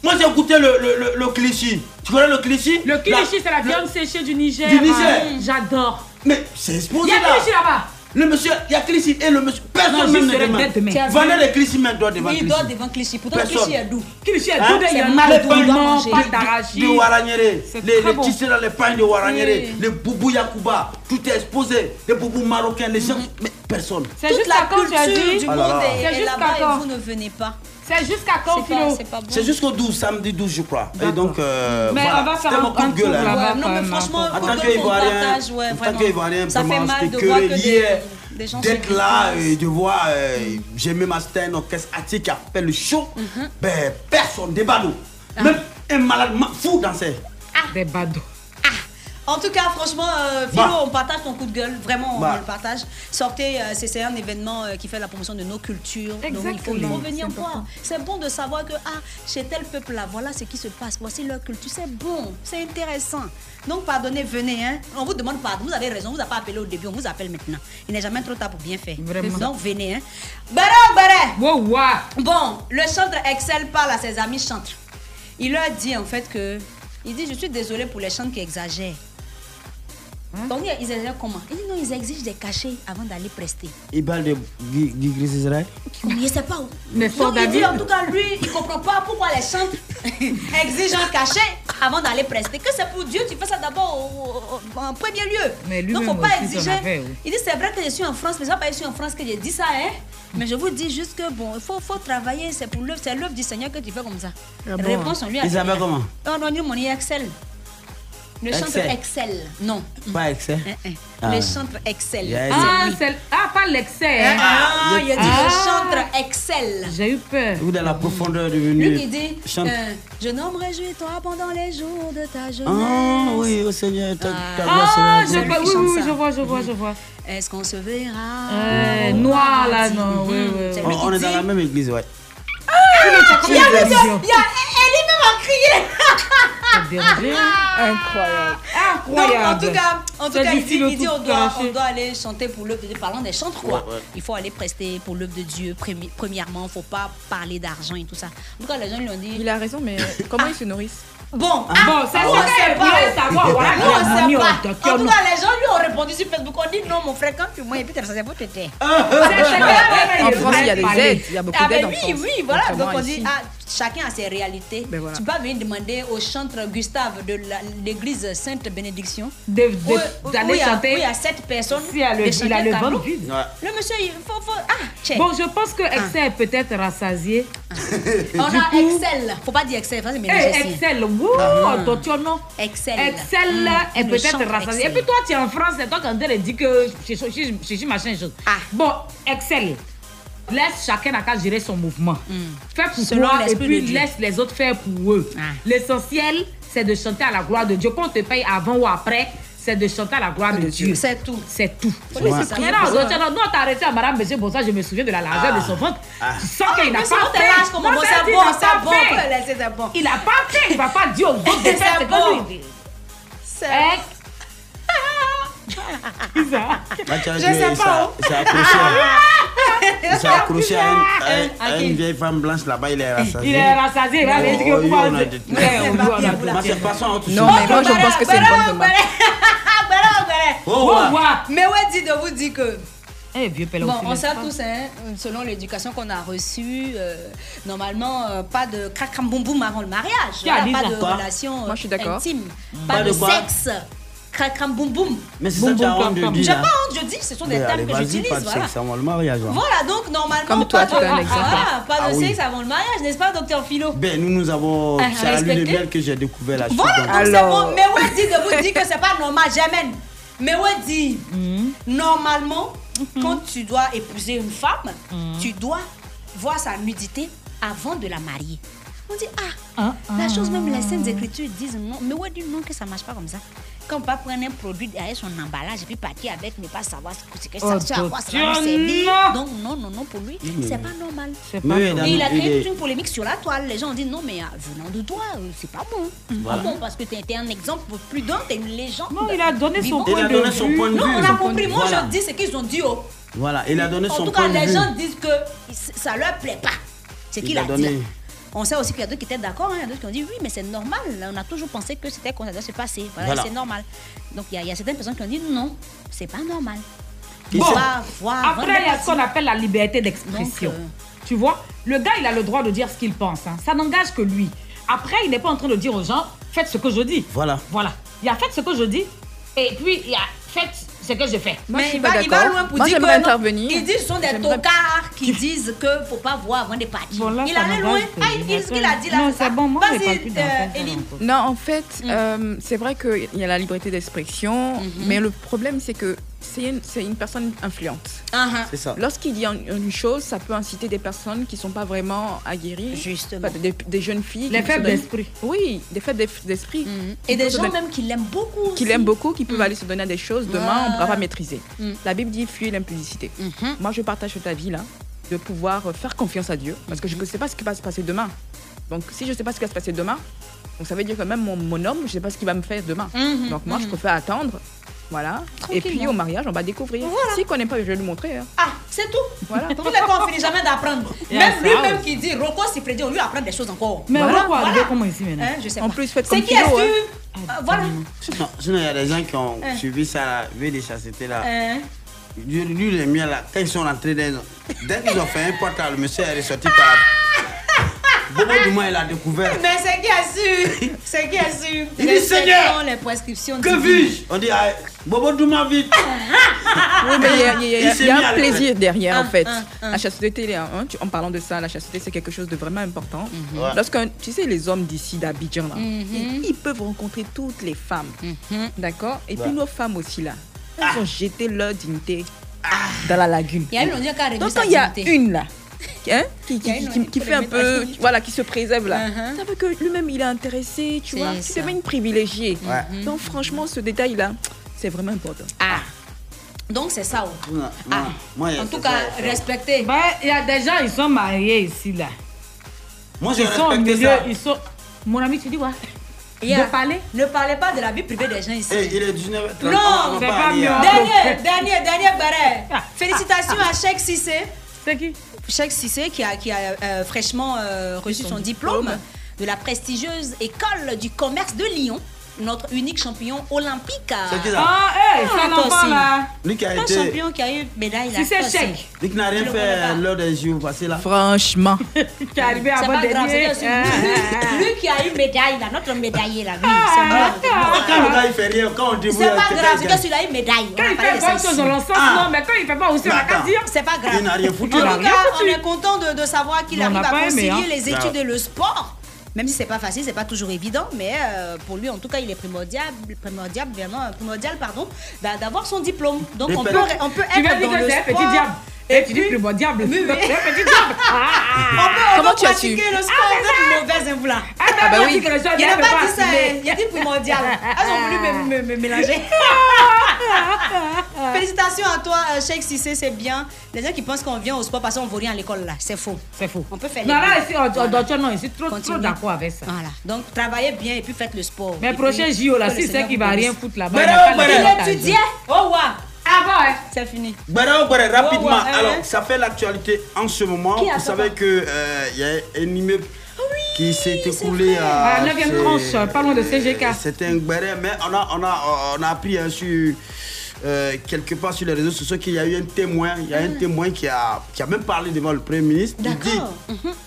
Speaker 8: Moi, j'ai écouté le, le, le, le cliché. Tu connais le cliché Le
Speaker 9: Kilichi, c'est la viande séchée du Niger. Ah,
Speaker 8: Du Niger.
Speaker 9: J'adore.
Speaker 8: Mais c'est exposé
Speaker 9: Il y a
Speaker 8: là.
Speaker 9: Kilichi là-bas.
Speaker 8: Le monsieur, il y a Clichy et le monsieur.
Speaker 7: Non,
Speaker 8: Personne
Speaker 7: je
Speaker 8: même
Speaker 7: serai bête
Speaker 8: ne
Speaker 7: demain. Tu as
Speaker 8: demande. Vendez
Speaker 7: vu
Speaker 8: les Clichy même doit devant
Speaker 7: Oui, il
Speaker 8: Clichy.
Speaker 7: dort devant Clichy. Pourtant,
Speaker 8: Personne.
Speaker 7: Clichy est doux. Clichy est
Speaker 8: Hein?
Speaker 7: doux, il y a
Speaker 8: Les
Speaker 7: mal doux,
Speaker 8: pains
Speaker 7: il
Speaker 8: de-
Speaker 7: doit manger.
Speaker 8: de- De Waraniéré, les, les tissus dans les pains de Waraniéré,
Speaker 7: Oui.
Speaker 8: les boubous Yakuba, tout est exposé, les boubous marocains, les gens.
Speaker 7: Mm.
Speaker 8: Mais personne.
Speaker 7: Toute la culture du
Speaker 8: Ah là
Speaker 7: monde
Speaker 8: là.
Speaker 7: est- est là-bas et vous ne venez pas. C'est jusqu'à
Speaker 9: quand, Philo
Speaker 7: C'est pas bon.
Speaker 8: C'est jusqu'au 12, samedi 12, je crois. Et donc, euh,
Speaker 7: Mais
Speaker 8: voilà.
Speaker 7: on va faire
Speaker 8: C'était
Speaker 7: un
Speaker 8: mon coup de
Speaker 7: grand
Speaker 8: gueule.
Speaker 7: tour
Speaker 8: hein.
Speaker 7: là-bas, Ouais, non, quand mais même, franchement, un
Speaker 8: en
Speaker 7: peu.
Speaker 8: tant
Speaker 7: coup de gueule qu'on
Speaker 8: qu'Ivoirien,
Speaker 7: partage, ouais,
Speaker 8: en tant
Speaker 7: vraiment.
Speaker 8: qu'Ivoirien,
Speaker 7: Ça fait
Speaker 8: vraiment,
Speaker 7: mal
Speaker 8: j'étais
Speaker 7: de voir que
Speaker 8: curieux
Speaker 7: des-
Speaker 8: hier
Speaker 7: des gens se
Speaker 8: D'être là
Speaker 7: déplacent.
Speaker 8: et de voir, euh, j'ai même acheté une orchestre attique qui a fait le show.
Speaker 24: Mm-hmm.
Speaker 8: Ben, personne, des badauds.
Speaker 7: Ah.
Speaker 8: Même un malade ma- fou dansait.
Speaker 9: Des badauds.
Speaker 7: En tout cas, franchement, euh, Philo,
Speaker 8: Bah.
Speaker 7: on partage ton coup de gueule. Vraiment, on
Speaker 8: Bah.
Speaker 7: le partage. Sortez, euh, c'est c'est un événement euh, qui fait la promotion de nos cultures. Donc, il faut, il faut
Speaker 9: Exactement.
Speaker 7: venir
Speaker 9: C'est
Speaker 7: voir. C'est bon de savoir que, ah, chez tel peuple-là, voilà ce qui se passe. Voici leur culture. C'est bon, c'est intéressant. Donc, pardonnez, venez. hein. On vous demande pardon. Vous avez raison. On vous a pas appelé au début. On vous appelle maintenant. Il n'est jamais trop tard pour bien faire.
Speaker 9: Vraiment.
Speaker 7: Donc, venez. Hein. Baré, baré. Bon, le chantre Excel parle à ses amis chantres. Il leur dit en fait que. Il dit Je suis désolé pour les chantres qui exagèrent. Donc ils exagèrent comment Il dit Non, ils exigent des cachets avant d'aller prester.
Speaker 8: Il parle de Guy Guy Gris Israël.
Speaker 7: On ne sait pas où.
Speaker 8: Mais fort
Speaker 7: Donc il dit
Speaker 8: David.
Speaker 7: En tout cas, lui, il comprend pas pourquoi les chantres exigent un cachet avant d'aller prester. Que c'est pour Dieu, tu fais ça d'abord au- au- au- en premier lieu.
Speaker 9: Mais
Speaker 7: Donc
Speaker 9: lui-même
Speaker 7: faut pas
Speaker 9: aussi, il en
Speaker 7: exiger.
Speaker 9: avait, oui.
Speaker 7: Il dit c'est vrai que je suis en France, mais c'est pas je suis en France que j'ai dit ça, hein. Mais je vous dis juste que bon, il faut, faut travailler, c'est pour l'œuvre, c'est l'œuvre du Seigneur que tu fais comme ça.
Speaker 9: Ah
Speaker 7: Réponse on lui a
Speaker 8: Ah Ils s'appellent comment
Speaker 7: On a dit mon Excel. Le
Speaker 8: Excel.
Speaker 7: chantre Excel. Non.
Speaker 8: Pas Excel.
Speaker 7: Eh,
Speaker 8: Ah.
Speaker 7: Le chantre Excel.
Speaker 8: Yeah,
Speaker 9: Ah,
Speaker 7: lui.
Speaker 9: c'est- ah, pas l'excès. hein.
Speaker 7: Ah, il a dit
Speaker 9: Ah.
Speaker 7: le chantre Excel.
Speaker 9: J'ai eu peur.
Speaker 8: Ou dans la profondeur du
Speaker 7: Lui
Speaker 8: venu.
Speaker 7: qui dit
Speaker 8: Chante.
Speaker 7: euh, Je nomme réjouis-toi pendant les jours de ta jeunesse.
Speaker 8: Ah oui, au Seigneur, ta, ta voix
Speaker 9: Ah,
Speaker 8: sera-
Speaker 9: je vois, oui, oui, oui, je vois, je vois, je vois.
Speaker 7: Est-ce qu'on se verra
Speaker 9: Euh, noir là, non, oui, oui.
Speaker 7: C'est
Speaker 8: On,
Speaker 7: lui qui
Speaker 8: on est
Speaker 7: dit-
Speaker 8: dans la même église, ouais.
Speaker 7: Il y a
Speaker 8: combien de
Speaker 7: le-
Speaker 8: versions
Speaker 7: il y a- elle est même à crier.
Speaker 9: Incroyable.
Speaker 7: Ah. Donc, en tout
Speaker 9: Incroyable.
Speaker 7: cas, en tout
Speaker 9: Ça
Speaker 7: cas
Speaker 9: dit
Speaker 7: il dit,
Speaker 9: Philo
Speaker 7: il dit,
Speaker 9: tout
Speaker 7: on, doit,
Speaker 9: craché.
Speaker 7: on doit aller chanter pour l'œuvre de Dieu. Parlant des chantres, quoi.
Speaker 9: Ouais, ouais.
Speaker 7: Il faut aller prester pour l'œuvre de Dieu, premi- premièrement. faut pas parler d'argent et tout ça. En tout cas, les gens ils l'ont dit.
Speaker 11: Il a raison, mais comment ils se nourrissent
Speaker 7: Bon,
Speaker 11: Ah.
Speaker 7: ah,
Speaker 11: Bon, ça,
Speaker 7: nous,
Speaker 11: c'est
Speaker 7: on
Speaker 11: ça,
Speaker 7: sait
Speaker 11: il voulait
Speaker 7: pas.
Speaker 11: savoir, voilà,
Speaker 7: Nous,
Speaker 11: quel
Speaker 7: on
Speaker 11: ami
Speaker 7: sait
Speaker 11: on
Speaker 7: pas.
Speaker 11: docteur,
Speaker 7: En tout
Speaker 11: nous.
Speaker 7: cas, les gens lui ont répondu sur Facebook. On dit non, mon frère, quand tu moi, et puis t'as- ça c'est pour t'aider.
Speaker 11: En France, il y a des aides, il y a beaucoup
Speaker 7: Ah,
Speaker 11: d'aides
Speaker 7: ben
Speaker 11: en
Speaker 7: Oui,
Speaker 11: France.
Speaker 7: oui, voilà. Donc,
Speaker 11: Contrairement
Speaker 7: on
Speaker 11: à
Speaker 7: dit,
Speaker 11: ici.
Speaker 7: ah, chacun a ses réalités.
Speaker 11: Ben voilà.
Speaker 7: Tu vas venir demander au chantre Gustave de la- l'église Sainte-Bénédiction
Speaker 9: De- de-
Speaker 7: où- où
Speaker 9: d'aller
Speaker 7: il y a-
Speaker 9: chanter.
Speaker 7: où Il y a sept personnes.
Speaker 9: Il a le,
Speaker 7: de chanter
Speaker 9: il a le
Speaker 7: tableau.
Speaker 9: ventre vide.
Speaker 7: Le monsieur, il faut. faut- ah, check. Hein.
Speaker 9: Bon, je pense que Excel est peut-être rassasié.
Speaker 7: On
Speaker 9: Du
Speaker 7: a
Speaker 9: coup-
Speaker 7: Excel. Faut pas dire Excel, ça c'est
Speaker 9: Eh,
Speaker 7: ménager, c'est-
Speaker 9: Excel, wouh,
Speaker 7: Ah,
Speaker 9: attention, non.
Speaker 7: Excel.
Speaker 9: Excel là,
Speaker 7: Mm,
Speaker 9: est
Speaker 7: le
Speaker 9: peut-être
Speaker 7: chantre
Speaker 9: rassasié. Et
Speaker 7: Excel.
Speaker 9: puis toi, tu es en France, c'est toi quand elle dit que je suis- je suis- je suis machin chose.
Speaker 7: Ah.
Speaker 9: Bon, Excel. Laisse chacun à gérer son mouvement. Fais pour
Speaker 7: Hmm. Selon
Speaker 9: toi et
Speaker 7: l'esprit
Speaker 9: puis
Speaker 7: de Dieu. Ah.
Speaker 9: laisse les autres faire pour eux. L'essentiel, c'est de chanter à la gloire de Dieu. Qu'on te paye avant ou après, c'est de chanter à la gloire de, Dieu.
Speaker 7: C'est tout.
Speaker 9: C'est tout.
Speaker 7: Faut
Speaker 9: Mais
Speaker 7: laisser ça. Ouais.
Speaker 9: non, nous, on t'a arrêté à Madame Monsieur Bonsa, je me souviens de la largeur
Speaker 7: Ah.
Speaker 9: de son ventre. Tu sens
Speaker 7: Ah,
Speaker 9: qu'il n'a
Speaker 7: mais
Speaker 9: pas
Speaker 7: son ventre est
Speaker 9: fait.
Speaker 7: large comme
Speaker 9: Non,
Speaker 7: moi,
Speaker 9: ça,
Speaker 7: c'est
Speaker 9: il
Speaker 7: bon,
Speaker 9: n'a
Speaker 7: c'est
Speaker 9: pas
Speaker 7: bon,
Speaker 9: fait.
Speaker 7: on peut laisser, c'est bon.
Speaker 9: Il n'a pas fait, il ne va pas dire aux autres de
Speaker 7: C'est
Speaker 9: faire, c'est
Speaker 7: bon.
Speaker 9: pas lui. Hein? Ex-
Speaker 8: Ah, Je
Speaker 7: Je sais pas Ah,
Speaker 8: Il s'est accroché à- il s'est accroché à une- à une-
Speaker 9: Ah,
Speaker 8: à
Speaker 9: ok.
Speaker 8: une vieille femme blanche là-bas, il est rassasié.
Speaker 9: Il est rassasié, il va aller dire que
Speaker 8: Oh,
Speaker 9: vous
Speaker 8: oh, on a
Speaker 9: parlez-
Speaker 8: des-
Speaker 9: Ouais, on doit- on a des-
Speaker 8: Moi, c'est pas ça, hein, on touche
Speaker 11: Non,
Speaker 8: pas.
Speaker 11: mais moi, je pense que c'est une bonne demande.
Speaker 7: Ah,
Speaker 8: Au revoir.
Speaker 7: Mais ouais, dit de vous dire que.
Speaker 9: Eh, vieux pelle
Speaker 7: Bon, on sait tous, hein, selon l'éducation qu'on a reçue, euh, normalement, euh, pas de cracram boum boum avant le mariage.
Speaker 11: Qui a
Speaker 7: Voilà,
Speaker 11: dit
Speaker 7: pas
Speaker 11: ça
Speaker 7: de
Speaker 11: Quoi
Speaker 7: relation euh,
Speaker 11: Moi, je suis d'accord.
Speaker 7: intime.
Speaker 11: Mm.
Speaker 7: Pas,
Speaker 11: Pas
Speaker 7: de,
Speaker 11: de quoi
Speaker 7: sexe. Cracram boum boum.
Speaker 8: Mais c'est ça que tu as honte de
Speaker 7: J'ai
Speaker 8: dire.
Speaker 7: pas
Speaker 8: là.
Speaker 7: honte, je dis, ce sont des
Speaker 8: Mais
Speaker 7: termes
Speaker 8: allez,
Speaker 7: que
Speaker 8: vas-y,
Speaker 7: j'utilise.
Speaker 8: pas de
Speaker 7: Voilà.
Speaker 8: sexe avant le mariage. hein.
Speaker 7: Voilà, donc normalement,
Speaker 8: Comme toi,
Speaker 7: pas
Speaker 8: tu
Speaker 7: de,
Speaker 8: donnes l'exemple.
Speaker 7: Voilà, pas de
Speaker 8: Ah oui.
Speaker 7: sexe avant le mariage, n'est-ce pas, docteur Philo
Speaker 8: Ben, nous, nous avons.
Speaker 7: Ah,
Speaker 8: C'est la lune de
Speaker 7: respecter.
Speaker 8: miel que j'ai découvert là. je suis
Speaker 7: Voilà, donc
Speaker 8: content.
Speaker 7: c'est bon. Mais ouais, dit de vous dire que c'est pas normal, jamais. Mais ouais, dit,
Speaker 9: Hmm.
Speaker 7: normalement, quand tu dois épouser une femme,
Speaker 9: Hmm.
Speaker 7: tu dois voir sa nudité avant de la marier. On dit, ah, la chose même, les scènes d'écriture disent non. Mais ouais, dit non, que ça marche pas comme ça. Qu'on pas prendre un produit derrière son emballage et puis partir avec, ne pas savoir ce que c'est que ça,
Speaker 9: Oh,
Speaker 7: ce à quoi ça
Speaker 9: Dieu,
Speaker 7: va nous servir.
Speaker 9: non.
Speaker 7: Donc, non, non, non, pour lui,
Speaker 9: Mm.
Speaker 7: c'est pas normal.
Speaker 9: C'est pas Mais normal.
Speaker 7: Et il a
Speaker 9: madame, il
Speaker 7: créé
Speaker 9: est-
Speaker 7: toute une polémique sur la toile. Les gens ont dit non, mais euh, venant de toi, euh, c'est pas bon. C'est pas
Speaker 9: Voilà.
Speaker 7: bon parce que tu étais un exemple pour plus d'un, t'es une légende.
Speaker 9: Non, il a donné son
Speaker 7: Vivant.
Speaker 9: point Il a de donné vue. son point de
Speaker 7: non,
Speaker 9: vue.
Speaker 7: on
Speaker 8: Son
Speaker 7: a
Speaker 8: point de
Speaker 7: compris.
Speaker 8: vue.
Speaker 7: Moi,
Speaker 8: Voilà.
Speaker 7: je dis ce qu'ils ont dit. Oh.
Speaker 8: Voilà, il a donné
Speaker 7: En
Speaker 8: son
Speaker 7: tout
Speaker 8: point
Speaker 7: cas,
Speaker 8: de vue.
Speaker 7: les gens disent que ça leur plaît pas. C'est qu'il
Speaker 8: Il
Speaker 7: a,
Speaker 8: a donné.
Speaker 7: dit. On sait aussi qu'il y a d'autres qui étaient d'accord, hein. il y a d'autres qui ont dit oui, mais c'est normal. On a toujours pensé que c'était comme ça doit se passer. Voilà,
Speaker 8: Voilà.
Speaker 7: c'est normal. Donc il y, a- il y a certaines personnes qui ont dit non, c'est pas normal.
Speaker 9: Bon,
Speaker 7: Va voir, va
Speaker 9: après, il y a ce qu'on
Speaker 7: voir.
Speaker 9: appelle la liberté d'expression.
Speaker 11: euh,
Speaker 9: Tu vois, le gars, il a le droit de dire ce qu'il pense. hein. Ça n'engage que lui. Après, il n'est pas en train de dire aux gens, faites ce que je dis.
Speaker 8: Voilà.
Speaker 9: Voilà. Il y a faites ce que je dis, et puis il y a faites ce que je fais.
Speaker 11: Moi, je
Speaker 7: Mais
Speaker 11: suis
Speaker 7: il
Speaker 11: pas
Speaker 7: va, il va
Speaker 11: d'accord.
Speaker 7: loin pour
Speaker 11: Moi,
Speaker 7: dire que
Speaker 11: j'aimerais
Speaker 7: non.
Speaker 11: intervenir.
Speaker 7: Ils disent ce sont des
Speaker 11: J'aimerais-
Speaker 7: tocards qui disent que faut pas voir avant de partir. il
Speaker 11: ça
Speaker 7: allait
Speaker 11: m'engage
Speaker 7: loin.
Speaker 11: que
Speaker 7: Ah,
Speaker 11: je
Speaker 7: il dit ce qu'il a
Speaker 11: m'appelle.
Speaker 7: dit là.
Speaker 11: Non,
Speaker 7: c'est ça.
Speaker 11: bon, moi,
Speaker 7: Vas-y,
Speaker 11: j'ai pas le plus
Speaker 7: euh,
Speaker 11: d'enfants,
Speaker 7: Élie. Hmm.
Speaker 11: Non, en fait, euh, c'est vrai qu'il y a la liberté d'expression,
Speaker 7: Mhm.
Speaker 11: mais le problème, c'est que c'est une, c'est une personne influente.
Speaker 8: C'est ça.
Speaker 11: Lorsqu'il dit un- une chose, ça peut inciter des personnes qui ne sont pas vraiment aguerries. Justement. des, des jeunes filles.
Speaker 9: Les
Speaker 11: qui
Speaker 9: faibles
Speaker 11: se donnent-
Speaker 9: d'esprit.
Speaker 11: Oui, des faibles d'eff- d'esprit.
Speaker 7: Mhm. Et des gens même qui l'aiment beaucoup.
Speaker 11: qui
Speaker 7: aussi. Mhm.
Speaker 11: l'aiment beaucoup, qui peuvent aller se donner à des choses, demain on ne pourra pas
Speaker 7: Ouais.
Speaker 11: maîtriser.
Speaker 7: Mm.
Speaker 11: La Bible dit fuir l'impudicité.
Speaker 7: Mhm.
Speaker 11: Moi je partage cet avis-là, de pouvoir faire confiance à Dieu, parce que
Speaker 7: Mhm.
Speaker 11: je ne sais pas ce qui va se passer demain. Donc si je ne sais pas ce qui va se passer demain, donc ça veut dire que même mon, mon homme, je ne sais pas ce qu'il va me faire demain.
Speaker 7: Mhm,
Speaker 11: Donc moi je
Speaker 7: mhm.
Speaker 11: préfère attendre, voilà. Et puis
Speaker 7: Tranquillement.
Speaker 11: au mariage, on va découvrir. Si qu'on n'aime pas, je vais le montrer. hein.
Speaker 7: Ah, c'est tout.
Speaker 11: Voilà.
Speaker 7: Tous les fois, on finit jamais d'apprendre.
Speaker 11: Et
Speaker 7: Même
Speaker 11: ça
Speaker 7: lui-même
Speaker 11: aussi.
Speaker 7: qui dit Rocco Siffredi, on lui apprend des choses encore.
Speaker 9: Mais
Speaker 7: Voilà,
Speaker 9: on va arriver
Speaker 7: voilà.
Speaker 9: comment ici maintenant
Speaker 7: Hein, je sais
Speaker 11: En
Speaker 7: pas.
Speaker 11: plus, faites
Speaker 7: C'est
Speaker 11: comme
Speaker 7: qui est-ce
Speaker 11: Philo,
Speaker 7: que- Euh, Voilà.
Speaker 8: Sinon, sinon, il y a des gens qui ont
Speaker 7: Hein.
Speaker 8: suivi ça, la vie de chasteté là.
Speaker 7: Hein.
Speaker 8: Lui, lui, les miens là, quand ils sont rentrés dans Dès qu'ils ont fait un portable, le monsieur est ressorti par la. Bobo Duma, il a découvert.
Speaker 7: Mais c'est qui assure C'est qui assure
Speaker 8: Il dit, Seigneur,
Speaker 7: les prescriptions
Speaker 8: Que
Speaker 7: divines.
Speaker 8: vis-je On dit, ah, Bobo Douma, vite
Speaker 11: Oui, mais il y a, il y a-
Speaker 8: Il s'est
Speaker 11: il y a
Speaker 8: mis à
Speaker 11: un
Speaker 8: le
Speaker 11: plaisir
Speaker 8: faire.
Speaker 11: derrière,
Speaker 8: Ah,
Speaker 11: en fait.
Speaker 8: ah, ah.
Speaker 11: La chasteté, elle est un- hein, tu- en parlant de ça, la chasteté, c'est quelque chose de vraiment important.
Speaker 7: Mhm.
Speaker 8: Ouais.
Speaker 11: Lorsque, tu sais, les hommes d'ici, d'Abidjan, là,
Speaker 8: Mhm.
Speaker 11: ils, ils peuvent rencontrer toutes les femmes.
Speaker 7: Mhm.
Speaker 11: D'accord Et puis
Speaker 7: Ouais.
Speaker 11: nos femmes aussi, là, elles
Speaker 8: Ah.
Speaker 11: ont jeté leur dignité dans la lagune.
Speaker 7: Il y a une on dit, qui a réduit
Speaker 11: Donc,
Speaker 7: sa
Speaker 11: quand il y a
Speaker 7: dignité.
Speaker 11: une, là, hein, qui,
Speaker 7: Il
Speaker 11: qui,
Speaker 7: y a une
Speaker 11: qui-
Speaker 7: loi
Speaker 11: qui
Speaker 7: qui
Speaker 11: fait un
Speaker 7: peut le
Speaker 11: peu,
Speaker 7: mettre.
Speaker 11: voilà, qui se préserve, là,
Speaker 7: Mhm.
Speaker 11: ça veut que lui-même, il est intéressé, tu
Speaker 7: C'est
Speaker 11: vois.
Speaker 7: ça. Mhm.
Speaker 11: C'est même privilégié.
Speaker 8: Ouais.
Speaker 11: Donc, franchement, ce détail-là, c'est vraiment important.
Speaker 7: Ah Donc, c'est ça. oh.
Speaker 8: Non, non, moi,
Speaker 7: En tout cas, respectez.
Speaker 9: Ben, il y a des gens, ils sont mariés ici, là.
Speaker 8: Moi, j'ai
Speaker 9: Ils sont au
Speaker 8: respecté
Speaker 9: milieu,
Speaker 8: ça.
Speaker 9: ils sont... Mon ami, tu dis quoi
Speaker 7: Yeah.
Speaker 9: De parler
Speaker 7: Ne parlez pas de la vie privée des gens ici.
Speaker 8: Eh, il est 19h30.
Speaker 7: Non,
Speaker 8: on va aller à-
Speaker 7: Dernier, dernier, dernier barret. Félicitations à Cheikh Sissé.
Speaker 9: C'est qui
Speaker 7: Cheikh Sissé qui a, qui a euh, fraîchement euh, reçu son, diplôme, de la prestigieuse école du commerce de Lyon. Notre unique champion olympique.
Speaker 8: C'est qui ça
Speaker 9: Ah, hey, c'est un enfant,
Speaker 7: attention.
Speaker 9: là.
Speaker 8: Lui qui a
Speaker 7: Un
Speaker 8: été-
Speaker 7: champion qui a eu médaille. là,
Speaker 9: Sissé
Speaker 7: attention.
Speaker 9: Cheikh.
Speaker 8: Lui qui n'a rien
Speaker 7: Je le connais pas.
Speaker 8: fait lors des jours passés là.
Speaker 11: Franchement.
Speaker 9: Qui est
Speaker 7: C'est
Speaker 9: arrivé avant
Speaker 7: pas grave,
Speaker 9: dernier. Ah,
Speaker 7: c'est bien sûr. Lui qui a eu médaille, là, notre médaillé, là, lui,
Speaker 9: Ah,
Speaker 7: c'est moi.
Speaker 8: Quand le gars il fait rien, quand on dit
Speaker 7: C'est pas grave, c'est que celui-là a eu médaille.
Speaker 9: Quand il fait bonne chose, on l'encense,
Speaker 7: hein,
Speaker 9: non, mais quand il fait pas aussi, on va pas dire.
Speaker 7: C'est pas grave.
Speaker 8: Il n'a rien foutu.
Speaker 7: En
Speaker 8: là.
Speaker 7: tout cas, on est content de, de savoir qu'il
Speaker 9: Mais on
Speaker 7: arrive
Speaker 9: n'a
Speaker 7: à
Speaker 9: pas
Speaker 7: concilier
Speaker 9: aimé, hein.
Speaker 7: les études
Speaker 9: Grave.
Speaker 7: et le sport. Même si c'est pas facile, c'est pas toujours évident, mais euh, pour lui, en tout cas, il est primordial, primordial, vraiment, euh, primordial, pardon, d'a- d'avoir son diplôme. Donc on peut, on peut
Speaker 9: Tu vas
Speaker 7: être
Speaker 9: dire
Speaker 7: dans
Speaker 9: que
Speaker 7: le
Speaker 9: c'est un
Speaker 7: sport.
Speaker 9: petit diable. Et tu dis ah, que le bon diable.
Speaker 7: Oui, oui.
Speaker 9: C'est un petit diable. Ah,
Speaker 7: On peut, on
Speaker 9: Comment
Speaker 7: peut
Speaker 9: tu as
Speaker 7: pratiquer
Speaker 9: su
Speaker 7: le sport d'être mauvaise, hein, vous là.
Speaker 9: Ah, t'as bien dit que le
Speaker 7: Il n'a
Speaker 9: sport
Speaker 7: pas dit
Speaker 9: bien fait pas
Speaker 7: ça,
Speaker 9: assumer.
Speaker 7: hein. il a dit primordial. Elles ont voulu me- me- me mélanger. Félicitations à toi, euh, Cheikh Sissé, c'est bien. Les gens qui pensent qu'on vient au sport parce qu'on ne vaut rien à l'école, là, c'est faux.
Speaker 9: C'est faux.
Speaker 7: On peut faire
Speaker 9: Non, là,
Speaker 7: l'école.
Speaker 9: ici, on- on-
Speaker 7: Voilà.
Speaker 9: on- non, ici, trop, trop
Speaker 7: Continue.
Speaker 9: d'accord avec ça.
Speaker 7: Voilà. Donc, travaillez bien et puis faites le sport.
Speaker 9: Mais
Speaker 7: Et
Speaker 9: prochain
Speaker 7: puis,
Speaker 9: JO, là,
Speaker 7: que le
Speaker 9: si c'est
Speaker 7: Seigneur
Speaker 9: qui
Speaker 7: vous
Speaker 9: va
Speaker 7: bénisse.
Speaker 9: rien foutre là-bas.
Speaker 8: Bérou,
Speaker 9: n'a pas
Speaker 8: Bérou.
Speaker 9: la
Speaker 7: Il étudiait. Oh, waouh. Ah bon, hein. C'est fini.
Speaker 8: Bara oh, Bara, rapidement.
Speaker 7: Ouais, ouais, ouais.
Speaker 8: Alors, ça fait l'actualité en ce moment.
Speaker 7: Qui a
Speaker 8: Vous
Speaker 7: fait
Speaker 8: savez
Speaker 7: quoi
Speaker 8: qu'il y a un immeuble qui s'est écoulé à.
Speaker 9: Ah, 9e
Speaker 8: c'est-
Speaker 9: tranche, pas loin de CGK.
Speaker 8: euh, C'était un Bara, mais on a, on a, on a appris hein, sur. euh, quelque part sur les réseaux sociaux qu'il y a eu un témoin, il y a un témoin qui a, qui a même parlé devant le Premier ministre. Il dit,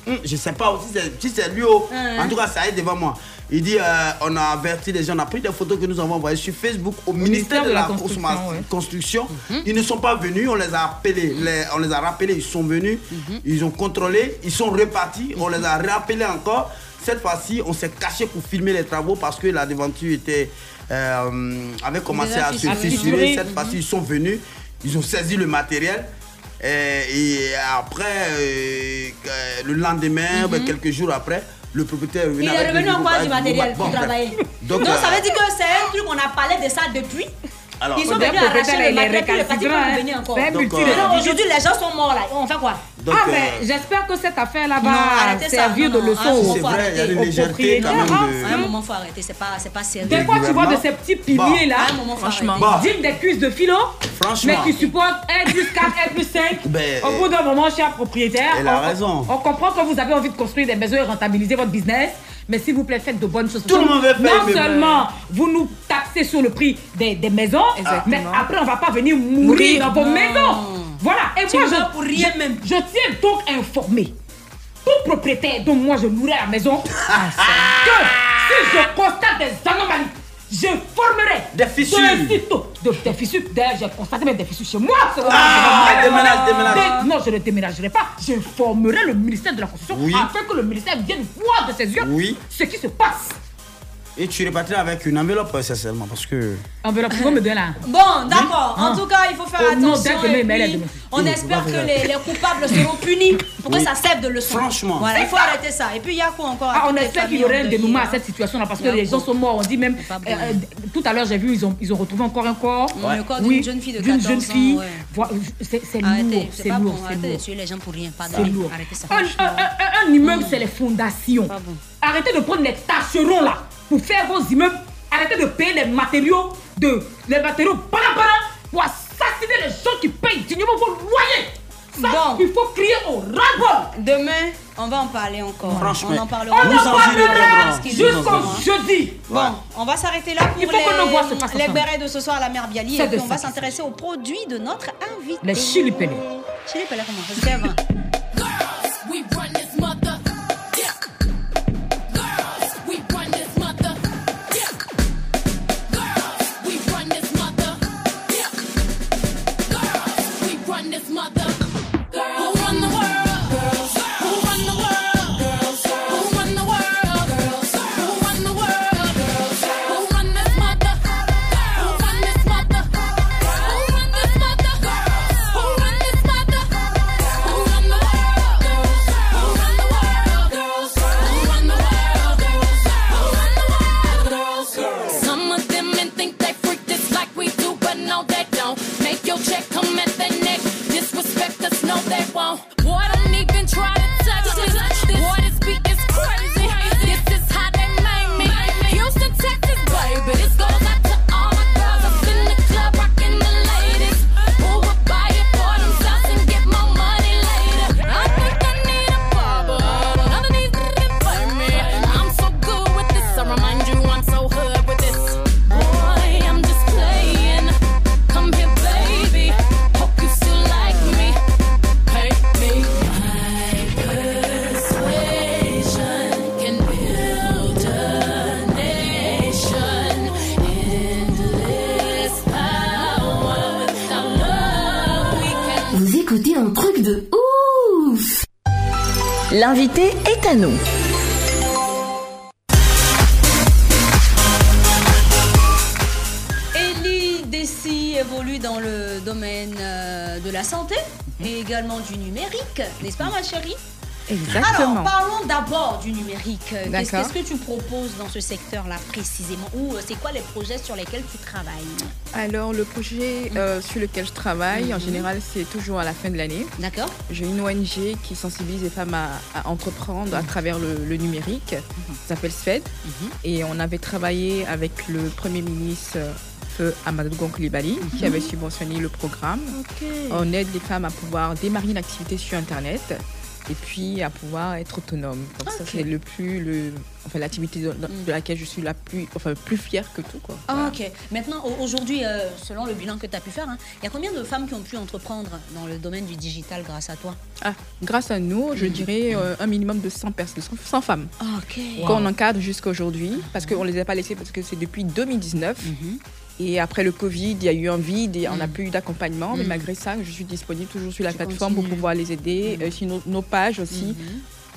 Speaker 8: Hum, je sais pas aussi c'est- si c'est lui ou...
Speaker 28: Ouais.
Speaker 8: En tout cas, ça est devant moi. Il dit, euh, on a averti les gens, on a pris des photos que nous avons envoyées sur Facebook au ministère, de, la, Construction. construction. Ils ne sont pas venus, on les a appelés, les- on les a rappelés, ils sont venus, ils ont contrôlé, ils sont repartis, on les a rappelés encore. Cette fois-ci, on s'est caché pour filmer les travaux parce que la devanture était, euh, avait commencé
Speaker 9: Déjà
Speaker 8: à se
Speaker 9: fissurée.
Speaker 8: fissurer.
Speaker 9: Mhm.
Speaker 8: Cette fois-ci, ils sont venus, ils ont saisi le matériel. Euh, Et, après, euh, euh, le lendemain, ben, quelques jours après, le propriétaire est revenu
Speaker 7: Mhm. Il
Speaker 8: avec
Speaker 7: est
Speaker 8: le
Speaker 7: revenu
Speaker 8: nouveau
Speaker 7: encore
Speaker 8: bail,
Speaker 7: du
Speaker 8: nouveau
Speaker 7: matériel
Speaker 8: bail.
Speaker 7: pour
Speaker 8: Bon, ben, bref.
Speaker 7: travailler.
Speaker 8: Donc,
Speaker 7: Donc, ça
Speaker 8: euh,
Speaker 7: veut dire que c'est un truc, on a parlé de ça depuis.
Speaker 8: Alors,
Speaker 7: Ils sont
Speaker 8: on
Speaker 7: venus
Speaker 8: dirait que
Speaker 7: arracher
Speaker 8: peut-être
Speaker 7: le
Speaker 8: il est
Speaker 7: matériel, puis le patron
Speaker 9: récalcitrant,
Speaker 7: est
Speaker 9: hein.
Speaker 7: revenu encore.
Speaker 9: C'est un
Speaker 7: Donc,
Speaker 9: multirésident.
Speaker 7: euh, Aujourd'hui, les gens sont morts là. On fait quoi
Speaker 8: Donc,
Speaker 9: ah,
Speaker 8: euh,
Speaker 9: mais j'espère que cette affaire-là
Speaker 7: Non,
Speaker 9: va
Speaker 7: arrêtez ça,
Speaker 9: servir
Speaker 7: non,
Speaker 9: de
Speaker 7: non,
Speaker 9: leçon
Speaker 7: un moment,
Speaker 9: aux
Speaker 7: faut arrêter. C'est vrai, il y a une
Speaker 9: aux
Speaker 8: légèreté quand même
Speaker 9: propriétaires.
Speaker 8: de-
Speaker 7: À un moment, faut arrêter. C'est pas, c'est pas sérieux.
Speaker 9: Des fois, tu vois de ces petits piliers là,
Speaker 7: À un moment, faut
Speaker 9: franchement,
Speaker 7: arrêter.
Speaker 11: Bah.
Speaker 9: dignes des cuisses de philo,
Speaker 8: Bah. Franchement.
Speaker 9: mais qui supportent 1 plus 4, 1 plus 5.
Speaker 8: Ben,
Speaker 9: Au bout d'un moment, cher propriétaire,
Speaker 8: elle a
Speaker 9: on-
Speaker 8: raison.
Speaker 9: on comprend que vous avez envie de construire des maisons et rentabiliser votre business, mais s'il vous plaît, faites de bonnes choses.
Speaker 8: Tout le monde veut faire,
Speaker 9: Non
Speaker 8: mais-
Speaker 9: seulement vous nous taxez taxer sur le prix des, des maisons,
Speaker 11: Exactement.
Speaker 9: mais après on va pas venir mourir,
Speaker 11: Mourir,
Speaker 9: dans vos
Speaker 11: non.
Speaker 9: maisons. Voilà, et
Speaker 11: Tu
Speaker 9: moi
Speaker 11: meurs
Speaker 9: je,
Speaker 11: pour rien
Speaker 9: je- je tiens donc à informer tout propriétaire dont moi je louerai la maison
Speaker 11: Ah,
Speaker 9: que si je constate des anomalies, je formerai des
Speaker 8: fissures.
Speaker 9: de, des fissures. D'ailleurs, j'ai constaté même des fissures chez moi. c'est
Speaker 8: Ah,
Speaker 9: vrai.
Speaker 8: déménage, déménage.
Speaker 9: Dé- non, je ne déménagerai pas. J'informerai le ministère de la Construction
Speaker 8: Oui.
Speaker 9: afin que le ministère vienne voir de ses yeux
Speaker 8: Oui.
Speaker 9: ce qui se passe.
Speaker 8: Et tu repartiras avec une enveloppe, sincèrement, parce que.
Speaker 9: Enveloppe, vous me donner là.
Speaker 7: Bon, d'accord.
Speaker 8: Ah.
Speaker 9: Hein?
Speaker 7: En tout cas, il faut faire
Speaker 8: Oh non,
Speaker 7: attention.
Speaker 8: d'accord, mais
Speaker 7: et
Speaker 8: mais elle a
Speaker 7: puis,
Speaker 8: demandé.
Speaker 7: on
Speaker 8: Oui,
Speaker 7: espère
Speaker 8: on va
Speaker 7: que
Speaker 8: faire
Speaker 7: les, les coupables seront punis pour que
Speaker 9: Oui.
Speaker 7: ça serve de leçon.
Speaker 9: Franchement.
Speaker 7: Voilà, il
Speaker 9: C'est
Speaker 7: faut
Speaker 9: ça.
Speaker 7: arrêter ça. Et puis, il y a quoi encore à
Speaker 9: Ah, on
Speaker 7: toutes les
Speaker 9: espère qu'il y
Speaker 7: familles
Speaker 9: aurait un
Speaker 7: endeuillées,
Speaker 9: dénouement à
Speaker 7: hein.
Speaker 9: cette situation là parce que
Speaker 7: D'accord.
Speaker 9: les gens sont morts. On dit même.
Speaker 7: bon.
Speaker 9: euh, euh, tout à l'heure, j'ai vu, ils ont, ils ont retrouvé encore un corps.
Speaker 7: Ouais. Le corps d'une jeune fille de
Speaker 9: D'une
Speaker 7: 14
Speaker 9: jeune
Speaker 7: ans,
Speaker 9: fille.
Speaker 7: ouais.
Speaker 9: Voi- C'est c'est lourd.
Speaker 7: Arrêtez, c'est
Speaker 9: C'est
Speaker 7: pas
Speaker 9: lourd.
Speaker 7: bon.
Speaker 9: c'est
Speaker 7: Arrêtez de
Speaker 9: lourd.
Speaker 7: tuer les gens pour rien.
Speaker 9: C'est
Speaker 7: Pardon.
Speaker 9: lourd.
Speaker 7: Arrêtez ça.
Speaker 9: Un, un- un- un- un immeuble, c'est les fondations. Arrêtez de prendre les tâcherons là pour faire vos immeubles. Arrêtez de payer les matériaux de les matériaux para pour assassiner les gens qui payent dignement vos loyers. Ça, il faut crier au ras-le-bol.
Speaker 7: Demain, on va en parler encore.
Speaker 9: Franchement,
Speaker 7: on en parlera.
Speaker 9: on en parlera
Speaker 7: Parce qu'il
Speaker 9: jusqu'au
Speaker 7: est vraiment-
Speaker 9: jeudi.
Speaker 7: Bon, on va s'arrêter là pour
Speaker 9: Il faut qu'on
Speaker 7: les-
Speaker 9: envoie ce face à
Speaker 7: les
Speaker 9: face.
Speaker 7: bérets de ce soir à la mère Bialy.
Speaker 9: C'est
Speaker 7: Et puis,
Speaker 9: de
Speaker 7: on
Speaker 9: ça
Speaker 7: va s'intéresser aux produits de notre invité.
Speaker 9: Les chili pelés.
Speaker 7: Chili pelé, comment Parce qu'elle va-
Speaker 24: Girls, we run this mother. Yeah. Girls, we run this mother. Yeah. Girls, we run this mother. Yeah. Girls, we run this mother. Girls, who run the world? Girls, who run the world? Girls, who run the world? Girls, who run the world? Girls, who run this mother? Who run this mother? Who run this mother? Who run this mother? Who run the world? Girls, who run the world? Girls, who run the world? Girls, who run the world? Girls, some of them men think they freak this like we do, but no, they don't. Make your check come at their neck. Disrespect us, no, they won't. Boy, don't even try to touch us. Boy, this beat is crazy. This is how they make me. Houston, Texas, baby. This goes out to all my girls up in the club, rocking the ladies. Who would buy it for themselves and get more money later? I think I need a barber. None of these niggas play me. I'm so good with this. I remind you, I'm so hood with this. Boy, I'm just playing. Come here, baby. Hope you still like me. Hate me. My persuasion can build a nation. Endless power. Without love, we can
Speaker 1: Vous écoutez un truc de ouf L'invité est à nous.
Speaker 7: Elie Dessy évolue dans le domaine euh, de la santé
Speaker 11: Mhm.
Speaker 7: et également du numérique, n'est-ce pas ma chérie
Speaker 11: Exactement.
Speaker 7: Alors, parlons d'abord du numérique. Euh, Qu'est-ce
Speaker 11: D'accord.
Speaker 7: qu'est-ce que tu proposes dans ce secteur-là précisément Ou euh, c'est quoi les projets sur lesquels tu travailles
Speaker 11: Alors, le projet
Speaker 7: Mm.
Speaker 11: euh, sur lequel je travaille, en
Speaker 7: Mhm.
Speaker 11: général, c'est toujours à la fin de l'année.
Speaker 7: D'accord.
Speaker 11: J'ai une ONG qui sensibilise les femmes à, à entreprendre
Speaker 7: Mm-hmm.
Speaker 11: à travers le, le numérique. Ça s'appelle SFED. Et on avait travaillé avec le Premier ministre euh, Feu Amadou Gon Coulibaly, qui
Speaker 7: Mhm.
Speaker 11: avait subventionné le programme.
Speaker 7: Ok.
Speaker 11: On aide les femmes à pouvoir démarrer une activité sur Internet et puis à pouvoir être autonome. Donc
Speaker 7: Ok.
Speaker 11: ça,
Speaker 7: Mm.
Speaker 11: c'est le plus... Le, enfin, l'activité de, de laquelle je suis la plus, enfin, plus fière que tout. Quoi.
Speaker 7: Ah, ok. Maintenant, au- aujourd'hui, euh, selon le bilan que tu as pu faire, hein, il y a combien de femmes qui ont pu entreprendre dans le domaine du digital grâce à toi
Speaker 11: Ah, grâce à nous, je dirais euh, un minimum de 100 personnes, 100, 100 femmes.
Speaker 7: Ok.
Speaker 11: Qu'on encadre jusqu'à aujourd'hui, parce qu'on ne les a pas laissées, parce que c'est depuis 2019. Et après le Covid, il y a eu un vide et on n'a plus eu d'accompagnement. Mais
Speaker 7: Mhm.
Speaker 11: malgré ça, je suis disponible toujours sur la plateforme pour pouvoir les aider.
Speaker 7: Mhm.
Speaker 11: Euh, sur nos, nos pages aussi,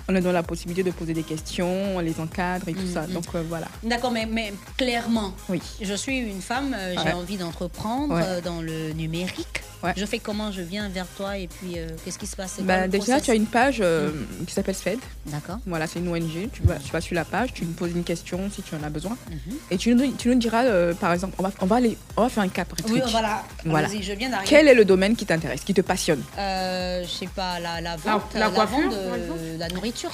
Speaker 11: on leur donne la possibilité de poser des questions, on les encadre et tout ça. Donc euh, voilà.
Speaker 7: D'accord, mais, mais clairement,
Speaker 11: Oui.
Speaker 7: je suis une femme, euh, j'ai
Speaker 11: Ouais.
Speaker 7: envie d'entreprendre
Speaker 11: Ouais.
Speaker 7: euh, dans le numérique. Je fais comment Je viens vers toi et puis euh, qu'est-ce qui se passe C'est quoi
Speaker 11: Bah,
Speaker 7: le
Speaker 11: déjà,
Speaker 7: process
Speaker 11: tu as une page euh, qui s'appelle Fed.
Speaker 7: D'accord.
Speaker 11: Voilà, c'est une ONG. Tu vas, tu vas sur la page, tu nous poses une question si tu en as besoin.
Speaker 7: Mhm.
Speaker 11: Et tu nous, tu nous diras, euh, par exemple, on va, on, va aller, on va faire un cap.
Speaker 7: Oui, euh, voilà.
Speaker 11: voilà.
Speaker 7: Allons-y, je viens d'arriver.
Speaker 11: Quel est le domaine qui t'intéresse, qui te passionne
Speaker 7: Euh, je sais pas, la, la vente,
Speaker 9: la
Speaker 7: la,
Speaker 9: coiffure,
Speaker 7: vente,
Speaker 9: par
Speaker 7: euh,
Speaker 9: exemple
Speaker 7: la nourriture.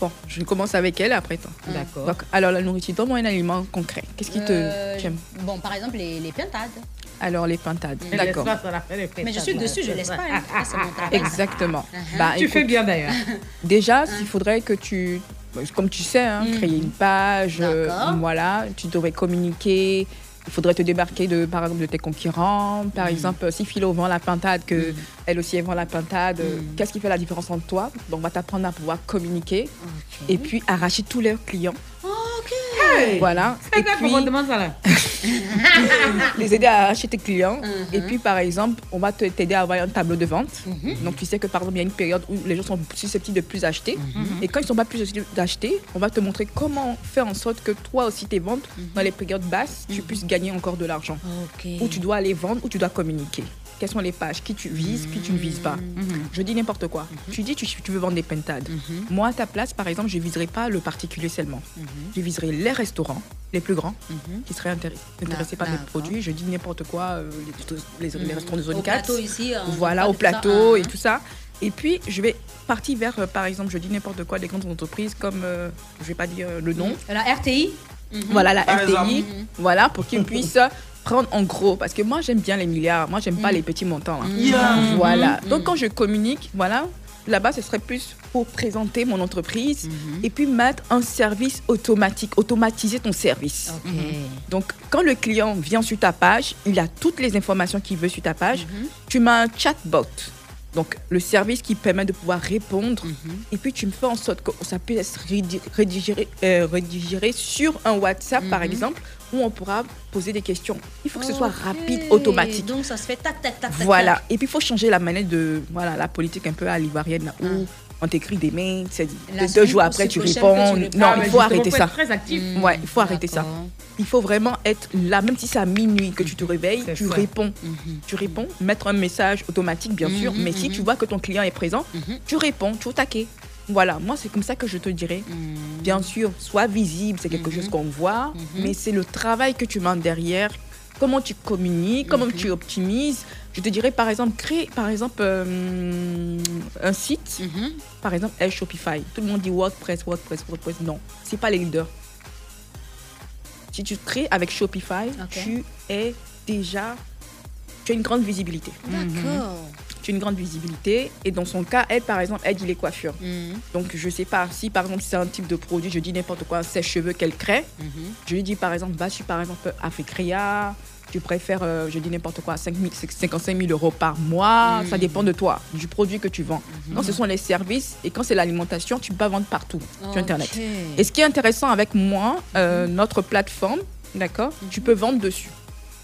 Speaker 11: Bon, je commence avec elle, après toi.
Speaker 7: D'accord.
Speaker 11: Donc, alors, la nourriture, donne-moi un aliment concret. Qu'est-ce qui te.
Speaker 7: Euh,
Speaker 11: tu aimes
Speaker 7: Bon, par exemple, les, les pintades.
Speaker 11: Alors, les pintades.
Speaker 7: Elle
Speaker 11: D'accord.
Speaker 7: laisse pas, Mais je suis dessus, je laisse pas. hein. Ça, c'est mon travail.
Speaker 11: Ah, Exactement.
Speaker 7: Uh-huh.
Speaker 11: Bah,
Speaker 7: Tu fais bien,
Speaker 9: d'ailleurs.
Speaker 11: Déjà, il faudrait que tu, comme tu sais, hein, créer une page, euh,
Speaker 19: Mm. D'accord.
Speaker 11: voilà, tu devrais communiquer. Il faudrait te débarquer de, par exemple, de tes concurrents. Par
Speaker 19: Mm.
Speaker 11: exemple, si Philo vend la pintade, que elle aussi elle vend la pintade, euh,
Speaker 19: Mm.
Speaker 11: qu'est-ce qui fait la différence entre toi Donc, on va t'apprendre à pouvoir communiquer et puis arracher tous leurs clients.
Speaker 19: Ok.
Speaker 11: Voilà.
Speaker 9: C'est quoi qu'on demande ça là
Speaker 11: les aider à acheter tes clients. Et puis, par exemple, on va te- t'aider à avoir un tableau de vente. Donc, tu sais que, par exemple, il y a une période où les gens sont susceptibles de plus acheter.
Speaker 19: Mhm.
Speaker 11: Et quand ils ne sont pas plus susceptibles d'acheter, on va te montrer comment faire en sorte que toi aussi, tes ventes,
Speaker 19: Mhm.
Speaker 11: dans les périodes basses, tu puisses gagner encore de l'argent. Où tu dois aller vendre, où tu dois communiquer. Quelles sont les pages Qui tu vises, qui tu ne vises pas
Speaker 19: Mhm.
Speaker 11: Je dis n'importe quoi. Tu dis tu, tu veux vendre des pentades. Moi, à ta place, par exemple, je ne viserai pas le particulier seulement.
Speaker 19: Mhm.
Speaker 11: Je viserai les restaurants, les plus grands, qui seraient intéressés, intéressés par mes produits. Je dis n'importe quoi, euh, les,
Speaker 19: Ah,
Speaker 11: les- les
Speaker 19: Mhm.
Speaker 11: restaurants de
Speaker 19: Au
Speaker 11: zone 4.
Speaker 19: plateau ici, hein,
Speaker 11: voilà,
Speaker 19: on
Speaker 11: au
Speaker 19: parle de ça,
Speaker 11: plateau
Speaker 19: hein,
Speaker 11: et tout ça. Et puis, je vais partir vers, euh, par exemple, je dis n'importe quoi, des grandes entreprises comme, euh, je vais pas dire euh, le nom.
Speaker 8: Mhm.
Speaker 19: La RTI
Speaker 11: Voilà, la
Speaker 9: Ah,
Speaker 19: Par
Speaker 11: RTI.
Speaker 19: exemple.
Speaker 11: Voilà, pour qu'ils puissent prendre en gros. Parce que moi, j'aime bien les milliards. Moi, j'aime pas les petits montants. là.
Speaker 8: Yeah.
Speaker 11: Voilà.
Speaker 8: Mhm.
Speaker 11: Donc, quand je communique, voilà, là-bas, ce serait plus pour présenter mon entreprise
Speaker 8: Mhm.
Speaker 11: et puis mettre un service automatique, automatiser ton service.
Speaker 7: Mmh.
Speaker 11: Donc, quand le client vient sur ta page, il a toutes les informations qu'il veut sur ta page.
Speaker 19: Mhm.
Speaker 11: Tu mets un chatbot. Donc, le service qui permet de pouvoir répondre.
Speaker 19: Mhm.
Speaker 11: Et puis, tu me fais en sorte que ça puisse être rédi- rédigéré, euh, rédigéré sur un WhatsApp, par
Speaker 19: Mhm.
Speaker 11: exemple, où on pourra poser des questions. Il faut que ce soit
Speaker 19: Ok. Ah,
Speaker 11: rapide, automatique.
Speaker 19: Donc ça se fait tac, tac, tac, tac.
Speaker 11: Voilà.
Speaker 19: tac.
Speaker 11: Et puis, il faut changer la manière de. Voilà, la politique un peu à l'ivoirienne, là, où on t'écrit des mails, c'est
Speaker 19: Ah. La
Speaker 11: deux
Speaker 19: semaine
Speaker 11: jours après,
Speaker 19: prochaine
Speaker 11: tu
Speaker 19: que tu
Speaker 11: réponds.
Speaker 19: réponds.
Speaker 11: Non,
Speaker 19: Ah, mais
Speaker 11: il faut
Speaker 19: justement,
Speaker 11: arrêter
Speaker 19: faut
Speaker 11: ça.
Speaker 19: être très actif.
Speaker 11: Ouais, il faut arrêter ça.
Speaker 19: Mhm.
Speaker 11: Il faut vraiment être là, même si c'est à minuit que tu te réveilles, tu
Speaker 19: ça.
Speaker 11: réponds. Tu réponds, mettre un message automatique, bien sûr,
Speaker 19: Mhm,
Speaker 11: mais si
Speaker 19: mhm.
Speaker 11: tu vois que ton client est présent, tu réponds, tu es au taquet. Voilà, moi, c'est comme ça que je te dirais.
Speaker 19: Mhm.
Speaker 11: Bien sûr, sois visible, c'est quelque chose qu'on voit, mais c'est le travail que tu mets derrière. Comment tu communiques,
Speaker 19: Mhm.
Speaker 11: comment tu optimises. Je te dirais, par exemple, créer par exemple, euh, un site,
Speaker 19: Mhm.
Speaker 11: par exemple, eh, Shopify. Tout le monde dit WordPress, WordPress, WordPress. Non, c'est pas les leaders. Si tu crées avec Shopify, tu es déjà. Tu as une grande visibilité.
Speaker 19: D'accord.
Speaker 11: Tu as une grande visibilité. Et dans son cas, elle, par exemple, elle dit les coiffures. Donc, je sais pas si, par exemple, c'est un type de produit, je dis n'importe quoi, un sèche-cheveux qu'elle crée. Je lui dis, par exemple, va sur, par exemple, Africrea. Tu préfères, euh, je dis n'importe quoi, 5 000, 55 000 euros par mois.
Speaker 19: Mm.
Speaker 11: Ça dépend de toi, du produit que tu vends.
Speaker 19: Mm-hmm.
Speaker 11: Quand ce sont les services et quand c'est l'alimentation, tu peux pas vendre partout sur Internet.
Speaker 19: Ok. Mm-hmm.
Speaker 11: Et ce qui est intéressant avec moi, euh, notre plateforme, d'accord, tu peux vendre dessus.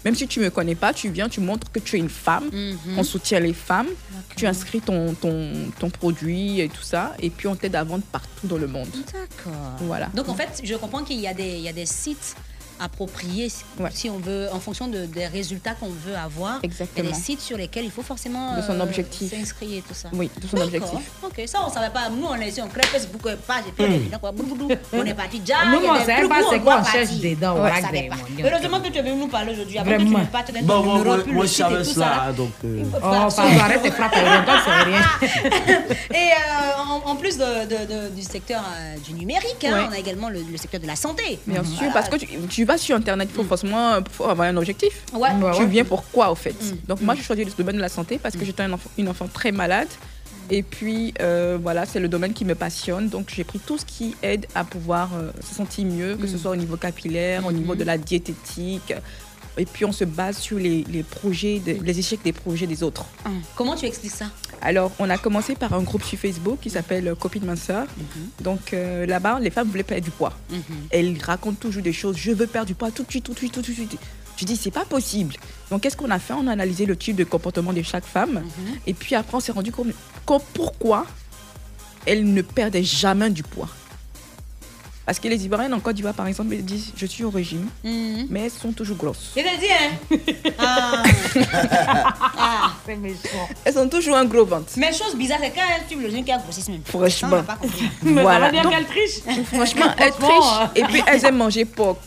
Speaker 11: Même si tu ne me connais pas, tu viens, tu montres que tu es une femme,
Speaker 19: Mhm.
Speaker 11: on soutient les femmes, tu inscris ton, ton, ton produit et tout ça, et puis on t'aide à vendre partout dans le monde.
Speaker 19: D'accord.
Speaker 11: Voilà.
Speaker 19: Donc en fait, je comprends qu'il y, a des- il y a des sites appropriés si- si on veut, en fonction de- des résultats qu'on veut avoir. Il y a
Speaker 11: Exactement.
Speaker 19: des sites sur lesquels il faut forcément
Speaker 11: De son
Speaker 19: euh,
Speaker 11: objectif.
Speaker 19: s'inscrire et tout ça.
Speaker 11: Oui, de son
Speaker 19: D'accord.
Speaker 11: objectif.
Speaker 19: Ok, ça on savait pas. Nous on est ici, on crée Facebook euh, page et puis on est
Speaker 11: Hmm.
Speaker 19: dedans, quoi. Boudoudou, on est parti. déjà,
Speaker 9: Nous,
Speaker 19: il y a
Speaker 9: on
Speaker 19: des
Speaker 9: savait
Speaker 19: trucs
Speaker 9: pas
Speaker 19: où
Speaker 9: c'est
Speaker 19: on
Speaker 9: quoi,
Speaker 19: doit
Speaker 9: on cherche
Speaker 19: partir.
Speaker 9: dedans,
Speaker 19: Ouais,
Speaker 9: on
Speaker 19: on
Speaker 9: rague,
Speaker 19: savait pas.
Speaker 9: mon Dieu.
Speaker 19: Heureusement que tu es venu nous parler
Speaker 3: Tá
Speaker 19: aujourd'hui. Avant que tu
Speaker 9: Vraiment.
Speaker 19: nous partes,
Speaker 8: Bon, moi,
Speaker 19: numéro,
Speaker 8: moi,
Speaker 19: puis le
Speaker 8: moi je
Speaker 19: site et
Speaker 8: savais
Speaker 19: tout ça, là.
Speaker 8: cela, donc. euh,
Speaker 9: Oh, pardon, arrête tes frappes, donc c'est rien.
Speaker 19: Et euh, en, en plus de- de- de- du secteur euh, du numérique, hein,
Speaker 11: Ouais.
Speaker 19: on a également le, le secteur de la santé.
Speaker 11: Bien
Speaker 19: Voilà. Mm.
Speaker 11: sûr, parce que tu, tu vas sur Internet, il faut forcément faut avoir un objectif.
Speaker 19: Ouais. Ouais,
Speaker 11: Tu
Speaker 19: ouais. Mm.
Speaker 11: viens pour quoi, au fait Donc, moi, j'ai choisi le domaine de la santé parce que j'étais un enfant- une enfant très malade. Et puis, euh, voilà, c'est le domaine qui me passionne. Donc, j'ai pris tout ce qui aide à pouvoir euh, se sentir mieux,
Speaker 19: Mm.
Speaker 11: que ce soit au niveau capillaire, au niveau de la diététique. Et puis, on se base sur les, les projets, de- les échecs des projets des autres.
Speaker 19: Hum. Comment tu expliques ça
Speaker 11: Alors, on a commencé par un groupe sur Facebook qui s'appelle euh, Copine Minceur.
Speaker 19: Mm-hmm.
Speaker 11: Donc euh, là-bas, les femmes voulaient perdre du poids.
Speaker 9: Mhm.
Speaker 11: Elles racontent toujours des choses. Je veux perdre du poids tout de suite, tout de suite, tout de suite. Je dis, c'est pas possible. Donc, qu'est-ce qu'on a fait On a analysé le type de comportement de chaque femme.
Speaker 19: Mhm.
Speaker 11: Et puis après, on s'est rendu compte que pourquoi elles ne perdaient jamais du poids. Parce que les Ivoiriennes en Côte d'Ivoire, par exemple, elles disent, je suis au régime,
Speaker 19: Mhm.
Speaker 11: mais elles sont toujours grosses.
Speaker 19: Je te dis, hein Ah, Ah, c'est méchant.
Speaker 11: Elles ont toujours un gros ventre.
Speaker 19: Mais chose bizarre, c'est quand elle tue le jeune qui a grossi même.
Speaker 11: Franchement.
Speaker 19: Ça, on n'a pas compris.
Speaker 11: Voilà. Donc,
Speaker 9: triche.
Speaker 11: Franchement, elles trichent. Et
Speaker 19: euh.
Speaker 11: puis, elles aiment manger porc.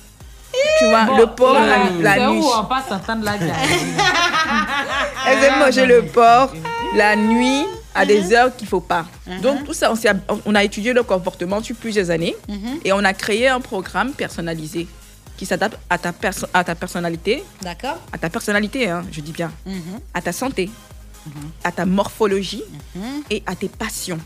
Speaker 11: Tu vois,
Speaker 9: Bon,
Speaker 11: le porc,
Speaker 9: là,
Speaker 11: la, la
Speaker 9: c'est
Speaker 11: nuit.
Speaker 9: où on passe entendre la gueule.
Speaker 11: Elles aiment manger le porc la nuit à des heures qu'il faut pas. Donc, tout ça, on, s'est- on a étudié leur comportement sur plusieurs années
Speaker 19: Mhm.
Speaker 11: et on a créé un programme personnalisé qui s'adapte à, ta perso- à ta personnalité,
Speaker 19: D'accord
Speaker 11: à ta personnalité, hein, je dis bien,
Speaker 19: Mhm.
Speaker 11: à ta santé, à ta morphologie et à tes passions.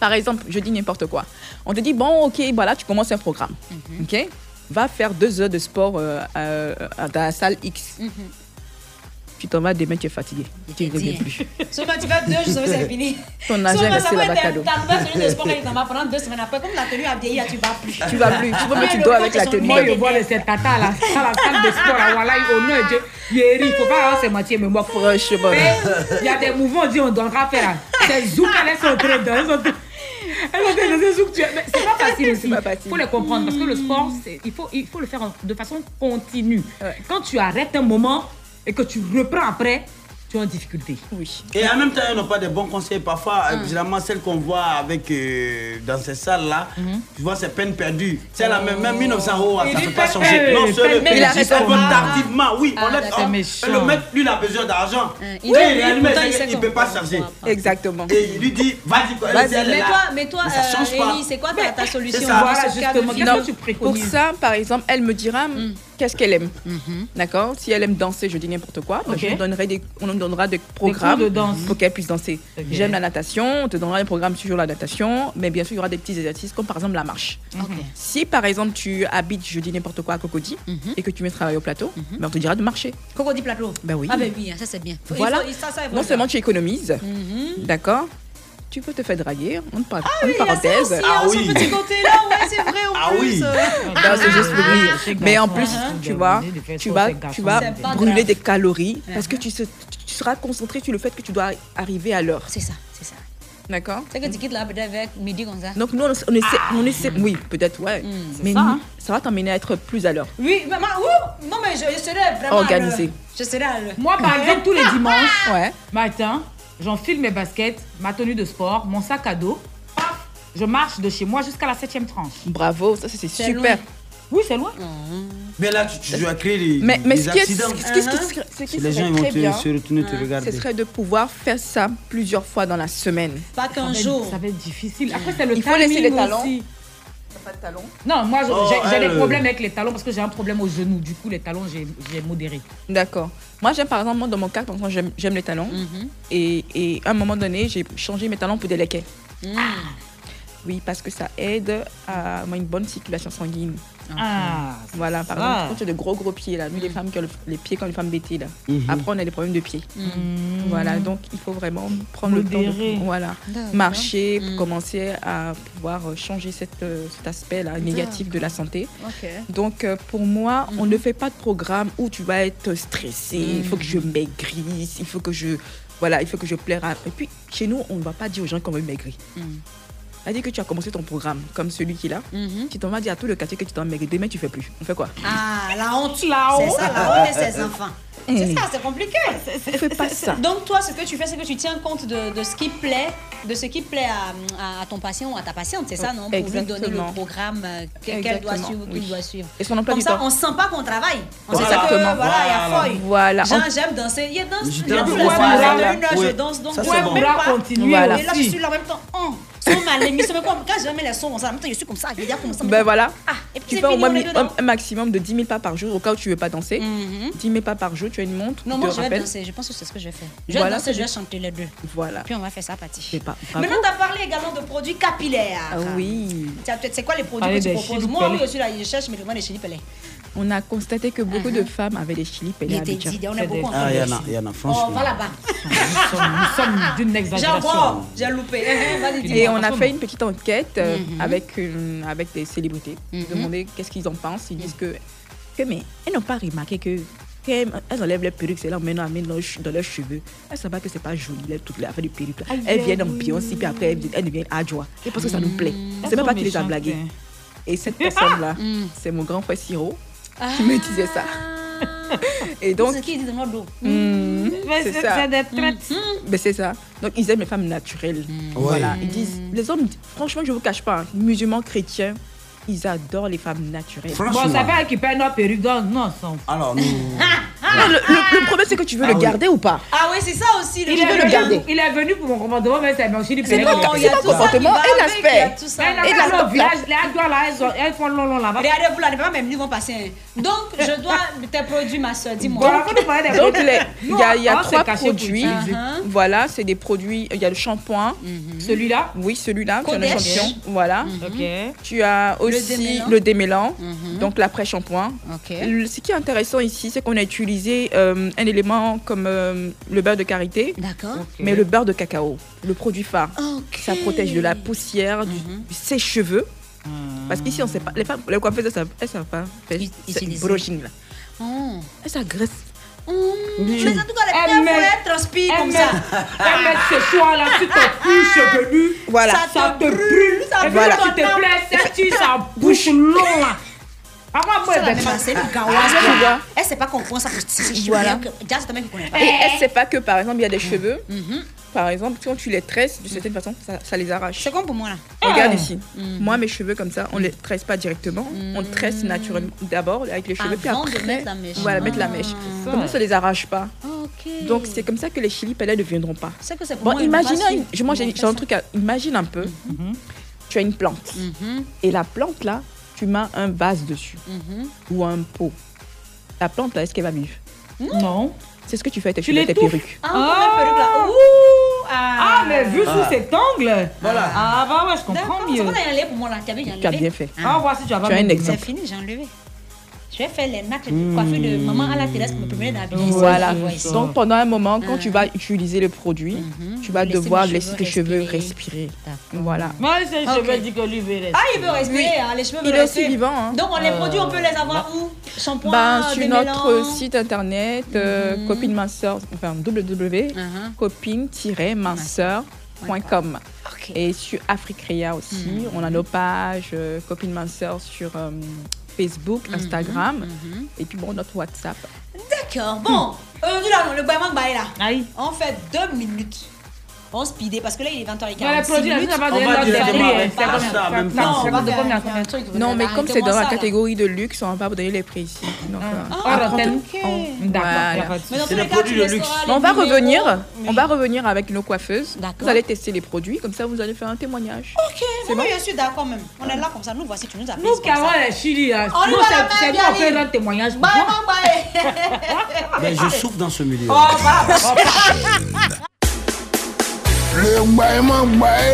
Speaker 11: Par exemple, je dis n'importe quoi. On te dit, bon, ok, voilà, tu commences un programme. Ok Va faire deux heures de sport euh, euh, à- dans la salle X.
Speaker 19: mhm.
Speaker 11: Tu t'en vas demain, tu es fatigué. Tu ne reviens plus.
Speaker 7: Ce matin, tu vas deux jours, c'est fini.
Speaker 11: Ton agent est resté là-bas cadeau.
Speaker 7: Tu vas celui de sport avec ta maman pendant deux semaines. Après, comme la tenue a vieilli, là, tu vas plus.
Speaker 11: Tu vas plus. Tu vois, mais tu dors avec la tenue.
Speaker 9: Ah. Moi, je vois les- cette tata à la, à la salle de sport, à Wallahi, au nom de Dieu. Yeri, faut pas avoir ces moitiés, mais moi,
Speaker 11: franchement.
Speaker 9: Il y a des mouvements, on dit, on donnera faire. à- C'est Zouk, elles sont en train de danser, elles sont en train- elles sont en train de danser Zouk, tu vois. Mais C'est pas facile aussi. Il faut les comprendre parce que le sport, c'est- il faut, il faut le faire en- de façon continue. Quand tu arrêtes un moment et que tu reprends après, tu es en difficulté.
Speaker 11: Oui.
Speaker 8: Et en même temps, ils n'ont pas de bons conseils. Parfois, euh,
Speaker 9: Mm.
Speaker 8: généralement, celles qu'on voit avec, euh, dans ces salles-là, tu vois, c'est peine perdue. C'est la même, même 1900 euros,
Speaker 9: Il
Speaker 8: ça
Speaker 9: dit
Speaker 8: ne peut pas
Speaker 9: peine
Speaker 8: changer.
Speaker 9: perdue,
Speaker 8: Non,
Speaker 9: peine
Speaker 8: c'est le
Speaker 9: perdue.
Speaker 8: il
Speaker 9: Il arrête
Speaker 8: arrête un peu
Speaker 9: pas.
Speaker 8: tardivement. Oui, on laisse-
Speaker 9: d'accord.
Speaker 8: on-
Speaker 9: C'est méchant.
Speaker 8: le mec, lui, il a besoin d'argent.
Speaker 7: il
Speaker 8: il
Speaker 7: est-
Speaker 8: est allumé,
Speaker 7: pourtant, il sait
Speaker 8: il ne
Speaker 7: qu'on
Speaker 8: peut pas charger.
Speaker 11: Exactement.
Speaker 8: Et il lui dit, vas-y, quoi, elle est
Speaker 7: Mais
Speaker 8: là.
Speaker 7: toi, mais toi,
Speaker 8: Mais ça
Speaker 7: euh,
Speaker 8: change pas.
Speaker 7: Ellie, c'est quoi ta, ta solution
Speaker 11: Non, Pour ça, par exemple, elle me dira
Speaker 7: Mm.
Speaker 11: qu'est-ce qu'elle aime. D'accord Si elle aime danser, je dis n'importe quoi. bah,
Speaker 7: Mm-hmm. Ok.
Speaker 11: je lui donnerai des, on lui donnera des programmes
Speaker 9: cours de danse.
Speaker 11: pour qu'elle puisse danser. J'aime la natation, on te donnera un programme sur la natation, mais bien sûr, il y aura des petits exercices comme par exemple la marche.
Speaker 9: Mhm.
Speaker 11: Si par exemple, tu habites, je dis n'importe quoi, à Cocody, et que tu veux travailler au plateau, ben, on te dira de marcher.
Speaker 7: Mm-hmm. Cocody plateau
Speaker 11: Ben oui.
Speaker 7: Ah, ben oui, ça c'est bien. Mm. Faut- il
Speaker 11: Voilà.
Speaker 7: faut- ça, ça, il faut
Speaker 11: non
Speaker 7: le Mhm.
Speaker 11: seulement tu Ah économises, d'accord Tu peux te faire draguer, on te parle.
Speaker 7: Ah
Speaker 11: une parenthèse.
Speaker 7: hein,
Speaker 9: Ah
Speaker 7: petit côté là, ouais, c'est vrai. euh.
Speaker 11: Ah oui. c'est juste pour rire.
Speaker 9: Ah,
Speaker 11: Mais en plus,
Speaker 9: hein.
Speaker 11: tu vois, tu vas, tu vas
Speaker 7: C'est pas
Speaker 11: brûler
Speaker 7: grave.
Speaker 11: des calories parce que tu, se- tu seras concentré sur le fait que tu dois arriver à l'heure.
Speaker 7: C'est ça, c'est ça.
Speaker 11: D'accord.
Speaker 7: C'est que tu quittes là, peut-être vers midi comme ça.
Speaker 11: Donc nous, on on essaie, on essaie, oui, peut-être, ouais. Mais
Speaker 7: ça,
Speaker 11: nous,
Speaker 7: hein.
Speaker 11: ça va t'emmener à être plus à l'heure.
Speaker 7: Oui, maman, ouh, non, mais je, je serais vraiment.
Speaker 11: Organisé.
Speaker 7: à l'heure. Je serais à l'heure.
Speaker 9: Moi, par exemple, tous les dimanches
Speaker 11: ouais.
Speaker 9: matin, j'enfile mes baskets, ma tenue de sport, mon sac à dos. Paf, Je marche de chez moi jusqu'à la septième tranche.
Speaker 11: Bravo, ça c'est super. Mmh.
Speaker 9: Oui, c'est loin.
Speaker 8: Mais là, tu, tu vas créer des,
Speaker 11: Mais, mais
Speaker 8: des
Speaker 11: ce qui est, ce qui,
Speaker 8: accidents.
Speaker 11: ce qui- ce
Speaker 7: Uh-huh.
Speaker 11: qui- ce qui
Speaker 8: Les gens
Speaker 11: serait
Speaker 8: ils vont
Speaker 11: très
Speaker 8: te-
Speaker 11: bien,
Speaker 8: se retourner te regarder.
Speaker 11: ce serait de pouvoir faire ça plusieurs fois dans la semaine.
Speaker 7: Pas qu'un
Speaker 9: Ça va être- jour. ça va être difficile. Après, c'est le
Speaker 11: Il faut laisser les
Speaker 9: timing
Speaker 11: talons.
Speaker 9: aussi.
Speaker 11: Mm. Pas de talons.
Speaker 9: Non, moi, je-
Speaker 11: Oh,
Speaker 9: j'ai j'ai
Speaker 11: elle.
Speaker 9: des problèmes avec les talons parce que j'ai un problème au genou. Du coup, les talons, j'ai j'ai modéré.
Speaker 11: D'accord. Moi, j'aime par exemple, moi, dans mon cas, par exemple, j'aime- j'aime les talons. et, et à un moment donné, j'ai changé mes talons pour des laquais.
Speaker 7: Hmm.
Speaker 11: Oui, parce que ça aide à avoir une bonne circulation sanguine.
Speaker 9: Ah, c'est
Speaker 11: voilà, par
Speaker 9: ça.
Speaker 11: exemple, quand tu as de gros gros pieds, là, nous les femmes qui ont le- les pieds quand les femmes bêtises, là.
Speaker 9: Mhm.
Speaker 11: après on a des problèmes de pieds.
Speaker 9: Mm.
Speaker 11: Voilà, donc il faut vraiment prendre le temps.
Speaker 9: Modérer.
Speaker 11: de- voilà,
Speaker 9: Ah, D'accord. Mm.
Speaker 11: marcher, pour commencer à pouvoir changer cette, euh, cet
Speaker 9: Ah.
Speaker 11: aspect-là négatif de la santé.
Speaker 7: Ok.
Speaker 11: Donc euh, pour moi,
Speaker 9: Mm.
Speaker 11: on ne fait pas de programme où tu vas être stressé, il faut que je
Speaker 9: Mm.
Speaker 11: maigrisse, il faut que je voilà, il faut que je plaire à et puis chez nous, on ne va pas dire aux gens qu'on veut maigrir. C'est-à-dire que tu as commencé ton programme comme celui qu'il a, tu t'en vas dire à tout le quartier que tu t'en maigri, demain tu fais plus. On fait quoi
Speaker 7: Mhm. Ah, la honte.
Speaker 9: La
Speaker 7: C'est
Speaker 11: honte.
Speaker 7: ça, la honte et ses enfants. C'est ça, c'est compliqué.
Speaker 11: Fais pas ça.
Speaker 7: Donc toi, ce que tu fais, c'est que tu tiens compte de, de ce qui plaît, de ce qui plaît à, à ton patient ou à ta patiente, c'est ça, non Pour lui donner
Speaker 11: Exactement.
Speaker 7: le programme euh, que- qu'elle doit
Speaker 11: Exactement,
Speaker 7: suivre, ou qu'il
Speaker 11: oui.
Speaker 7: doit suivre.
Speaker 11: Et son emploi
Speaker 7: Comme
Speaker 11: du
Speaker 7: ça,
Speaker 11: temps.
Speaker 7: on sent pas qu'on travaille. On sait
Speaker 11: Exactement.
Speaker 7: que voilà, il y a
Speaker 11: Voilà.
Speaker 7: folie.
Speaker 11: Voilà.
Speaker 7: Genre,
Speaker 11: On-
Speaker 7: j'aime danser. Il danse.
Speaker 11: Je
Speaker 7: Je
Speaker 11: danse,
Speaker 7: danse.
Speaker 11: on parle.
Speaker 7: Une heure,
Speaker 11: Ouais.
Speaker 7: je danse. Donc,
Speaker 11: Ça, c'est
Speaker 7: ouais,
Speaker 11: bon.
Speaker 7: même
Speaker 11: Bras
Speaker 7: pas.
Speaker 11: continue
Speaker 7: Voilà. Et là, je
Speaker 11: aussi.
Speaker 7: suis là en même temps. Oh, Son mal, l'émission. mais comme- Quand je mets les sons, on s'en en même temps, je suis comme ça. Je vais dire comme ça.
Speaker 11: Ben voilà.
Speaker 7: Ah, et puis
Speaker 11: tu
Speaker 7: c'est
Speaker 11: fais au
Speaker 7: fini,
Speaker 11: moins
Speaker 7: on est
Speaker 11: mi-
Speaker 7: dedans.
Speaker 11: un maximum de 10 000 pas par jour au cas où tu veux pas danser. 10 000 pas par jour, tu as une montre.
Speaker 7: Mhm. Non,
Speaker 11: qui
Speaker 7: moi,
Speaker 11: te
Speaker 7: je vais
Speaker 11: rappelle.
Speaker 7: danser. Je pense que c'est ce que je vais faire. Je vais
Speaker 11: Voilà,
Speaker 7: danser,
Speaker 11: c'est
Speaker 7: je vais
Speaker 11: bien.
Speaker 7: chanter les deux.
Speaker 11: Voilà.
Speaker 7: Puis on va faire ça, Patty.
Speaker 11: C'est pas- bravo.
Speaker 7: Maintenant, tu as parlé également de produits capillaires.
Speaker 11: Ah ben, oui.
Speaker 7: Tiens, peut-être, C'est quoi les produits
Speaker 11: Parler
Speaker 7: que tu
Speaker 11: des
Speaker 7: proposes
Speaker 11: Chili
Speaker 7: Moi, oui,
Speaker 11: Pellet.
Speaker 7: je suis là, je cherche, mais moi, les chili pelés.
Speaker 11: On a constaté que beaucoup de femmes avaient des chili
Speaker 7: Uh-huh.
Speaker 11: pelés
Speaker 7: Il
Speaker 11: à
Speaker 7: était
Speaker 11: Abidjan.
Speaker 7: dit, on est beaucoup en
Speaker 8: Ah,
Speaker 7: train
Speaker 8: il y
Speaker 7: de-
Speaker 8: en a, il y en a,
Speaker 7: On
Speaker 8: franchement.
Speaker 7: va là-bas.
Speaker 9: Nous sommes, nous sommes d'une
Speaker 7: J'ai
Speaker 9: exagération.
Speaker 7: encore, j'ai loupé.
Speaker 9: Eh,
Speaker 7: Vas-y, dis-moi.
Speaker 11: Et on a fait une petite enquête euh,
Speaker 9: Mm-hmm.
Speaker 7: Mhm.
Speaker 11: avec, une- avec des célébrités. Demander qu'est-ce qu'ils en pensent. Ils disent que,
Speaker 9: Mm-hmm.
Speaker 11: que mais elles n'ont pas remarqué que quand elles enlèvent les perruques, c'est là maintenant elles mettent leurs che- dans leurs cheveux. Elles savent pas que c'est pas joli, là, toutes les affaires de perruques. là.
Speaker 9: Aïe,
Speaker 11: Elles viennent en
Speaker 9: aïe.
Speaker 11: Beyoncé, puis après elles, elles deviennent adjoites. Et parce que ça nous plaît.
Speaker 9: Mm. Elles
Speaker 11: C'est même
Speaker 9: sont
Speaker 11: pas qu'ils les a
Speaker 9: méchantes,
Speaker 11: blaguées.
Speaker 9: hein. Mm.
Speaker 11: Et cette personne-là, c'est mon grand frère Siro
Speaker 9: Ah.
Speaker 11: qui me disait ça. Et donc.
Speaker 7: C'est Ah. qui dit de moi, bro
Speaker 11: Hmm,
Speaker 7: Mais
Speaker 11: c'est
Speaker 7: c'est-
Speaker 11: ça. Mm.
Speaker 7: c'est des traites.
Speaker 11: Mais c'est ça. Donc ils aiment les femmes naturelles. Voilà.
Speaker 7: Ouais.
Speaker 11: Ils disent, les hommes, franchement, je vous cache pas, hein, musulmans, chrétiens, ils adorent les femmes naturelles.
Speaker 9: Bon, ça fait qu'ils perdent leur perruque. donc Non, ça.
Speaker 8: Alors, nous.
Speaker 11: Mais le, le- le problème, c'est que tu veux le garder ou pas
Speaker 7: Ah oui, c'est ça aussi.
Speaker 11: Tu veux le garder.
Speaker 9: Il est venu pour mon commandement, mais ça m'a aussi dit
Speaker 11: C'est pas- c'est pas comportement, un aspect.
Speaker 9: Mais
Speaker 7: Et la
Speaker 9: là, là, au
Speaker 7: top,
Speaker 9: village,
Speaker 7: là.
Speaker 9: les Adouas, là, elles ont- elles font long, long là-bas.
Speaker 7: Regardez, vous l'avez pas, même nous, vont passer. un. Donc, je dois tes produits, ma soeur, dis-moi.
Speaker 11: Donc, donc, les- il y a, il y a
Speaker 7: Non, on
Speaker 11: trois
Speaker 7: s'est caché pour
Speaker 11: produits.
Speaker 7: ça. Uh-huh. Mm-hmm.
Speaker 11: Voilà, c'est des produits. Il y a le shampoing.
Speaker 9: Celui-là
Speaker 11: Oui, celui-là. Tu as le
Speaker 7: Kodesh.
Speaker 11: shampoing. Voilà.
Speaker 9: Ok. Mhm.
Speaker 11: Tu as
Speaker 7: Le
Speaker 11: aussi
Speaker 7: démêlant. Mm-hmm.
Speaker 11: le démêlant, donc l'après-shampoing.
Speaker 7: Ok.
Speaker 11: Le- Ce qui est intéressant ici, c'est qu'on a utilisé euh, un élément comme euh, le beurre de karité,
Speaker 7: D'accord.
Speaker 11: mais le beurre de cacao, le produit phare.
Speaker 7: Ok. Mhm.
Speaker 11: Ça protège de la poussière, du, du sèche-cheveux. Parce qu'ici, on sait pas. Les femmes, les coiffeuses, elles savent- elles savent pas faire ce brushing là.
Speaker 24: Mm-hmm.
Speaker 11: Elles s'agressent.
Speaker 7: Mais en tout cas, les pierres, vont être transpirent comme ça.
Speaker 9: Elles ce soir là, tu te couches chevelu.
Speaker 11: Voilà.
Speaker 9: Ça te brûle.
Speaker 11: ça
Speaker 9: Et puis,
Speaker 11: brûle
Speaker 9: tu te
Speaker 11: ton
Speaker 9: plais, ça tue, ça bouche long là. Avant, moi,
Speaker 7: Ça, la
Speaker 9: ben,
Speaker 7: même, Ah, c'est une gawa,
Speaker 11: Ah,
Speaker 7: quoi.
Speaker 11: tu vois.
Speaker 7: Elle sait pas qu'on prend ça pour tisser chez
Speaker 11: Voilà.
Speaker 7: elle, que- Déjà, c'est toi-même qui connais pas.
Speaker 11: Et elle sait pas que par exemple il y a des cheveux. Par exemple, quand tu les tresses, d'une certaine façon, ça, ça les arrache. C'est
Speaker 7: comme pour moi là.
Speaker 11: Regarde
Speaker 7: Ah.
Speaker 11: ici. Moi, mes cheveux comme ça, on les tresse pas directement. On tresse naturellement d'abord avec les cheveux, puis
Speaker 7: Mm. Avant de
Speaker 11: après,
Speaker 7: mettre la mèche. Ah,
Speaker 11: voilà, mettre la mèche. Comme ça, ça les arrache pas.
Speaker 7: Ok.
Speaker 11: Donc c'est comme ça que les chili ne viendront pas.
Speaker 7: C'est que c'est pour
Speaker 11: Bon,
Speaker 7: moi, ils vont
Speaker 11: imagine,
Speaker 7: pas suivre.
Speaker 11: je- moi
Speaker 7: Ils
Speaker 11: j'ai
Speaker 7: vont
Speaker 11: j'ai un truc à. Imagine un peu,
Speaker 7: Mm-hmm.
Speaker 11: tu as une plante.
Speaker 24: Mm-hmm.
Speaker 11: Et la plante là, tu mets un vase dessus
Speaker 24: Mm-hmm.
Speaker 7: Mhm.
Speaker 11: ou un pot. La plante là, est-ce qu'elle va vivre
Speaker 9: Non.
Speaker 11: C'est ce que tu fais avec tes
Speaker 9: Tu
Speaker 11: cheveux, tes
Speaker 9: l'étouffes.
Speaker 11: perruques.
Speaker 7: Ah, comme la perruque, là. Ouh,
Speaker 9: Ah, mais vu
Speaker 11: Ah.
Speaker 9: sous cet angle.
Speaker 11: Voilà.
Speaker 9: Ah, bah ouais, je comprends
Speaker 7: C'est
Speaker 9: mieux.
Speaker 7: bon, t'as enlevé pour moi là. Tu avais enlevé.
Speaker 11: Tu as bien fait.
Speaker 9: Ah, voici, tu as pas
Speaker 11: as un
Speaker 9: mis.
Speaker 11: exemple. Hmm.
Speaker 7: C'est fini, j'ai enlevé. Je vais faire les nattes de coiffure de maman à la terrasse pour me promener dans la ville.
Speaker 11: Voilà.
Speaker 7: Je vois ici.
Speaker 11: Donc pendant un moment, quand tu vas utiliser le produit, tu vas
Speaker 7: Laisser
Speaker 11: devoir
Speaker 7: mes
Speaker 11: laisser tes cheveux respirer. Voilà.
Speaker 9: Moi, c'est je
Speaker 7: Ok.
Speaker 9: vais dire que lui veut rester.
Speaker 7: Ah, il veut rester, hein, les cheveux
Speaker 11: Il
Speaker 7: veulent
Speaker 11: est aussi
Speaker 7: rester.
Speaker 11: vivant, hein.
Speaker 7: Donc, on les
Speaker 11: Euh,
Speaker 7: produits, on peut les avoir où Shampoing,
Speaker 11: Ben, sur
Speaker 7: démêlant.
Speaker 11: notre site internet, euh,
Speaker 7: Mhm.
Speaker 11: copine minceur, enfin
Speaker 7: Uh-huh.
Speaker 11: www.copine-minceur.com. Et sur Africrea aussi,
Speaker 7: Mhm.
Speaker 11: on a nos pages euh, copine minceur sur euh, Facebook,
Speaker 7: Mhm.
Speaker 11: Instagram, et puis bon, notre WhatsApp.
Speaker 7: D'accord,
Speaker 11: Hmm.
Speaker 7: bon. Aujourd'hui, là, le gouvernement Gbaï, là.
Speaker 9: Ah
Speaker 7: On fait deux minutes. On speedait parce que là, il est 20h40.
Speaker 9: Ouais, les produits, là, ça va donner On va l'ordre dire de demain, prix, hein. c'est combien ça, en même
Speaker 7: Non, on va
Speaker 9: temps. C'est
Speaker 7: faire-
Speaker 9: combien,
Speaker 7: faire un truc.
Speaker 11: Non, mais comme c'est dans la
Speaker 7: Arrêtez-moi ça, là.
Speaker 11: catégorie de luxe, on va pas vous donner les prix ici. Donc, euh,
Speaker 7: Ah, ok. y a pas
Speaker 11: après, on-
Speaker 7: de souci. Mais dans tous les cas, tu laisseras les
Speaker 11: Mais on va
Speaker 7: numéros,
Speaker 11: revenir.
Speaker 7: mais-
Speaker 11: On va revenir avec nos coiffeuses. Vous allez tester les produits, comme ça vous allez faire un témoignage.
Speaker 7: Ok,
Speaker 11: C'est
Speaker 7: moi,
Speaker 11: bon
Speaker 7: je suis d'accord même. On est là comme ça, nous voici, tu nous appelles.
Speaker 9: Nous, Kawa, les Chili, hein.
Speaker 7: On y
Speaker 9: Nous,
Speaker 7: va,
Speaker 9: c'est-
Speaker 7: la main,
Speaker 9: c'est nous, on
Speaker 7: Bialy.
Speaker 9: fait notre témoignage.
Speaker 7: Bye, bye, bye.
Speaker 8: Mais Ben, je souffre dans ce milieu.
Speaker 7: Oh, bah, bah, bah.
Speaker 9: oh,
Speaker 4: Le gbaïman gbaï.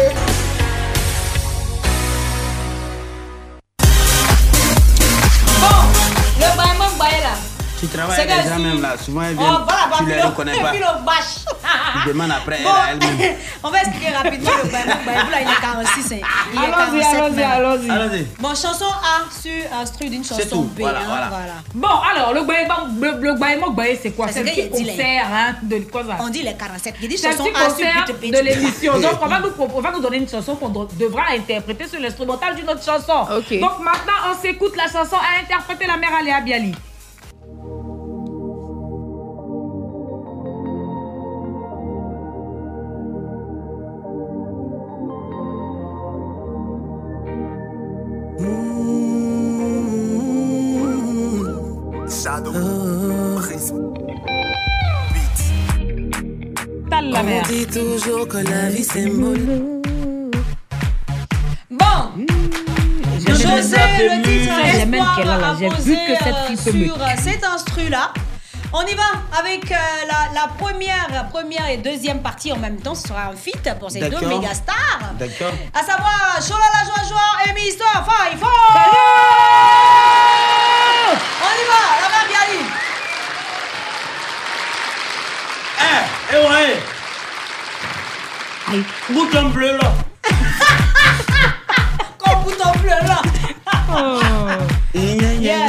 Speaker 7: Le vraiment Gbaï, là.
Speaker 8: Tu travailles
Speaker 7: C'est
Speaker 8: avec
Speaker 7: que
Speaker 8: les gens
Speaker 7: si-
Speaker 8: même là. Souvent, ils
Speaker 7: Oh,
Speaker 8: viennent,
Speaker 7: voilà, bah,
Speaker 8: tu les
Speaker 7: puis le-
Speaker 8: reconnais pas.
Speaker 7: puis le bâche.
Speaker 8: Tu demandes après elle,
Speaker 7: Bon,
Speaker 8: à elle-même.
Speaker 7: on va expliquer rapidement le Baïmou Baïmou. Là, il est 46. hein. Il est
Speaker 9: Allons-y,
Speaker 7: 47
Speaker 9: allons-y,
Speaker 7: même.
Speaker 9: allons-y. Allons-y.
Speaker 7: Bon, chanson A sur euh, instru d'une
Speaker 9: C'est
Speaker 7: chanson
Speaker 9: tout,
Speaker 7: B.
Speaker 9: voilà,
Speaker 7: hein,
Speaker 9: voilà.
Speaker 7: voilà.
Speaker 9: Bon, alors, le Gbaïman, le, le Gbaïman Gbaï, c'est quoi
Speaker 7: Parce
Speaker 9: C'est un
Speaker 7: que
Speaker 9: petit
Speaker 7: il dit les-
Speaker 9: concert, hein, de quoi ça
Speaker 7: On dit les 47. Il dit
Speaker 9: C'est un
Speaker 7: chanson
Speaker 9: petit
Speaker 7: A sur
Speaker 9: concert
Speaker 7: Pute Pute.
Speaker 9: de l'émission. Donc, on va, nous, pro- on va nous donner une chanson qu'on do- devra interpréter sur l'instrumental d'une autre chanson. Donc, maintenant, on s'écoute la chanson à interpréter la mère Aléa Bialy.
Speaker 16: Shadow.
Speaker 1: Euh.
Speaker 9: T'as la mère.
Speaker 16: On dit toujours que la vie c'est molle.
Speaker 7: Bon.
Speaker 9: Je
Speaker 7: José,
Speaker 9: ne sais
Speaker 7: le
Speaker 9: plus.
Speaker 7: titre
Speaker 9: Je sais même
Speaker 7: Espoir
Speaker 9: qu'elle a là. J'ai
Speaker 7: apposé,
Speaker 9: vu que cette
Speaker 7: euh,
Speaker 9: fille peut me
Speaker 7: sur euh, cet instru-là. On y va avec euh, la, la première, première et deuxième partie en même temps. Ce sera un feat pour ces deux
Speaker 8: D'accord.
Speaker 7: méga stars.
Speaker 8: D'accord.
Speaker 7: À savoir, Chola la joie joie et Mister Five. Four. On y va, la mère Bialy.
Speaker 8: Eh ouais Bouton bleu là
Speaker 7: Quand bouton bleu là
Speaker 9: Oh. Yeah.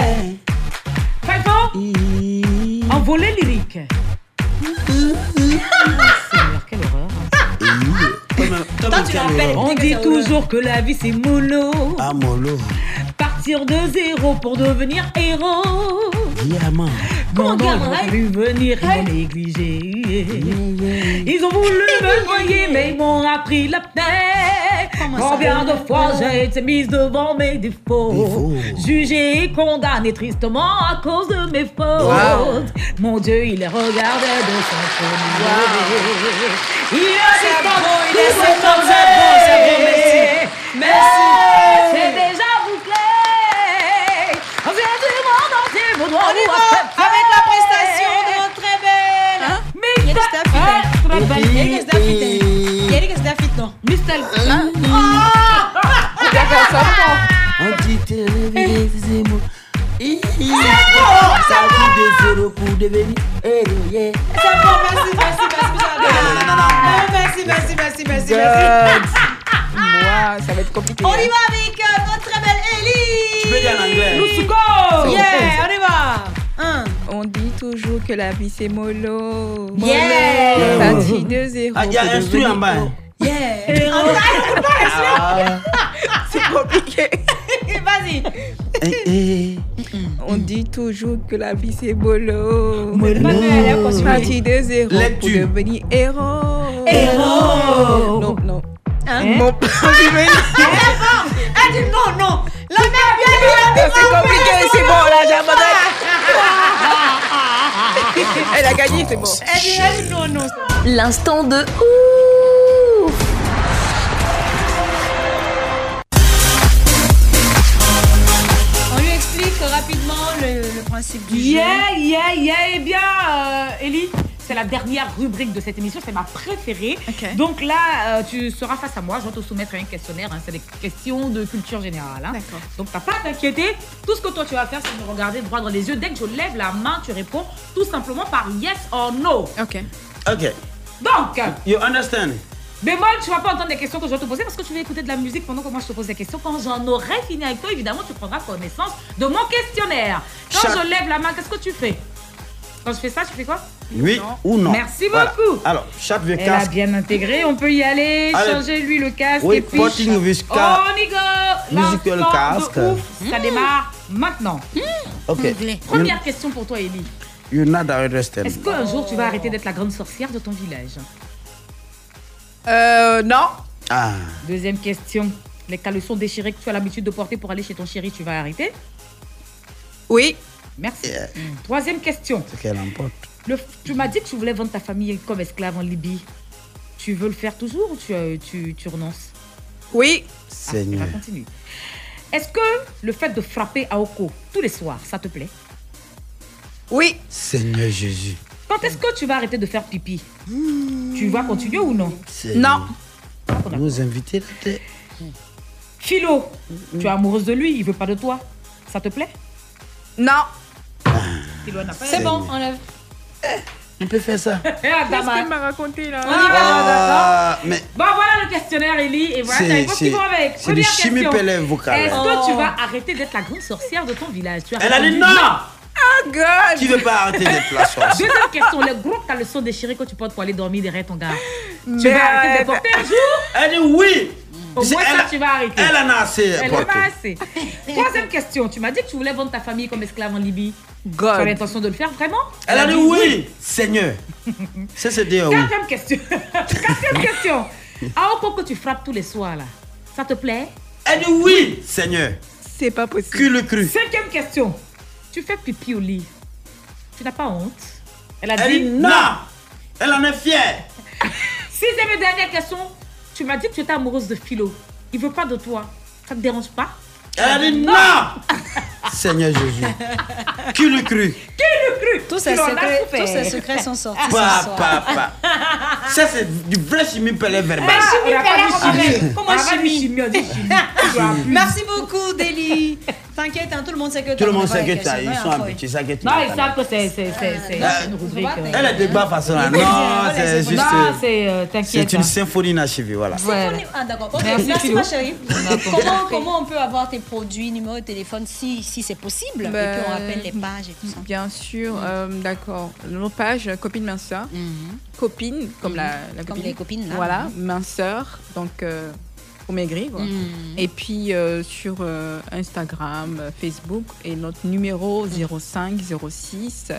Speaker 9: Faites-en. Envolée lyrique.
Speaker 7: Toi, tu l'appelles.
Speaker 9: hein. On dit toujours que la vie c'est mollo.
Speaker 8: Ah, mollo.
Speaker 9: Partir de zéro pour devenir héros.
Speaker 8: Diamant.
Speaker 9: Quand
Speaker 8: Gondole,
Speaker 9: on a vu venir, ils m'ont négligé. Ils ont voulu me noyer, mais ils m'ont appris la paix. Combien de fois j'ai été mise devant mes défauts, jugée et condamnée tristement à cause de mes fautes.
Speaker 24: Wow.
Speaker 9: Mon Dieu, il les regardait de son premier. Il a des
Speaker 24: beau,
Speaker 9: fautes,
Speaker 24: il est
Speaker 9: tout
Speaker 24: beau, c'est beau, c'est beau, merci.
Speaker 9: reconnaît.
Speaker 24: Merci.
Speaker 9: Hey, C'est déjà bouclé. Aujourd'hui, mon entier, vous doit
Speaker 24: On y
Speaker 9: vous
Speaker 24: va
Speaker 9: accepter.
Speaker 24: avec la prestation de notre très belle.
Speaker 9: Hein? Mr. Très belle.
Speaker 24: Yérix Dafite. Yérix Dafite, non.
Speaker 9: Mr.
Speaker 7: Ah!
Speaker 8: Eh,
Speaker 19: Merci, merci, merci, merci,
Speaker 11: God.
Speaker 19: merci.
Speaker 11: Moi, ça va être compliqué.
Speaker 19: On y va avec euh, notre très belle Ellie.
Speaker 11: Tu peux dire en anglais. Let's
Speaker 19: go. Yeah, on y va.
Speaker 11: On dit toujours que la vie c'est mollo.
Speaker 19: Yeah.
Speaker 11: Mollo.
Speaker 8: Yeah.
Speaker 11: Parti de zéro.
Speaker 8: Ah, il y a
Speaker 11: pour
Speaker 8: un string en bas.
Speaker 19: Yeah.
Speaker 11: En bas, il faut pas
Speaker 8: rester.
Speaker 11: C'est compliqué.
Speaker 19: Ah. Vas-y.
Speaker 11: On dit toujours que la vie c'est mollo. Mollo.
Speaker 19: continuer.
Speaker 11: Parti de zéro pour
Speaker 19: Lecture.
Speaker 11: devenir héros.
Speaker 19: Héros.
Speaker 11: Non, non.
Speaker 19: Hein?
Speaker 11: Mon pour devenir-
Speaker 19: Elle dit non, non. La mère vient lui a dit
Speaker 11: C'est
Speaker 19: non,
Speaker 11: compliqué,
Speaker 19: mais-
Speaker 11: c'est bon, là, j'abandonne. Elle a gagné, c'est bon.
Speaker 19: Elle dit, elle dit non, non.
Speaker 1: L'instant de ouf
Speaker 19: On lui explique rapidement le, le principe du jeu.
Speaker 9: Yeah, yeah, yeah. Eh bien, euh, Ellie, c'est la dernière rubrique de cette émission. C'est ma préférée. Donc là, euh, tu seras face à moi. Je vais te soumettre un questionnaire. hein. C'est des questions de culture générale. hein. Donc, t'as pas à t'inquiéter. Tout ce que toi, tu vas faire, c'est me regarder droit dans les yeux. Dès que je lève la main, tu réponds tout simplement par yes or no.
Speaker 11: OK.
Speaker 8: Ok.
Speaker 9: Donc,
Speaker 8: You understand?
Speaker 9: Bémol, tu vas pas entendre les questions que je vais te poser parce que tu vas écouter de la musique pendant que moi je te pose des questions. Quand j'en aurai fini avec toi, évidemment, tu prendras connaissance de mon questionnaire. Quand je lève la main, qu'est-ce que tu fais Quand je fais ça, tu fais quoi
Speaker 8: Oui ou non?
Speaker 9: Merci
Speaker 8: Voilà.
Speaker 9: beaucoup.
Speaker 8: Alors, chaque vieux
Speaker 9: Elle
Speaker 8: casque.
Speaker 9: a bien intégré, on peut y aller.
Speaker 8: Allez.
Speaker 9: Changer lui le casque
Speaker 8: Oui,
Speaker 9: et puis.
Speaker 8: porting music-
Speaker 9: On y go
Speaker 8: musical
Speaker 9: L'instant
Speaker 8: casque. Hmm.
Speaker 9: de ouf, ça démarre maintenant.
Speaker 8: Ok. Hmm.
Speaker 9: Première question pour toi, Ellie.
Speaker 8: You're not understand.
Speaker 9: Est-ce qu'un jour tu vas arrêter d'être la grande sorcière de ton village
Speaker 11: Euh, non.
Speaker 8: Ah.
Speaker 9: Deuxième question. Les caleçons déchirés que tu as l'habitude de porter pour aller chez ton chéri, tu vas arrêter
Speaker 11: Oui.
Speaker 9: Merci. Mm. Troisième question.
Speaker 8: C'est qu'elle emporte.
Speaker 9: Le- tu m'as dit que tu voulais vendre ta famille comme esclave en Libye. Tu veux le faire toujours ou tu, euh, tu, tu renonces Ah,
Speaker 11: Oui.
Speaker 8: Seigneur.
Speaker 9: Continue. Est-ce que le fait de frapper à Oko tous les soirs, ça te plaît
Speaker 11: Oui.
Speaker 8: Seigneur Jésus.
Speaker 9: Quand est-ce que tu vas arrêter de faire pipi Tu vas continuer ou non
Speaker 8: Seigneur. Nous inviter la terre.
Speaker 9: Philo, tu es amoureuse de lui, il veut pas de toi. Ça te plaît
Speaker 11: Non.
Speaker 9: Philo n'a pas
Speaker 19: C'est bon, on lève.
Speaker 8: Eh, On peut faire ça.
Speaker 11: Qu'est-ce
Speaker 9: Adama.
Speaker 11: qu'il m'a raconté là
Speaker 9: On y va,
Speaker 8: Ah, mais
Speaker 9: Bon, voilà le questionnaire, Ellie. Et voilà,
Speaker 8: C'est-
Speaker 9: t'as les mots qui
Speaker 8: c'est-
Speaker 9: vont avec.
Speaker 8: c'est du
Speaker 9: Première
Speaker 8: chimie
Speaker 9: question.
Speaker 8: Pellin vocal.
Speaker 9: Est-ce
Speaker 8: Oh.
Speaker 9: que tu vas arrêter d'être la grande sorcière de ton village Tu as
Speaker 8: Elle a dit
Speaker 9: répondu
Speaker 8: non.
Speaker 11: Oh God
Speaker 8: qui veut pas arrêter d'être la sorcière?
Speaker 9: Deuxième question, le gros caleçon déchiré que tu portes pour aller dormir derrière ton gars. Tu
Speaker 8: Merde.
Speaker 9: vas arrêter de les porter un jour
Speaker 8: Elle dit oui
Speaker 9: Au
Speaker 8: C'est
Speaker 9: moins ça,
Speaker 8: elle-
Speaker 9: tu vas arrêter.
Speaker 8: elle en a assez
Speaker 9: Elle en a
Speaker 8: porté.
Speaker 9: pas assez. Troisième question, tu m'as dit que tu voulais vendre ta famille comme esclave en Libye. Tu as l'intention de le faire vraiment Bah,
Speaker 8: Elle a dit oui, Seigneur. Ça, c'est dire oui.
Speaker 9: Quatrième question. Quatrième question. Aoko que tu frappes tous les soirs là, ça te plaît
Speaker 8: Elle dit oui, Seigneur.
Speaker 11: C'est pas possible.
Speaker 8: Cul le cru.
Speaker 9: Cinquième question. Tu fais pipi au lit. Tu n'as pas honte Elle a
Speaker 8: Elle
Speaker 9: dit
Speaker 8: dit non. Elle en est fière.
Speaker 9: Sixième et dernière question. Tu m'as dit que tu étais amoureuse de Philo. Il veut pas de toi. Ça te dérange pas
Speaker 8: Elle a dit non. Seigneur Jésus. Qui le cru
Speaker 9: Qui le cru
Speaker 19: Tous ces
Speaker 9: Philo en a
Speaker 19: secrets-
Speaker 9: souffert.
Speaker 19: tous ces secrets sont sortis ce
Speaker 8: Papa,
Speaker 19: soir.
Speaker 8: papa. Ça, c'est du vrai chimie pelé verbal.
Speaker 19: Ah, chimie
Speaker 9: on a pas
Speaker 19: pelé, on a
Speaker 9: dit chimie.
Speaker 19: dit-
Speaker 9: On
Speaker 19: comment
Speaker 9: a pas dit
Speaker 19: chimie
Speaker 9: chimie, on dit
Speaker 8: chimie.
Speaker 19: Merci beaucoup, Deli. T'inquiète, hein, tout le monde sait que
Speaker 8: Tout
Speaker 19: t'as
Speaker 8: le monde
Speaker 19: préparé
Speaker 8: sait
Speaker 19: la
Speaker 8: que ça,
Speaker 19: question.
Speaker 8: ils
Speaker 19: Ouais,
Speaker 8: sont
Speaker 9: Ah,
Speaker 19: ouais.
Speaker 8: habitués, ça que tu
Speaker 9: Non,
Speaker 8: n'as
Speaker 9: ils
Speaker 8: pas.
Speaker 9: savent que c'est- c'est
Speaker 7: Ah,
Speaker 9: c'est- c'est- c'est une rubrique. euh,
Speaker 8: Elle est de bas façon là. Non, c'est juste.
Speaker 9: Non, c'est. euh,
Speaker 8: C'est
Speaker 9: T'inquiète.
Speaker 8: une symphonie inachevée, voilà.
Speaker 9: Ouais.
Speaker 19: Symphonie- Ah, d'accord. Ok,
Speaker 9: Merci,
Speaker 19: Merci,
Speaker 9: Philo.
Speaker 19: ma chérie.
Speaker 9: D'accord.
Speaker 19: comment, comment on peut avoir tes produits, numéro de téléphone, si, si c'est possible Et
Speaker 11: Ben,
Speaker 19: puis on rappelle les pages et tout ça.
Speaker 11: Bien
Speaker 7: Mm.
Speaker 11: sûr, euh, d'accord. Nos pages, copine minceur.
Speaker 7: Mm-hmm.
Speaker 11: Copine, comme la, la copine.
Speaker 19: Comme les copines, là.
Speaker 11: Voilà,
Speaker 19: Mhm.
Speaker 11: minceur. Donc, euh, pour maigrir. quoi.
Speaker 7: Mm.
Speaker 19: Mhm.
Speaker 11: Et puis euh, sur
Speaker 7: Mm.
Speaker 11: euh, Instagram, euh, Facebook et notre numéro 05 06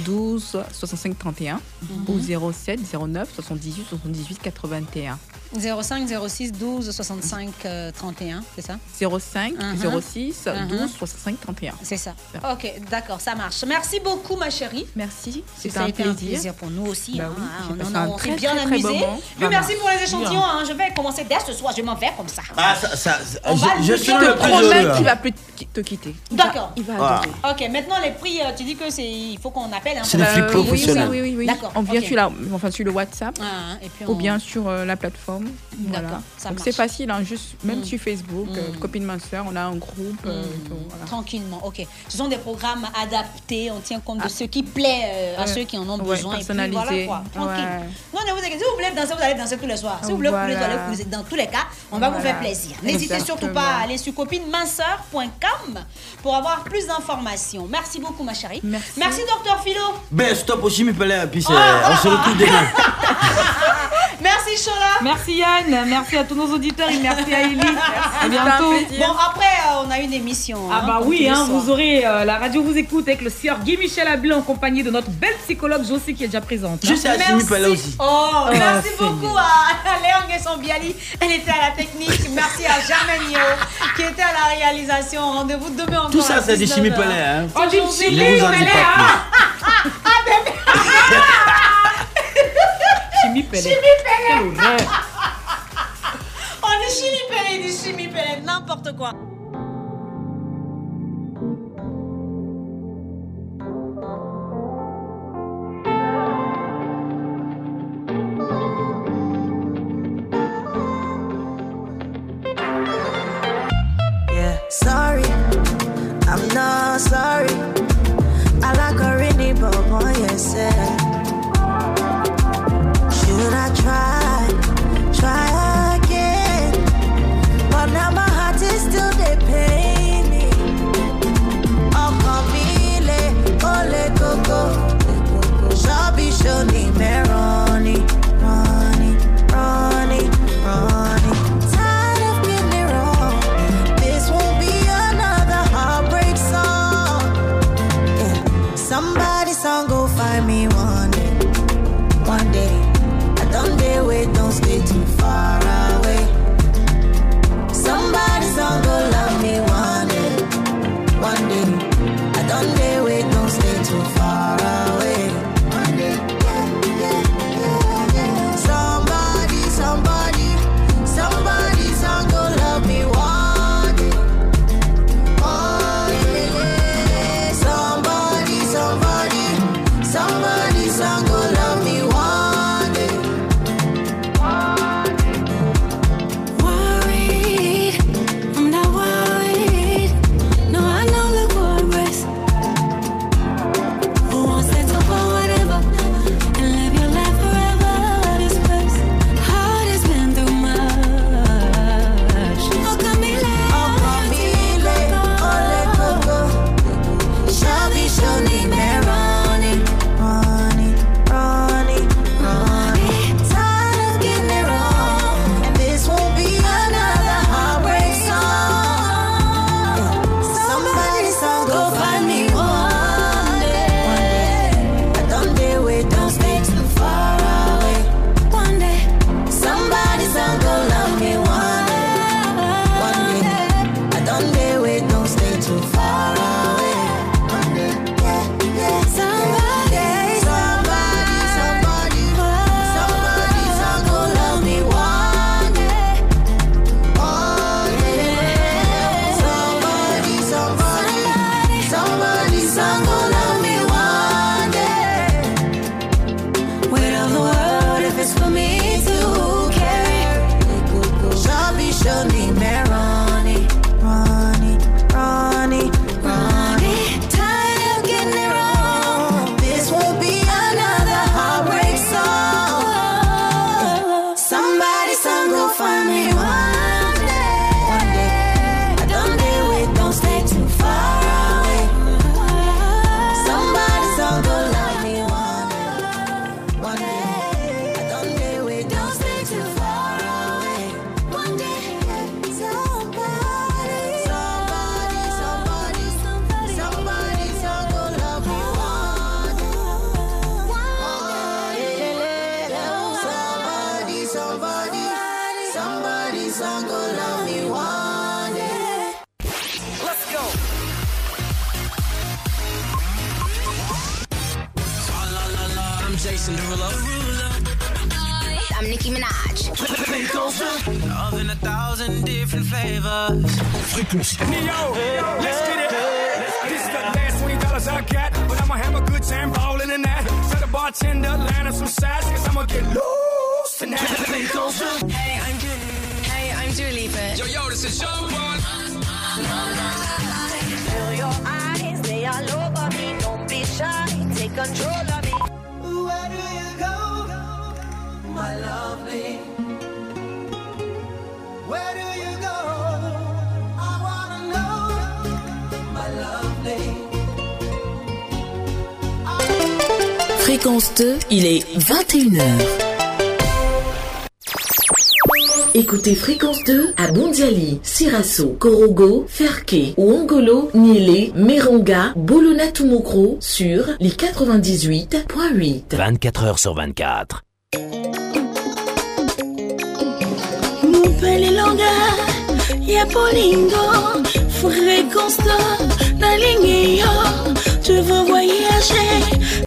Speaker 11: 12 65 31
Speaker 7: Mm-hmm.
Speaker 11: ou 07 09 78 78 81.
Speaker 7: 05 06 12 65 euh, 31, c'est ça
Speaker 11: 05
Speaker 7: Mhm.
Speaker 11: 06
Speaker 7: Mhm.
Speaker 11: 12 65 31.
Speaker 7: C'est ça. Oh, Ok, d'accord, ça marche. Merci beaucoup, ma chérie.
Speaker 11: Merci,
Speaker 7: c'était
Speaker 11: un
Speaker 7: un plaisir.
Speaker 11: plaisir.
Speaker 7: pour nous aussi.
Speaker 11: Bah
Speaker 7: hein,
Speaker 11: oui,
Speaker 7: hein,
Speaker 11: j'ai
Speaker 7: on
Speaker 11: passé
Speaker 7: en
Speaker 11: un
Speaker 7: a on s'est
Speaker 11: très,
Speaker 7: bien
Speaker 11: très, très
Speaker 7: amusé.
Speaker 11: bon moment.
Speaker 7: Oui,
Speaker 11: Voilà.
Speaker 7: merci pour les échantillons.
Speaker 11: Bien.
Speaker 7: hein. Je vais commencer dès ce soir. Je m'en vais comme ça.
Speaker 8: Ah, ça, ça,
Speaker 7: On va le
Speaker 8: je, je
Speaker 7: dire,
Speaker 8: suis
Speaker 7: je
Speaker 8: le
Speaker 7: te
Speaker 8: plus
Speaker 7: promets
Speaker 8: heureux.
Speaker 11: qu'il
Speaker 8: là.
Speaker 11: va plus t- te quitter.
Speaker 7: D'accord.
Speaker 11: Il va
Speaker 8: Ah.
Speaker 11: adorer.
Speaker 7: Ok, maintenant les prix, euh, tu dis que c'est il faut qu'on appelle. hein,
Speaker 11: C'est
Speaker 7: pour-
Speaker 11: des prix Euh, oui, oui, professionnels. oui, oui, oui.
Speaker 7: D'accord.
Speaker 11: On vient
Speaker 7: ok.
Speaker 11: sur la, enfin sur le WhatsApp,
Speaker 7: Ah, et puis
Speaker 11: ou
Speaker 7: on-
Speaker 11: bien sur euh, la plateforme. Voilà.
Speaker 7: ça
Speaker 11: Donc
Speaker 7: marche.
Speaker 11: c'est facile, hein, juste même
Speaker 7: Mm.
Speaker 11: sur Facebook, euh,
Speaker 7: Mm.
Speaker 11: copine ma soeur, on a un groupe. euh,
Speaker 7: Hmm,
Speaker 11: donc, voilà.
Speaker 7: Tranquillement, ok. Ce sont des programmes adaptés, on tient compte de
Speaker 11: Ah.
Speaker 7: ce qui plaît euh, à
Speaker 11: Ouais.
Speaker 7: ceux qui en ont
Speaker 11: Ouais,
Speaker 7: besoin. et puis voilà
Speaker 11: personnalisé.
Speaker 7: quoi, tranquille. Non,
Speaker 11: Ouais.
Speaker 7: ne vous inquiétez, si vous voulez danser, vous allez danser tous les soirs. Si vous voulez vous
Speaker 11: Voilà.
Speaker 7: allez vous dans tous les cas, on va vous
Speaker 11: Voilà.
Speaker 7: faire plaisir. N'hésitez surtout
Speaker 11: Exactement.
Speaker 7: pas à aller sur copineminsoeur.com pour avoir plus d'informations. Merci beaucoup, ma chérie. Merci, docteur Philo.
Speaker 8: Ben, stop au chimie, Pelé, puis c'est-
Speaker 9: Ah.
Speaker 8: on se retrouve demain.
Speaker 7: Merci Chola.
Speaker 9: Merci Yann, merci à tous nos auditeurs et merci à Ellie. À bientôt.
Speaker 7: Bon, après, euh, on a une émission.
Speaker 9: Ah
Speaker 7: hein,
Speaker 9: bah
Speaker 7: comme tous
Speaker 9: oui,
Speaker 7: les
Speaker 9: hein,
Speaker 7: soirs.
Speaker 9: vous aurez euh, la radio vous écoute avec le sieur Guy Michel Ablé en compagnie de notre belle psychologue Josie qui est déjà présente. hein.
Speaker 8: Je sais, à Chimie, Pelé aussi.
Speaker 7: Oh,
Speaker 9: Oh,
Speaker 7: merci
Speaker 9: Seigneur.
Speaker 7: beaucoup à Léon Guesson-Biali. Elle était à la technique. Merci à Germaine Yo, qui était à la réalisation. Rendez-vous demain encore.
Speaker 8: Tout ça,
Speaker 7: à
Speaker 8: c'est des
Speaker 7: 19h.
Speaker 8: chimie palais, hein.
Speaker 7: Oh, du
Speaker 8: Ne vous
Speaker 7: chimie,
Speaker 8: en
Speaker 7: palais,
Speaker 8: dites pas
Speaker 7: hein.
Speaker 8: plus.
Speaker 7: Ah,
Speaker 9: Chimie Pelé.
Speaker 7: Chimie
Speaker 9: Quelle
Speaker 7: Pelé.
Speaker 9: horreur.
Speaker 7: On est chimie Pelé, du chimie Pelé, n'importe quoi.
Speaker 20: Yeah, sorry, I'm not sorry. I like a rainy but boy, yes, eh. Should I try, try again? But now my heart is still they pain me. Oh, Camille, ole coco, shabby shoni meroni, Ronnie, Ronnie, Ronnie. Tired of getting it wrong. This won't be another heartbreak song. Yeah. Somebody song go find me one day. One day. I don't dare wait, don't stay too far away. Somebody song go love me one day. One day. I don't dare wait, don't stay too far away. One day. Yeah, yeah, yeah, yeah. Somebody, somebody, somebody song go love me one day. Somebody, somebody, somebody's gonna love me one day.
Speaker 12: Cinderella.
Speaker 29: I'm Nicki Minaj.
Speaker 12: Love in a thousand different flavors.
Speaker 30: Fréquence
Speaker 12: Neo,
Speaker 3: let's get it. This is the last twenty dollars I got, but I'ma have a good time ballin' in that. Tell the bartender, line up some sides, cause I'ma get loose tonight.
Speaker 12: Hey, I'm Hey, I'm Dua Lipa. Yo, yo, this is Young One.
Speaker 20: Fill your eyes, they all over me. Don't be shy, take control of me. Where do you go, my lovely? Where do you go? I wanna know, my lovely.
Speaker 1: Fréquence 2, il est 21h. Écoutez Fréquence 2 à Bondiali, Sirasso, Korogo, Ferke, Ouangolo, Nielé, Meronga, Bolona-Tumokro sur les 98.8.
Speaker 31: 24 heures sur 24.
Speaker 12: Mupelilonga ya bolingo fréquence na ligne yo je veux voyager